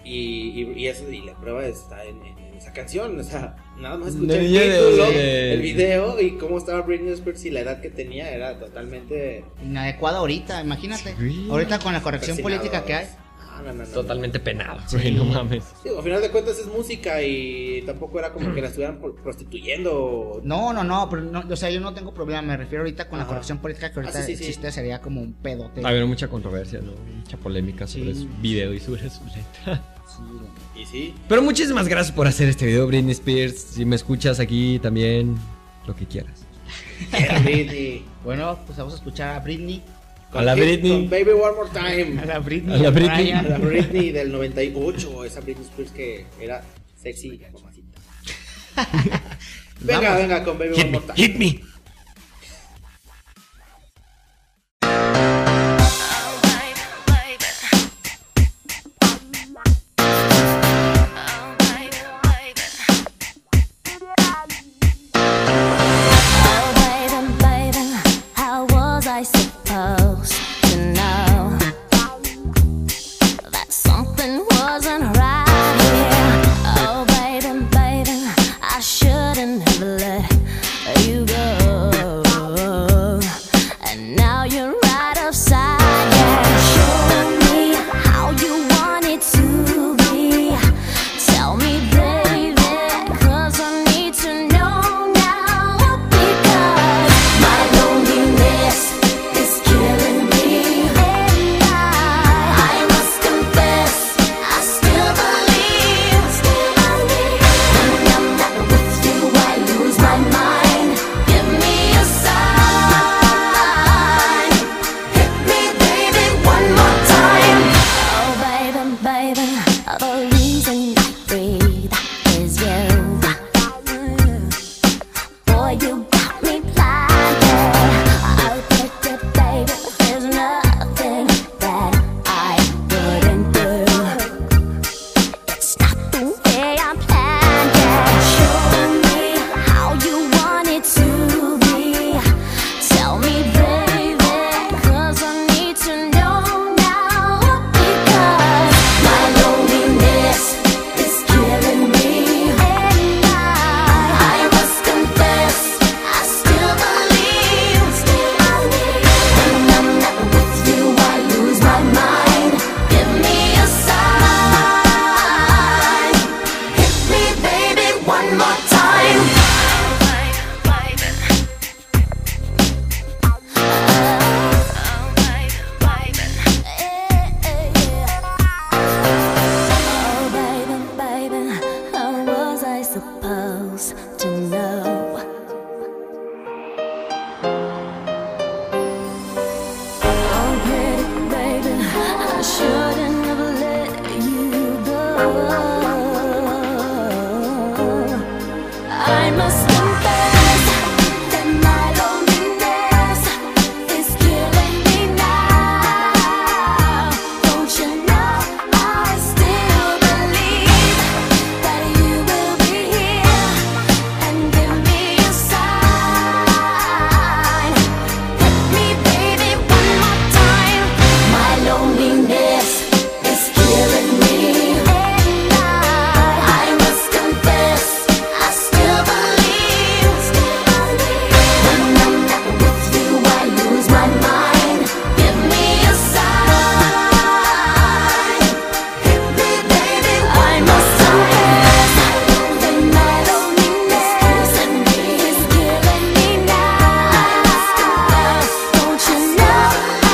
Speaker 1: Y, y, y eso, y la prueba está en, en- en esa canción. O sea, nada más escuché
Speaker 3: De
Speaker 1: el
Speaker 3: niña de-
Speaker 1: título,
Speaker 3: de-
Speaker 1: el video y cómo estaba Britney Spears y la edad que tenía era totalmente.
Speaker 2: Inadecuada ahorita, imagínate.
Speaker 3: Sí.
Speaker 2: Ahorita con la corrección
Speaker 1: Fascinado.
Speaker 2: política que hay.
Speaker 1: Ah, No, no, no, no.
Speaker 3: Totalmente penado, güey, no mames.
Speaker 1: Sí, al final de cuentas es música y tampoco era como que la estuvieran por- prostituyendo.
Speaker 2: No, no, no, pero no, o sea, yo no tengo problema, me refiero ahorita con la
Speaker 1: Ajá.
Speaker 2: corrección política que ahorita
Speaker 1: Ah, sí, sí, sí.
Speaker 2: existe, sería como un pedote.
Speaker 3: Había mucha controversia, ¿no? Mucha polémica sobre
Speaker 2: Sí.
Speaker 3: su video y sobre su letra.
Speaker 2: Sí, la-
Speaker 1: Y sí,
Speaker 3: Pero muchísimas gracias por hacer este video, Britney Spears. Si me escuchas aquí también, lo que quieras. [LAUGHS]
Speaker 1: era Britney.
Speaker 2: Bueno, pues vamos a escuchar a Britney.
Speaker 3: A la
Speaker 1: Con-
Speaker 3: Britney.
Speaker 1: con Baby One More Time.
Speaker 2: A la Britney.
Speaker 3: A la Britney.
Speaker 1: A
Speaker 2: Ryan.
Speaker 1: la Britney del 98, esa Britney Spears que era sexy mamacita.
Speaker 3: [LAUGHS]
Speaker 1: venga, venga con Baby One More Time.
Speaker 7: Alright, baby. Alright, baby. Alright, baby. How was I supposed to know that something wasn't right here? Oh, baby, baby, I shouldn't have let you go. And now you're right upside down. Show me how you want it to be. Tell me, baby, 'cause I need to know now. Because my loneliness is killing me. And I, I must confess, I still believe. Still believe. When I'm not with you, I lose my mind. Give me a sign. Hit me, baby, one more time. Oh, baby, baby, the reason I breathe is you. Boy, you got me blinded. I'll take it, baby. There's nothing that I wouldn't do. It's not the way I planned it. Show me how you want it to be. Tell me, baby, 'cause I need to know now. Because my loneliness is killing me, and I, I must confess, I still believe. Still believe. When I'm not with you, I lose my mind. Give me a sign. Hit me, baby, one more time. Oh, baby, baby, how was I supposed to know? Oh, pretty baby, I shouldn't have let you go. I must confess that my loneliness is killing me now. Don't you know I still believe that you will be here and give me a sign? Hit me, baby, one more time. My loneliness is killing me. And I, I must confess, I still believe. When I'm not with you, I lose my mind. Give me a sign. Hit me, baby, I must confess. That my loneliness is killing me now. Don't you know I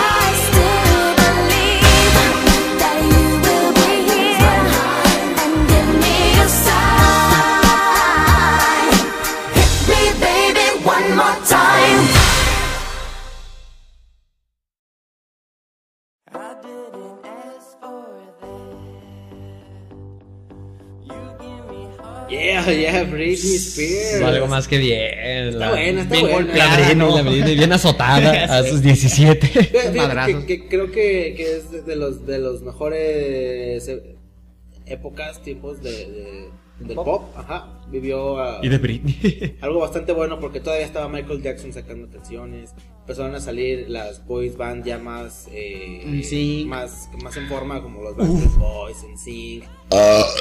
Speaker 7: still believe that you will be here and give me a sign? Hit me, baby, one more time.
Speaker 8: I didn't ask for that. You give me heart.
Speaker 1: Yeah, yeah, Britney Spears.
Speaker 3: Algo más que bien.
Speaker 1: Está buena, está
Speaker 3: bien
Speaker 1: buena.
Speaker 3: golpeada,
Speaker 1: [LAUGHS]
Speaker 3: la Britney, la Britney, bien azotada a sus 17.
Speaker 1: Fíjate que-
Speaker 2: madrazos.
Speaker 1: que, creo que, que es de- de los de los mejores eh, épocas, tiempos de, de- del pop.
Speaker 2: Pop.
Speaker 1: Ajá, vivió ah,
Speaker 3: Y de Britney. [LAUGHS]
Speaker 1: algo bastante bueno porque todavía estaba Michael Jackson sacando canciones, empezaron a salir las boys band ya más, eh,
Speaker 2: NSYNC.
Speaker 1: más, más en forma, como los Backstreet Boys, en sync.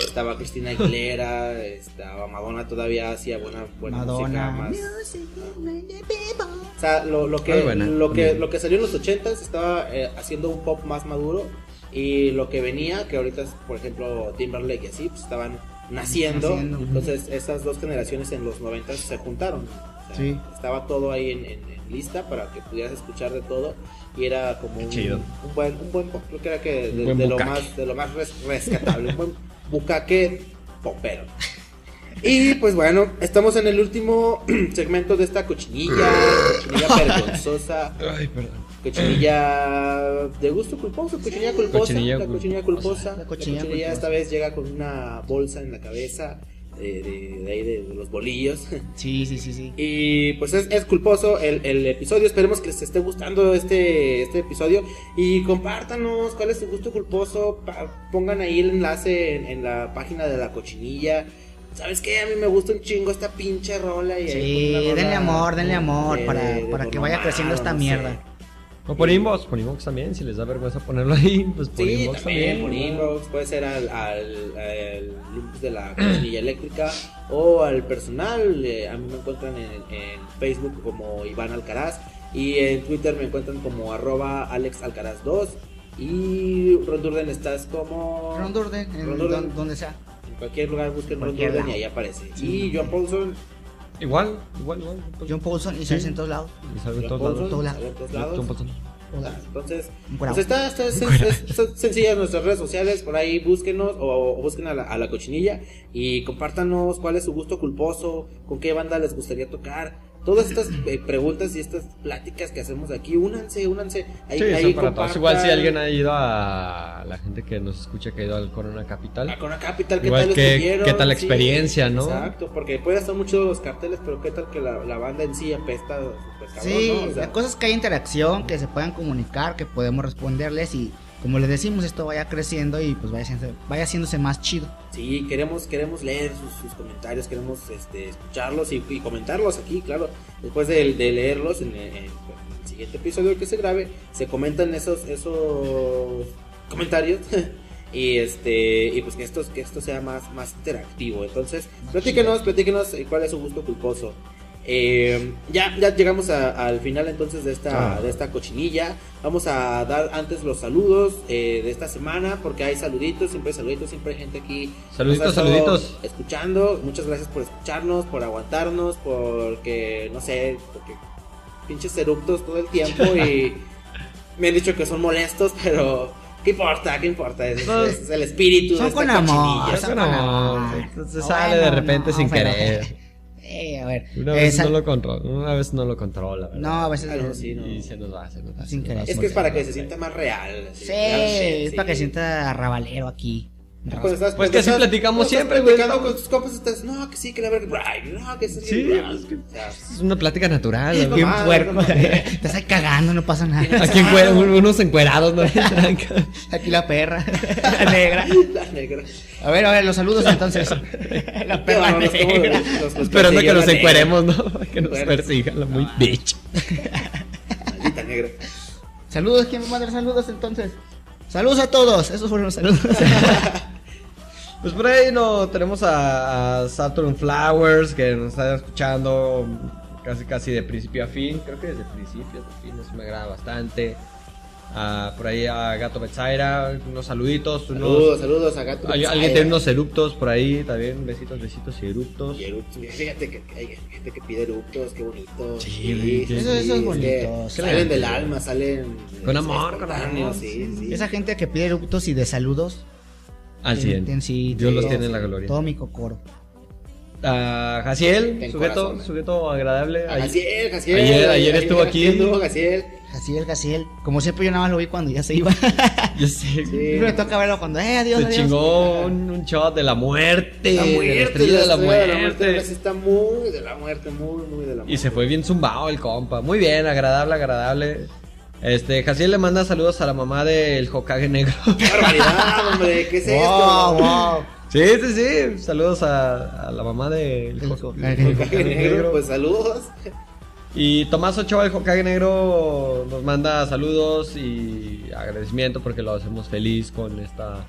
Speaker 1: Estaba Cristina Aguilera, estaba Madonna todavía hacía buena, buena
Speaker 2: Madonna.
Speaker 1: música más. O sea, lo, lo que,
Speaker 3: Muy buena,
Speaker 1: lo, que,
Speaker 3: también.
Speaker 1: lo que salió en los 80s estaba eh, haciendo un pop más maduro y lo que venía, que ahorita es, por ejemplo Timberlake y así, pues estaban naciendo.
Speaker 2: Naciendo, ujú.
Speaker 1: Entonces esas dos generaciones en los 90s se juntaron. O sea,
Speaker 2: Sí.
Speaker 1: Estaba todo ahí en, en- en lista para que pudieras escuchar de todo y era como un,
Speaker 3: chido.
Speaker 1: un buen un buen pop, creo que era que de,
Speaker 3: buen
Speaker 1: de lo
Speaker 3: bucaque.
Speaker 1: más de lo más res- rescatable, un buen bucaque popero. Y pues bueno, estamos en el último [CLEARS THROAT] segmento de esta cochinilla, cochinilla vergonzosa,
Speaker 3: Ay, perdón.
Speaker 1: cochinilla de gusto culposo, cochinilla culposa,
Speaker 3: Cochinilla
Speaker 1: la
Speaker 3: cul-
Speaker 1: cochinilla culposa. La
Speaker 2: La
Speaker 1: cochinilla,
Speaker 2: cochinilla culposa.
Speaker 1: esta vez llega con una bolsa en la cabeza, eh, de, de ahí de, de los bolillos. [LAUGHS]
Speaker 2: Sí, sí, sí, sí.
Speaker 1: Y pues es, es culposo el, el episodio, esperemos que les esté gustando este, este episodio y compártanos cuál es su gusto culposo, pa- pongan ahí el enlace en, en la página de la cochinilla. ¿Sabes qué? A mí me gusta un chingo esta pinche rola y ahí ponen
Speaker 2: Sí,
Speaker 1: la
Speaker 2: denle
Speaker 1: rola
Speaker 2: amor, denle amor para- para
Speaker 1: Don
Speaker 2: que vaya creciendo esta
Speaker 1: no
Speaker 2: mierda.
Speaker 1: sé.
Speaker 3: O por inbox, por inbox también, si les da vergüenza ponerlo ahí, pues por
Speaker 1: Sí,
Speaker 3: inbox
Speaker 1: también,
Speaker 3: también.
Speaker 1: por
Speaker 3: ¿no?
Speaker 1: inbox, puede ser al, al, al inbox de la cochinilla [CLEARS THROAT] eléctrica o al personal. eh, a mí me encuentran en, en Facebook como Iván Alcaraz y en Twitter me encuentran como arroba alexalcaraz2 y Rondurden estás como...
Speaker 2: Ron Durden, en
Speaker 1: Ron Durden.
Speaker 2: don- donde sea.
Speaker 1: En cualquier lugar busquen
Speaker 2: Cualquier
Speaker 1: Rondurden y
Speaker 2: lado. Mm.
Speaker 1: ahí aparece.
Speaker 2: Sí.
Speaker 1: Y John Paulson,
Speaker 3: Igual, igual, igual. pues,
Speaker 2: John Paulson y sales en todos lados.
Speaker 3: y salgo en
Speaker 1: John
Speaker 3: todos
Speaker 1: Paulson,
Speaker 2: todos
Speaker 1: sale en
Speaker 2: lados.
Speaker 1: todos lados.
Speaker 3: lados. John Paulson.
Speaker 1: Entonces,
Speaker 2: Un
Speaker 1: pues
Speaker 2: curao.
Speaker 1: está, está, es- es- son sencillas nuestras redes sociales, por ahí búsquenos o, o busquen a la, a la cochinilla y compártanos cuál es su gusto culposo, con qué banda les gustaría tocar. Todas
Speaker 2: [LAUGHS]
Speaker 1: estas eh, preguntas y estas pláticas que hacemos aquí, únanse, únanse. Ahí,
Speaker 3: Sí,
Speaker 1: ahí
Speaker 3: son para todos.
Speaker 1: compartan.
Speaker 3: Igual si alguien ha ido a la gente que nos escucha que ha ido al Corona
Speaker 1: Ah,
Speaker 3: Capital.
Speaker 1: Con la Capital, ¿qué
Speaker 3: Igual,
Speaker 1: tal
Speaker 3: ¿qué-
Speaker 1: estuvieron?
Speaker 3: qué tal la
Speaker 1: Sí,
Speaker 3: experiencia, no?
Speaker 1: Exacto, porque pueden estar muchos los carteles, pero qué tal que la, la banda en sí apesta. pues, cabrón,
Speaker 2: Sí,
Speaker 1: ¿no? O sea,
Speaker 2: la cosa es que hay interacción, que se puedan comunicar, que podemos responderles y como les decimos, esto vaya creciendo y pues vaya, haciéndose- vaya haciéndose más chido.
Speaker 1: Sí, queremos, queremos leer sus, sus comentarios, queremos este, escucharlos y, y comentarlos aquí, claro. Después de, de leerlos en, en- en el siguiente episodio que se grabe, se comentan esos, esos comentarios. [LAUGHS] Y este y pues que esto, que esto sea más, más interactivo. Entonces, platíquenos, platíquenos eh, cuál es su gusto culposo. Eh, ya, ya llegamos a- al final entonces de esta,
Speaker 3: Ah.
Speaker 1: de esta cochinilla. Vamos a dar antes los saludos eh, de esta semana porque hay saluditos, siempre hay saluditos, siempre hay gente aquí.
Speaker 3: Saluditos,
Speaker 1: nos ha estado
Speaker 3: saluditos.
Speaker 1: Escuchando, muchas gracias por escucharnos, por aguantarnos, porque no sé, porque pinches eructos todo el tiempo
Speaker 2: [LAUGHS]
Speaker 1: y me han dicho que son molestos, pero ¿qué importa? ¿Qué importa? Es,
Speaker 3: No.
Speaker 1: es el espíritu de
Speaker 2: Son
Speaker 1: esta
Speaker 2: con amor, Ah,
Speaker 1: cochinilla.
Speaker 2: son
Speaker 3: Son
Speaker 2: con
Speaker 3: con
Speaker 2: amor.
Speaker 3: amor. Se sale de repente sin
Speaker 2: pero-
Speaker 3: querer.
Speaker 2: [LAUGHS] Eh, a ver.
Speaker 3: Una
Speaker 2: eh,
Speaker 3: vez,
Speaker 2: sal-
Speaker 3: no lo controla, una vez no lo controla, ¿verdad?
Speaker 2: no, a veces.
Speaker 1: Ah, no, sí, no.
Speaker 3: Y se nos va, se nos va.
Speaker 2: Sin
Speaker 3: se nos va,
Speaker 2: querer.
Speaker 1: Es
Speaker 3: se
Speaker 1: que es
Speaker 3: nos
Speaker 1: para
Speaker 3: va.
Speaker 1: que se sienta más real.
Speaker 2: Sí,
Speaker 1: así, real shit,
Speaker 2: es para
Speaker 1: sí.
Speaker 2: que sienta arrabalero aquí.
Speaker 1: Cuando estás-
Speaker 3: Pues
Speaker 1: cuando
Speaker 3: que así
Speaker 1: estás-
Speaker 3: platicamos
Speaker 1: cuando estás
Speaker 3: siempre, güey.
Speaker 1: platicando con tus compas estás, no, que sí, que la verga, ay, no, que sí,
Speaker 3: Sí,
Speaker 1: bla,
Speaker 3: es que-
Speaker 1: o sea,
Speaker 3: Es una plática natural. ¿no?
Speaker 2: Bien
Speaker 1: mamada,
Speaker 2: puerco.
Speaker 1: no mames.
Speaker 2: Estás ahí cagando, no pasa nada.
Speaker 3: [LAUGHS] Aquí encue- unos encuerados, ¿no? [LAUGHS]
Speaker 2: Aquí la perra, [LAUGHS] la negra.
Speaker 1: [LAUGHS] la negra.
Speaker 2: A ver, a ver, los saludos entonces. La perra
Speaker 1: No, no, es como
Speaker 2: negra.
Speaker 1: los- los- los
Speaker 3: Esperando que
Speaker 1: persiguió
Speaker 3: nos
Speaker 1: la negra.
Speaker 3: encueremos, ¿no? [LAUGHS] Que nos
Speaker 1: Bueno.
Speaker 3: persigan, la muy bitch.
Speaker 1: Maldita negra.
Speaker 2: Saludos, ¿quién me manda saludos entonces? Saludos a todos, esos fueron los saludos.
Speaker 3: Pues por ahí no tenemos a, a Saturn Flowers que nos está escuchando casi casi de principio a fin. Creo que desde principio a fin eso me agrada bastante. Ah, por ahí a Gato Betsaira, unos saluditos, unos-
Speaker 1: Saludos, saludos a Gato.
Speaker 3: Hay- alguien tiene unos eruptos por ahí también, besitos, besitos y eruptos.
Speaker 1: Y eructos, mira, Fíjate que que hay gente que pide eructos, qué bonito.
Speaker 3: Sí, güey,
Speaker 2: eso- eso es bonito,
Speaker 1: que este,
Speaker 2: sí.
Speaker 1: Salen del alma, salen.
Speaker 3: Con
Speaker 1: eh,
Speaker 3: amor, con
Speaker 1: espontáneos,
Speaker 3: amor,
Speaker 1: Sí, sí.
Speaker 2: Esa gente que pide eructos y de saludos.
Speaker 3: Al
Speaker 2: tienen-
Speaker 3: 100.
Speaker 2: tienen- sí,
Speaker 3: Dios los
Speaker 2: todo-
Speaker 3: tiene en la gloria.
Speaker 2: Todo mi cocoro.
Speaker 3: A Jaciel,
Speaker 1: En
Speaker 3: sujeto,
Speaker 1: corazón, eh.
Speaker 3: sujeto agradable. Ahí-
Speaker 1: Gaciel, Gaciel.
Speaker 3: Ayer- ayer estuvo aquí.
Speaker 1: Estuvo Gaciel.
Speaker 2: Gaciel, Gaciel. Como siempre, yo nada más lo vi cuando ya se iba.
Speaker 3: Yo sé,
Speaker 1: Sí.
Speaker 2: Siempre me toca verlo cuando, eh, adiós,
Speaker 3: Se
Speaker 2: adiós.
Speaker 3: chingó un, un shot de la muerte,
Speaker 1: La
Speaker 3: de la
Speaker 1: muerte,
Speaker 3: estrella de la
Speaker 1: estrella
Speaker 3: muerte.
Speaker 1: ahora sí está muy de la muerte, muy, muy de la muerte.
Speaker 3: Y se fue bien zumbado el compa. Muy bien, agradable, agradable. Este, Jaciel le manda saludos a la mamá del Hokage Negro.
Speaker 1: [LAUGHS] ¡Qué barbaridad, hombre! ¿Qué es
Speaker 2: Wow,
Speaker 1: esto?
Speaker 2: wow.
Speaker 3: sí, sí, sí. Saludos a, a la mamá del
Speaker 2: El
Speaker 3: Ho-
Speaker 2: Hokage
Speaker 3: del
Speaker 2: Negro.
Speaker 1: Hokage negro, pues saludos.
Speaker 3: Y Tomás Ochoa, el Hokage Negro, nos manda saludos y agradecimiento porque lo hacemos feliz con esta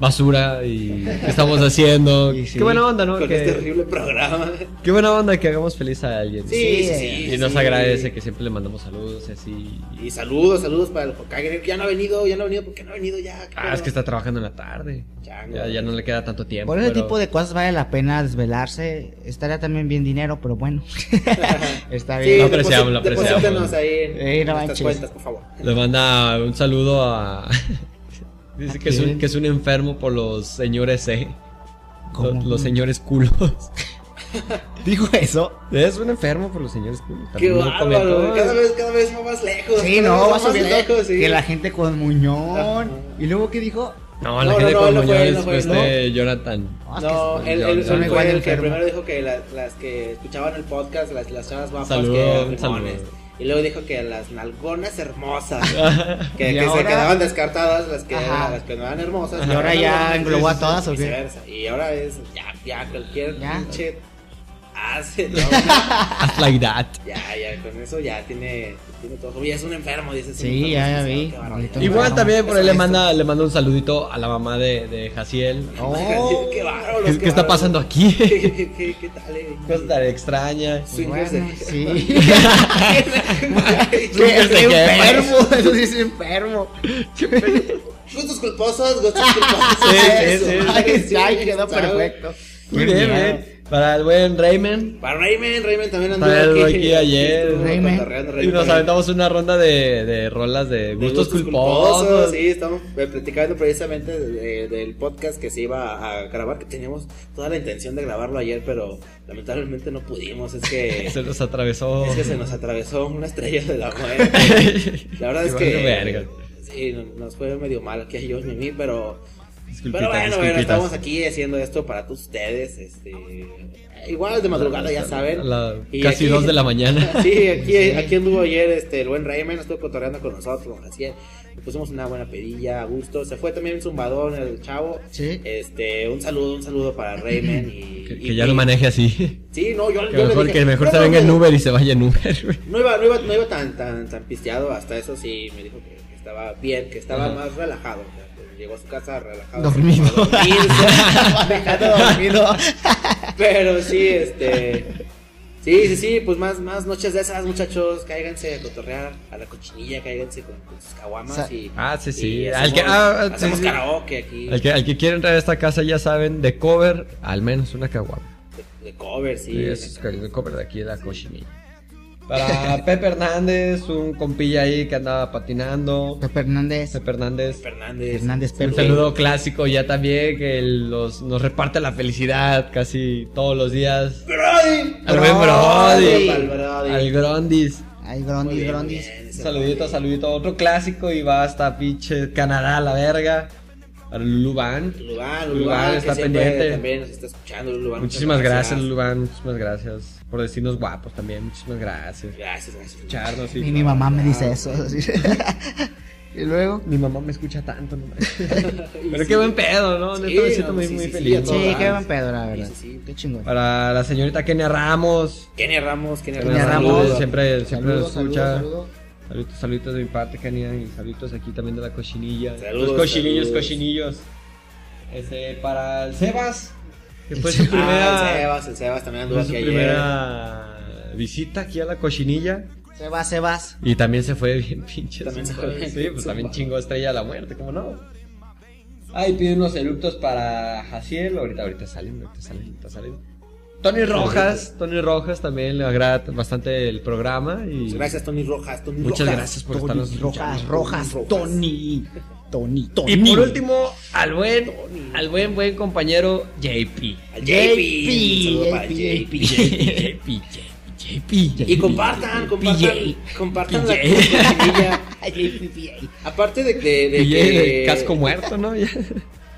Speaker 3: basura y que
Speaker 1: [LAUGHS]
Speaker 3: estamos haciendo.
Speaker 2: Y sí.
Speaker 3: Qué buena onda, ¿no?
Speaker 1: Con este
Speaker 3: Que,
Speaker 1: horrible programa.
Speaker 3: qué buena onda que hagamos feliz a alguien.
Speaker 1: Sí, sí,
Speaker 2: eh.
Speaker 1: sí.
Speaker 3: Y nos
Speaker 1: sí.
Speaker 3: agradece que siempre le mandamos saludos y así.
Speaker 1: Y saludos, saludos para el Hokage, que ya no ha venido, ya no ha venido, porque no ha venido ya? ¿Qué
Speaker 3: Ah,
Speaker 1: pedo?
Speaker 3: es que está trabajando en la tarde.
Speaker 1: Ya no.
Speaker 3: Ya, ya no le queda tanto tiempo.
Speaker 2: Por ese
Speaker 3: pero-
Speaker 2: tipo de cosas vale la pena desvelarse. Estaría también bien dinero, pero bueno. [LAUGHS] Está
Speaker 1: Sí,
Speaker 3: Lo
Speaker 2: bien.
Speaker 3: apreciamos,
Speaker 1: deposit-
Speaker 3: lo apreciamos.
Speaker 1: deposítanos ahí en,
Speaker 2: Eh, no
Speaker 1: nuestras
Speaker 2: manches.
Speaker 1: cuentas, por favor.
Speaker 3: Le manda un saludo a. [LAUGHS] Dice que es, un, que es un enfermo por los señores C.
Speaker 2: ¿Cómo?
Speaker 3: Los, los señores culos. [LAUGHS]
Speaker 2: Dijo eso.
Speaker 3: Es un enfermo por los señores culos.
Speaker 1: Qué
Speaker 3: También lo
Speaker 1: bárbaro,
Speaker 3: comentó.
Speaker 1: cada vez, cada vez va más lejos.
Speaker 2: Sí,
Speaker 1: cada
Speaker 2: no,
Speaker 1: vez
Speaker 2: va
Speaker 1: más
Speaker 2: subiendo.
Speaker 1: lejos, sí.
Speaker 2: Que la gente con Muñón.
Speaker 1: Ajá.
Speaker 2: ¿Y luego qué dijo?
Speaker 3: No, la
Speaker 1: No,
Speaker 3: gente
Speaker 1: no, no,
Speaker 3: con
Speaker 1: no fue,
Speaker 3: moñones,
Speaker 1: no fue,
Speaker 3: este, Jonathan.
Speaker 2: Ah, es que
Speaker 1: No,
Speaker 2: es-
Speaker 1: él, él- él
Speaker 3: Son
Speaker 1: fue
Speaker 2: igual de
Speaker 1: el que
Speaker 2: enfermo.
Speaker 1: primero dijo que la- las que escuchaban el podcast, las, las chavas guapas
Speaker 3: Saludos,
Speaker 1: que eran limones.
Speaker 3: saludos.
Speaker 1: Y luego dijo que las nalgonas
Speaker 2: [LAUGHS]
Speaker 1: hermosas, que,
Speaker 2: Y
Speaker 1: que se
Speaker 2: ahora-
Speaker 1: quedaban descartadas, las que,
Speaker 2: Ajá.
Speaker 1: las que no eran hermosas.
Speaker 2: Y ahora
Speaker 1: eran
Speaker 2: ya
Speaker 1: nalgonas,
Speaker 2: englobó a
Speaker 1: y
Speaker 2: todas, ¿o qué?
Speaker 1: viceversa. Y ahora es ya, ya cualquier
Speaker 2: Ya.
Speaker 1: pinche hace,
Speaker 2: [LAUGHS]
Speaker 1: ¿no? ya,
Speaker 3: Haz like that.
Speaker 1: ya, con eso ya tiene, tiene todo. Y es un enfermo, dice. es un
Speaker 2: Sí,
Speaker 1: enfermo,
Speaker 2: ya,
Speaker 1: es
Speaker 2: ya
Speaker 1: un
Speaker 2: vi.
Speaker 1: enfermo, qué barbaridad.
Speaker 2: Ahorita-
Speaker 3: Igual
Speaker 2: no,
Speaker 3: también por ahí
Speaker 1: eso
Speaker 3: le
Speaker 1: es
Speaker 3: manda, le manda un saludito a la mamá de, de Jaciel.
Speaker 2: [LAUGHS] Oh.
Speaker 1: [LAUGHS] qué bárbaro.
Speaker 3: ¿Qué, qué está
Speaker 1: bárbaro. [LAUGHS]
Speaker 3: pasando aquí?
Speaker 1: ¿Qué, qué, qué, qué tal? eh?
Speaker 2: Pues
Speaker 3: Cosa tan extraña.
Speaker 1: Swingers
Speaker 2: Bueno,
Speaker 1: de- [LAUGHS]
Speaker 2: sí.
Speaker 1: Gustos
Speaker 2: [LAUGHS] Sí, es
Speaker 3: ¿De qué?
Speaker 2: enfermo. Eso sí es enfermo.
Speaker 1: culposos, [LAUGHS] gustos
Speaker 2: [LAUGHS]
Speaker 1: culposos.
Speaker 3: Sí, sí,
Speaker 2: Ay,
Speaker 3: sí.
Speaker 2: ay, quedó
Speaker 1: ¿sabes?
Speaker 2: perfecto.
Speaker 3: Muy
Speaker 2: Qué
Speaker 3: bien,
Speaker 2: miedo.
Speaker 3: eh. Para el buen Raymond.
Speaker 1: Para Rayman, Rayman también andó
Speaker 3: También andó aquí ayer.
Speaker 1: estuvo
Speaker 2: Rayman.
Speaker 1: cotorreando,
Speaker 3: Y
Speaker 1: Rayman
Speaker 3: nos
Speaker 1: también.
Speaker 3: aventamos una ronda de, de rolas de
Speaker 1: De
Speaker 3: gustos, culposos.
Speaker 1: Sí, estamos eh, platicando precisamente de- de- del podcast que se iba a grabar, que teníamos toda la intención de grabarlo ayer, pero lamentablemente no pudimos. Es que,
Speaker 2: [LAUGHS]
Speaker 1: [LAUGHS]
Speaker 3: Se nos atravesó.
Speaker 1: es que se nos atravesó una estrella de la muerte.
Speaker 3: [LAUGHS]
Speaker 1: La verdad es
Speaker 3: Qué
Speaker 1: que
Speaker 3: verga.
Speaker 1: sí, nos fue medio mal aquí a ellos y a mí, pero
Speaker 3: Disculpitas,
Speaker 1: Pero bueno, bueno,
Speaker 3: disculpitas.
Speaker 1: estamos aquí haciendo esto para todos ustedes. Este, igual de madrugada, ya saben.
Speaker 3: La-
Speaker 1: Y
Speaker 3: casi
Speaker 1: aquí- [LAUGHS]
Speaker 3: dos de la mañana.
Speaker 1: Sí, aquí, aquí anduvo ayer este, el buen Rayman, estuvo cotorreando con nosotros, con Jaciel. Le pusimos una buena pedilla, a gusto. Se fue también el zumbadón, el chavo.
Speaker 2: Sí.
Speaker 1: Este, un saludo, un saludo para Rayman. Y,
Speaker 3: Que,
Speaker 1: y-
Speaker 3: que ya lo maneje así.
Speaker 1: Sí, no, yo,
Speaker 3: Que
Speaker 1: yo le
Speaker 3: mejor,
Speaker 1: dije,
Speaker 3: que mejor
Speaker 1: "No,
Speaker 3: se
Speaker 1: no,
Speaker 3: venga en
Speaker 1: no,
Speaker 3: Uber y se vaya en Uber. güey.
Speaker 1: No iba, no iba, no iba tan, tan, tan pisteado, hasta eso sí me dijo que, que estaba bien, que estaba
Speaker 3: Ajá.
Speaker 1: más relajado. o sea, que llegó a su casa relajado.
Speaker 2: Dormido.
Speaker 1: a dormirse.
Speaker 2: Dejando dormido.
Speaker 1: Pero sí, este. Sí, sí, sí, pues más, más noches de esas, muchachos. Cáiganse a cotorrear a la cochinilla, cáiganse con, con sus caguamas
Speaker 2: Sa-
Speaker 1: y.
Speaker 3: Ah, sí, sí.
Speaker 1: y
Speaker 3: Al
Speaker 1: hacemos,
Speaker 3: que- ah, ah, sí,
Speaker 1: hacemos
Speaker 3: sí.
Speaker 1: karaoke aquí.
Speaker 3: Al que, al que quiera entrar a esta casa, ya saben, de cover, al menos una caguama.
Speaker 1: de, de cover, sí.
Speaker 3: Sí, eso es cariño, de cover de aquí de la cochinilla. Para Pepe Hernández, un compilla ahí que
Speaker 1: [LAUGHS]
Speaker 3: andaba patinando.
Speaker 2: Pepe Hernández.
Speaker 3: Pepe Hernández.
Speaker 1: Fernández.
Speaker 2: Fernández
Speaker 3: Un
Speaker 2: Pepe.
Speaker 3: saludo clásico ya también que los, nos reparte la felicidad casi todos los días.
Speaker 1: Brody.
Speaker 3: Al buen
Speaker 2: Brody.
Speaker 3: Brody.
Speaker 1: Al Brody.
Speaker 3: Al Grondis.
Speaker 2: Ay,
Speaker 1: Muy
Speaker 2: Grondis,
Speaker 1: bien,
Speaker 2: Grondis.
Speaker 1: bien, ese
Speaker 3: Saludito,
Speaker 1: Brody.
Speaker 3: saludito. Otro clásico y va hasta pinche Canadá a la verga. Al Lulubán.
Speaker 1: Lulubán,
Speaker 3: Lulubán
Speaker 1: Lulubán,
Speaker 3: está
Speaker 1: está pendiente.
Speaker 3: pendiente.
Speaker 1: También nos está escuchando, Lulubán.
Speaker 3: Muchísimas
Speaker 1: muchas
Speaker 3: gracias, Lulubán. Muchísimas gracias por decirnos guapos también. Muchísimas gracias.
Speaker 1: Gracias, gracias.
Speaker 3: Escucharnos y-
Speaker 2: Y mi mamá me dice eso. [LAUGHS] y luego.
Speaker 3: Mi mamá me escucha
Speaker 1: [LAUGHS]
Speaker 3: tanto, no mames.
Speaker 1: Y
Speaker 3: Pero
Speaker 1: sí.
Speaker 3: qué buen pedo, ¿no?
Speaker 1: Sí,
Speaker 3: Neta, me siento
Speaker 1: no,
Speaker 3: muy,
Speaker 1: sí,
Speaker 3: muy
Speaker 1: sí, sí,
Speaker 3: feliz.
Speaker 1: a todos.
Speaker 2: Sí,
Speaker 1: lados.
Speaker 2: qué buen pedo, la verdad.
Speaker 1: Sí, sí, sí.
Speaker 2: Qué chingón.
Speaker 3: Para la señorita Kenia Ramos.
Speaker 1: Kenia Ramos, Kenia
Speaker 3: Kenia
Speaker 1: Ramos.
Speaker 3: Ramos,
Speaker 1: saludos.
Speaker 3: siempre, siempre
Speaker 2: Saludos,
Speaker 3: nos escucha.
Speaker 2: saludos, saludos.
Speaker 3: Saluditos, saluditos de mi parte, Kenia, y saluditos aquí también de la cochinilla.
Speaker 1: Saludos,
Speaker 3: Los cochinillos,
Speaker 1: saludos.
Speaker 3: cochinillos. Este, para el Sebas, que fue su
Speaker 1: Ah, el
Speaker 3: primera,
Speaker 1: Sebas, el Sebas también anduvo
Speaker 3: fue
Speaker 1: aquí
Speaker 3: su
Speaker 1: ayer.
Speaker 3: primera visita aquí a la cochinilla.
Speaker 2: Se va, se va.
Speaker 3: Y también se fue bien [LAUGHS] pinche.
Speaker 1: También se
Speaker 3: su-
Speaker 1: fue bien
Speaker 3: Sí, pues
Speaker 1: su-
Speaker 3: también chingó estrella de la muerte, ¿cómo no? Ay, pide unos eructos para Jaciel. Ahorita, ahorita salen, ahorita salen, ahorita salen. Tony Rojas, Tony Rojas también le agrada bastante el programa. Y
Speaker 1: Muchas Gracias, Tony Rojas. Tony
Speaker 3: Muchas
Speaker 1: Rojas.
Speaker 3: gracias por
Speaker 2: Tony
Speaker 3: estarnos
Speaker 2: Rojas,
Speaker 3: escuchando.
Speaker 2: Rojas,
Speaker 1: Rojas.
Speaker 2: Tony. Tony, Tony.
Speaker 3: Y por último, al buen, al buen, buen compañero
Speaker 1: [LAUGHS]
Speaker 3: JP.
Speaker 1: Al JP. un saludo para el
Speaker 2: JP,
Speaker 1: JP.
Speaker 3: JP, JP.
Speaker 1: Y compartan, compartan, compartan la [LAUGHS] cochinilla. Aparte de que, de que-
Speaker 3: Y casco muerto, ¿no? Ya.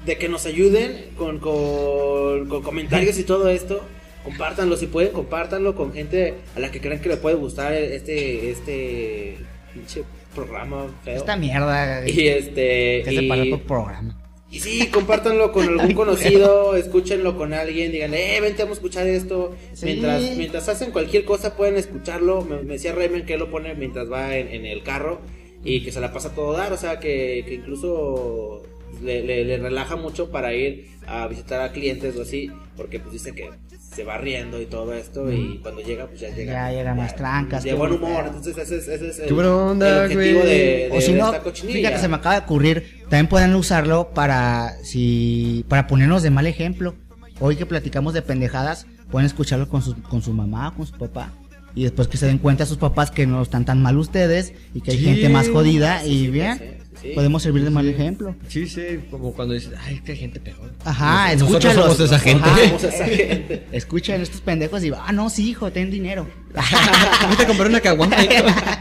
Speaker 1: de que nos ayuden con, con, con comentarios y todo esto. Compártanlo si pueden, compártanlo con gente a la que crean que le puede gustar este este pinche programa feo.
Speaker 2: Esta mierda.
Speaker 1: [LAUGHS] Y este
Speaker 2: Que
Speaker 1: y-
Speaker 2: se paró por programa.
Speaker 1: Y sí, compártanlo con algún conocido, escúchenlo con alguien, díganle, eh, vente, vamos a escuchar esto.
Speaker 2: Sí.
Speaker 1: Mientras, mientras hacen cualquier cosa pueden escucharlo. Me, me decía Rayman que él lo pone mientras va en, en el carro y que se la pasa a todo dar, o sea, que, que incluso le, le- le relaja mucho para ir a visitar a clientes o así, porque pues dice que se va riendo y todo esto y cuando llega pues ya llega.
Speaker 2: Ya llega más trancas,
Speaker 1: De
Speaker 2: qué
Speaker 1: buen
Speaker 2: buena
Speaker 1: humor,
Speaker 2: onda.
Speaker 1: entonces ese es, ese es el,
Speaker 3: Qué buena onda,
Speaker 1: el objetivo
Speaker 3: güey.
Speaker 1: de, de
Speaker 2: o si no,
Speaker 1: esta cochinilla.
Speaker 2: fíjate, se me acaba de ocurrir, también pueden usarlo para si para ponernos de mal ejemplo. Hoy que platicamos de pendejadas, pueden escucharlo con su, con su mamá, con su papá. Y después que se den cuenta sus papás que no están tan mal ustedes y que hay
Speaker 3: Sí.
Speaker 2: gente más jodida y bien,
Speaker 1: sí, sí.
Speaker 2: podemos servir de mal ejemplo.
Speaker 3: Sí, sí, como cuando dices, ay, qué gente peor.
Speaker 2: Ajá,
Speaker 3: Nosotros
Speaker 2: escúchalos.
Speaker 3: somos esa gente.
Speaker 2: Ajá.
Speaker 1: Vamos a esa
Speaker 2: [LAUGHS]
Speaker 1: gente.
Speaker 2: Escuchen estos pendejos y ah, no, sí, hijo, ten dinero. Ah, [LAUGHS]
Speaker 3: Vete a comprar una caguama. [LAUGHS]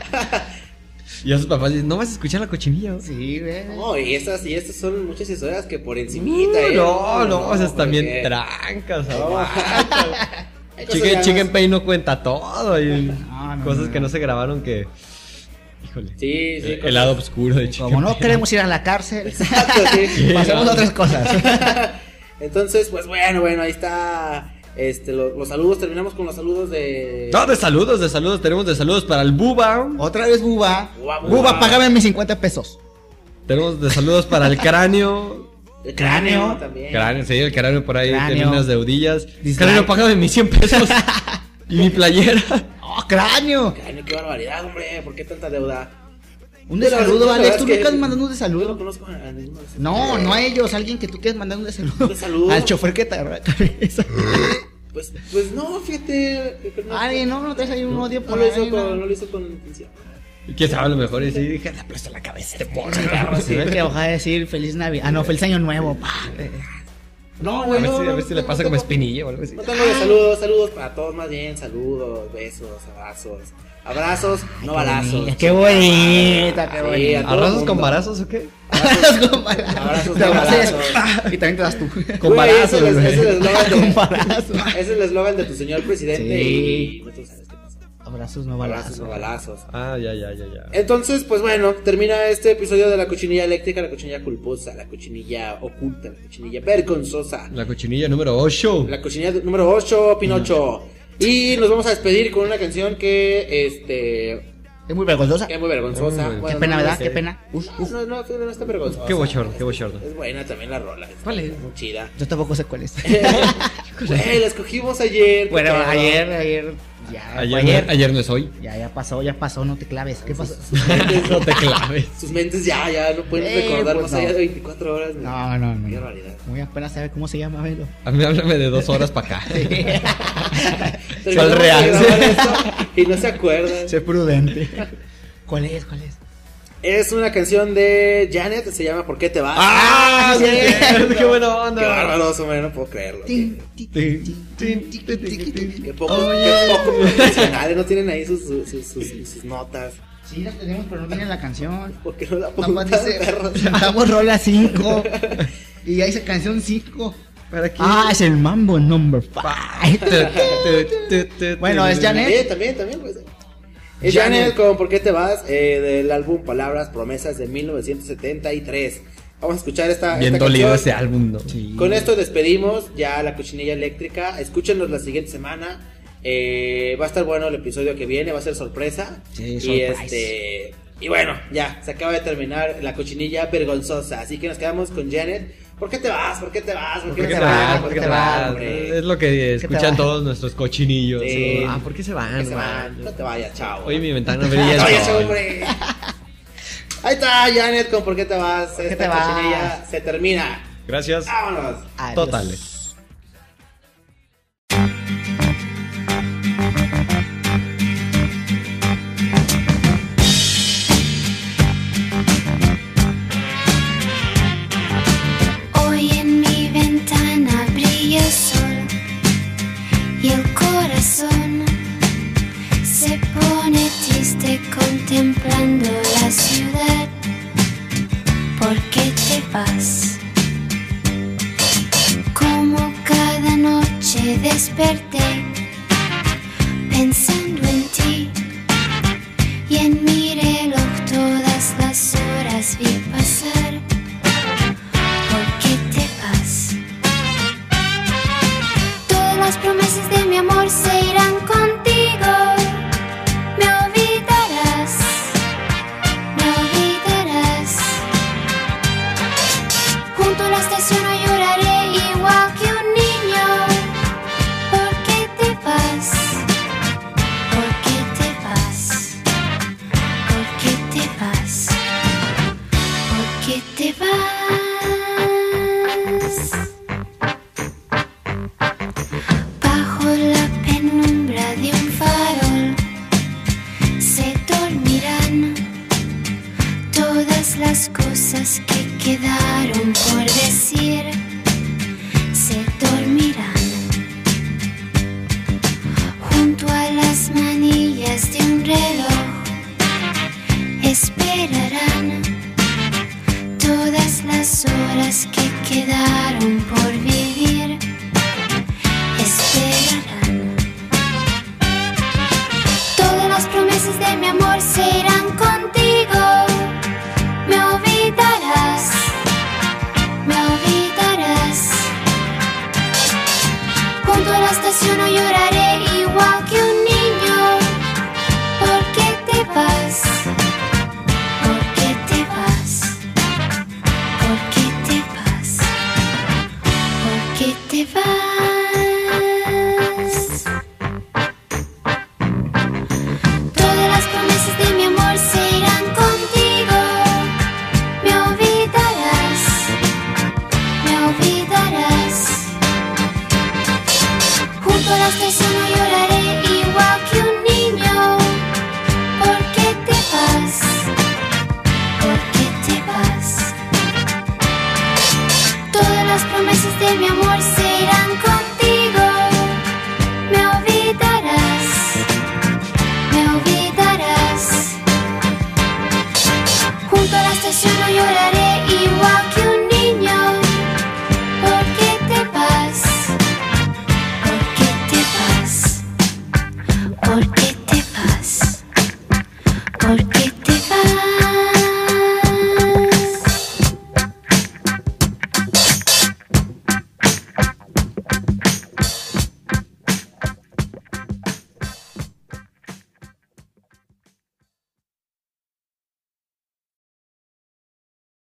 Speaker 3: y a sus papás dicen, no vas a escuchar la cochinilla. ¿no?".
Speaker 2: sí, güey.
Speaker 1: No, y estas, y estas son muchas historias que por encimita,
Speaker 2: Mm,
Speaker 1: eh.
Speaker 3: No, no,
Speaker 1: [LAUGHS]
Speaker 3: esas también
Speaker 1: porque-
Speaker 3: trancas.
Speaker 1: No.
Speaker 2: [LAUGHS]
Speaker 1: Hay cosas
Speaker 3: Chicken,
Speaker 1: ya
Speaker 3: Chicken
Speaker 1: más-
Speaker 3: Pay no cuenta todo. Hay
Speaker 2: No, no,
Speaker 3: cosas
Speaker 2: no.
Speaker 3: que no se grabaron que. Híjole. eh,
Speaker 1: Sí,
Speaker 2: Eh,
Speaker 1: sí.
Speaker 3: el,
Speaker 1: cosas-
Speaker 3: lado oscuro de Chicken
Speaker 2: Como no
Speaker 3: Pay.
Speaker 2: queremos ir a la
Speaker 1: [LAUGHS]
Speaker 2: cárcel,
Speaker 1: Exacto,
Speaker 2: [LAUGHS]
Speaker 1: sí.
Speaker 2: pasemos a
Speaker 1: [LAUGHS]
Speaker 2: otras cosas.
Speaker 1: Entonces, pues bueno, bueno, ahí está. Este, lo- los saludos, terminamos con los saludos de.
Speaker 3: No, de saludos, de saludos. Tenemos de saludos para el Buba.
Speaker 2: Otra vez Buba.
Speaker 1: Buba,
Speaker 2: Buba,
Speaker 1: Buba.
Speaker 2: págame mis 50 pesos.
Speaker 3: Tenemos de saludos para el cráneo.
Speaker 1: El
Speaker 2: Cráneo.
Speaker 1: también.
Speaker 3: Cráneo, sí, el cráneo por ahí
Speaker 2: Cráneo.
Speaker 3: tiene unas deudillas.
Speaker 2: Dislike.
Speaker 3: Cráneo, págame mis 100
Speaker 1: Pues,
Speaker 3: pesos. y mi playera. [LAUGHS]
Speaker 2: ¡Oh, cráneo!
Speaker 1: Cráneo, qué barbaridad, hombre. ¿por qué tanta deuda?
Speaker 2: Un
Speaker 1: Pero,
Speaker 2: desaludo,
Speaker 1: la verdad
Speaker 2: Alex. Tú
Speaker 1: es que-
Speaker 2: nunca mandas un
Speaker 1: Yo no
Speaker 2: desaludo.
Speaker 1: conozco a ninguno de esos.
Speaker 2: No, no a ellos, a alguien que tú quieras mandar un desaludo.
Speaker 1: Un desaludo.
Speaker 2: Al chofer que te agarró
Speaker 1: [LAUGHS]
Speaker 2: la cabeza.
Speaker 1: Pues, pues no, fíjate. creo que no-
Speaker 2: Ay, no, no traes ahí un odio
Speaker 1: no
Speaker 2: por
Speaker 1: lo
Speaker 2: ahí,
Speaker 1: hizo
Speaker 2: no.
Speaker 1: con, no lo hizo con intención.
Speaker 3: Y quién sabe, a lo mejor. Y sí, dije, "Ah, le aplasta la cabeza. este Te porra,
Speaker 2: Claro,
Speaker 1: [LAUGHS]
Speaker 2: sí, ves que ojalá decir feliz Navidad. Ah, no, feliz año nuevo. pa.
Speaker 1: No,
Speaker 3: A
Speaker 1: güey,
Speaker 3: ver
Speaker 1: no,
Speaker 3: si, a
Speaker 1: no,
Speaker 3: ver si
Speaker 1: no,
Speaker 3: le
Speaker 1: no
Speaker 3: pasa como
Speaker 1: tampoco.
Speaker 3: espinilla o algo así.
Speaker 1: No tengo de saludos, saludos para todos más bien, saludos, besos, abrazos. Abrazos, no balazos.
Speaker 2: bonita, qué bonita, qué
Speaker 1: Sí,
Speaker 2: bonita.
Speaker 1: a todo
Speaker 3: ¿Abrazos
Speaker 1: mundo.
Speaker 3: con barazos o qué?
Speaker 2: Abrazos con balazos.
Speaker 1: Abrazos
Speaker 2: Te
Speaker 1: con
Speaker 2: abrazas,
Speaker 1: balazos.
Speaker 2: pa, Y también te
Speaker 1: [LAUGHS]
Speaker 2: das tú.
Speaker 3: ah, Con
Speaker 1: Güey,
Speaker 3: barazos,
Speaker 1: ese es-
Speaker 3: güey. Ah,
Speaker 1: ese es el eslogan
Speaker 2: Con
Speaker 1: de-
Speaker 2: balazos.
Speaker 1: ese es el eslogan de tu señor presidente
Speaker 2: Sí.
Speaker 1: y no tú sabes qué pasa.
Speaker 2: Abrazos no
Speaker 1: Abrazos,
Speaker 2: balazos.
Speaker 1: no balazos.
Speaker 3: Ah, ya, ya, ya, ya.
Speaker 1: Entonces, pues bueno, termina este episodio de la cochinilla eléctrica, la cochinilla culposa, la cochinilla oculta, la cochinilla vergonzosa,
Speaker 3: La cochinilla número 8.
Speaker 1: la cochinilla número 8, Pinocho. Y nos vamos a despedir con una canción que, este,
Speaker 2: Es muy vergonzosa.
Speaker 1: que es muy vergonzosa.
Speaker 3: Uy,
Speaker 2: Qué
Speaker 1: Bueno,
Speaker 2: pena,
Speaker 1: no, no
Speaker 2: ¿verdad?
Speaker 1: sé.
Speaker 2: Qué pena.
Speaker 1: No, no, no, no está vergonzoso.
Speaker 3: Qué bochorno, qué bochorno.
Speaker 1: Es buena también la rola. está
Speaker 3: ¿Cuál es?
Speaker 1: Muy
Speaker 3: [LAUGHS]
Speaker 1: chida.
Speaker 2: Yo tampoco
Speaker 1: [LAUGHS]
Speaker 2: sé cuál es.
Speaker 1: Güey, la escogimos ayer. qué
Speaker 2: Bueno,
Speaker 1: pedo.
Speaker 2: ayer, ayer, ya, fue
Speaker 3: Ayer,
Speaker 2: ayer,
Speaker 3: ayer. no es hoy.
Speaker 2: Ya, ya pasó, ya pasó, no te claves. ¿Qué pasó?
Speaker 1: Sus mentes,
Speaker 3: No te claves.
Speaker 1: sus mentes ya, ya no pueden
Speaker 2: Eh,
Speaker 1: recordar
Speaker 2: pues
Speaker 1: más
Speaker 2: no.
Speaker 1: allá de 24 horas. güey.
Speaker 2: No, no,
Speaker 1: Qué
Speaker 2: no.
Speaker 1: barbaridad.
Speaker 2: Muy apenas sabe cómo se llama, velo.
Speaker 3: A mí háblame de dos horas para acá.
Speaker 2: [LAUGHS]
Speaker 1: Terminamos de
Speaker 3: real.
Speaker 1: grabar esto
Speaker 3: [LAUGHS]
Speaker 1: Y no se acuerdan.
Speaker 2: Sé prudente. ¿Cuál es? ¿Cuál es?
Speaker 1: Es una canción de Janet, se llama ¿Por qué te vas?
Speaker 3: [LAUGHS] ¡Ah!
Speaker 2: sí,
Speaker 3: sí,
Speaker 2: cierto.
Speaker 3: ¡Qué buena
Speaker 1: Qué
Speaker 3: onda!
Speaker 1: bárbaros, hombre, no puedo creerlo. Qué,
Speaker 2: Tin, tin,
Speaker 3: Tin,
Speaker 2: tin,
Speaker 3: tin, tin, tin, tin, tin.
Speaker 1: qué poco,
Speaker 2: Oh,
Speaker 1: qué poco profesionales, no tienen ahí sus, sus, sus, sus- sus notas.
Speaker 2: Sí, las tenemos, pero no viene la canción.
Speaker 1: ¿Por qué no la
Speaker 2: Nomás
Speaker 1: apuntan,
Speaker 2: dice,
Speaker 1: perros?
Speaker 2: cantamos rola 5. [LAUGHS] Y ahí dice canción 5.
Speaker 3: ¿Para qué?
Speaker 2: Ah, es el mambo number 5.
Speaker 3: Tu, tu, tu, tu.
Speaker 2: Bueno, es Janet.
Speaker 1: También, también, también, pues. Es
Speaker 2: Janet.
Speaker 1: Janet con ¿Por qué te vas? eh, del álbum Palabras Promesas de 1973. Vamos a escuchar esta.
Speaker 3: Bien
Speaker 1: esta
Speaker 3: dolido ese
Speaker 1: canción.
Speaker 3: álbum, ¿no?
Speaker 1: Con esto despedimos ya la cochinilla eléctrica. Escúchenos la siguiente semana. Eh, va a estar bueno el episodio que viene, va a ser sorpresa.
Speaker 2: Sí,
Speaker 1: y
Speaker 2: surprise.
Speaker 1: este y bueno, ya se acaba de terminar la cochinilla vergonzosa, así que nos quedamos con Janet. ¿Por qué te vas? ¿Por qué te vas? ¿Por qué, no
Speaker 3: ¿Por qué
Speaker 1: te
Speaker 3: te
Speaker 1: vas?
Speaker 3: vas? ¿Por qué te vas?
Speaker 1: hombre?
Speaker 3: Es lo que escuchan
Speaker 2: vas?
Speaker 3: todos nuestros cochinillos.
Speaker 1: Sí.
Speaker 3: Ah, ¿por qué se
Speaker 1: ¿Por qué
Speaker 3: van?
Speaker 1: se van? No
Speaker 3: man?
Speaker 1: te vayas, chao.
Speaker 3: Oye, mi ventana
Speaker 1: [LAUGHS] No, ya se
Speaker 3: brilla.
Speaker 1: fue,
Speaker 3: el sol.
Speaker 1: hombre. Ahí está Janet con ¿Por qué te vas?
Speaker 2: qué
Speaker 1: Esta
Speaker 2: te vas?
Speaker 1: cochinilla se termina.
Speaker 3: Gracias.
Speaker 1: Vámonos.
Speaker 3: Totales.
Speaker 6: Hoy en mi ventana brilla el sol y el corazón se pone triste contemplando la ciudad. ¿Por qué te vas? Como cada noche desperté pensando en ti y en mi reloj todas las horas vi pasar. ¿Por qué la estación no lloraré igual que un niño. ¿Por qué te vas? ¿Por qué te vas? ¿Por qué te vas? ¿Por qué te vas? Bajo la penumbra de un farol se dormirán todas las cosas que quedaron por decir se dormirán junto a las manillas de un reloj esperarán todas las horas que quedaron por vivir esperarán Todas las promesas de mi amor se irán contigo. Me olvidarás, me olvidarás. Junto a la estación no lloraré igual que un niño. ¿Por qué te vas? ¿Por qué te vas? ¿Por qué te vas? ¿Por qué te vas? Todas las promesas de mi amor se irán contigo. Me olvidarás, me olvidarás. Junto a la estación no lloraré igual que un niño. ¿Por qué te vas? ¿Por qué te vas? Todas las promesas de mi amor se irán contigo.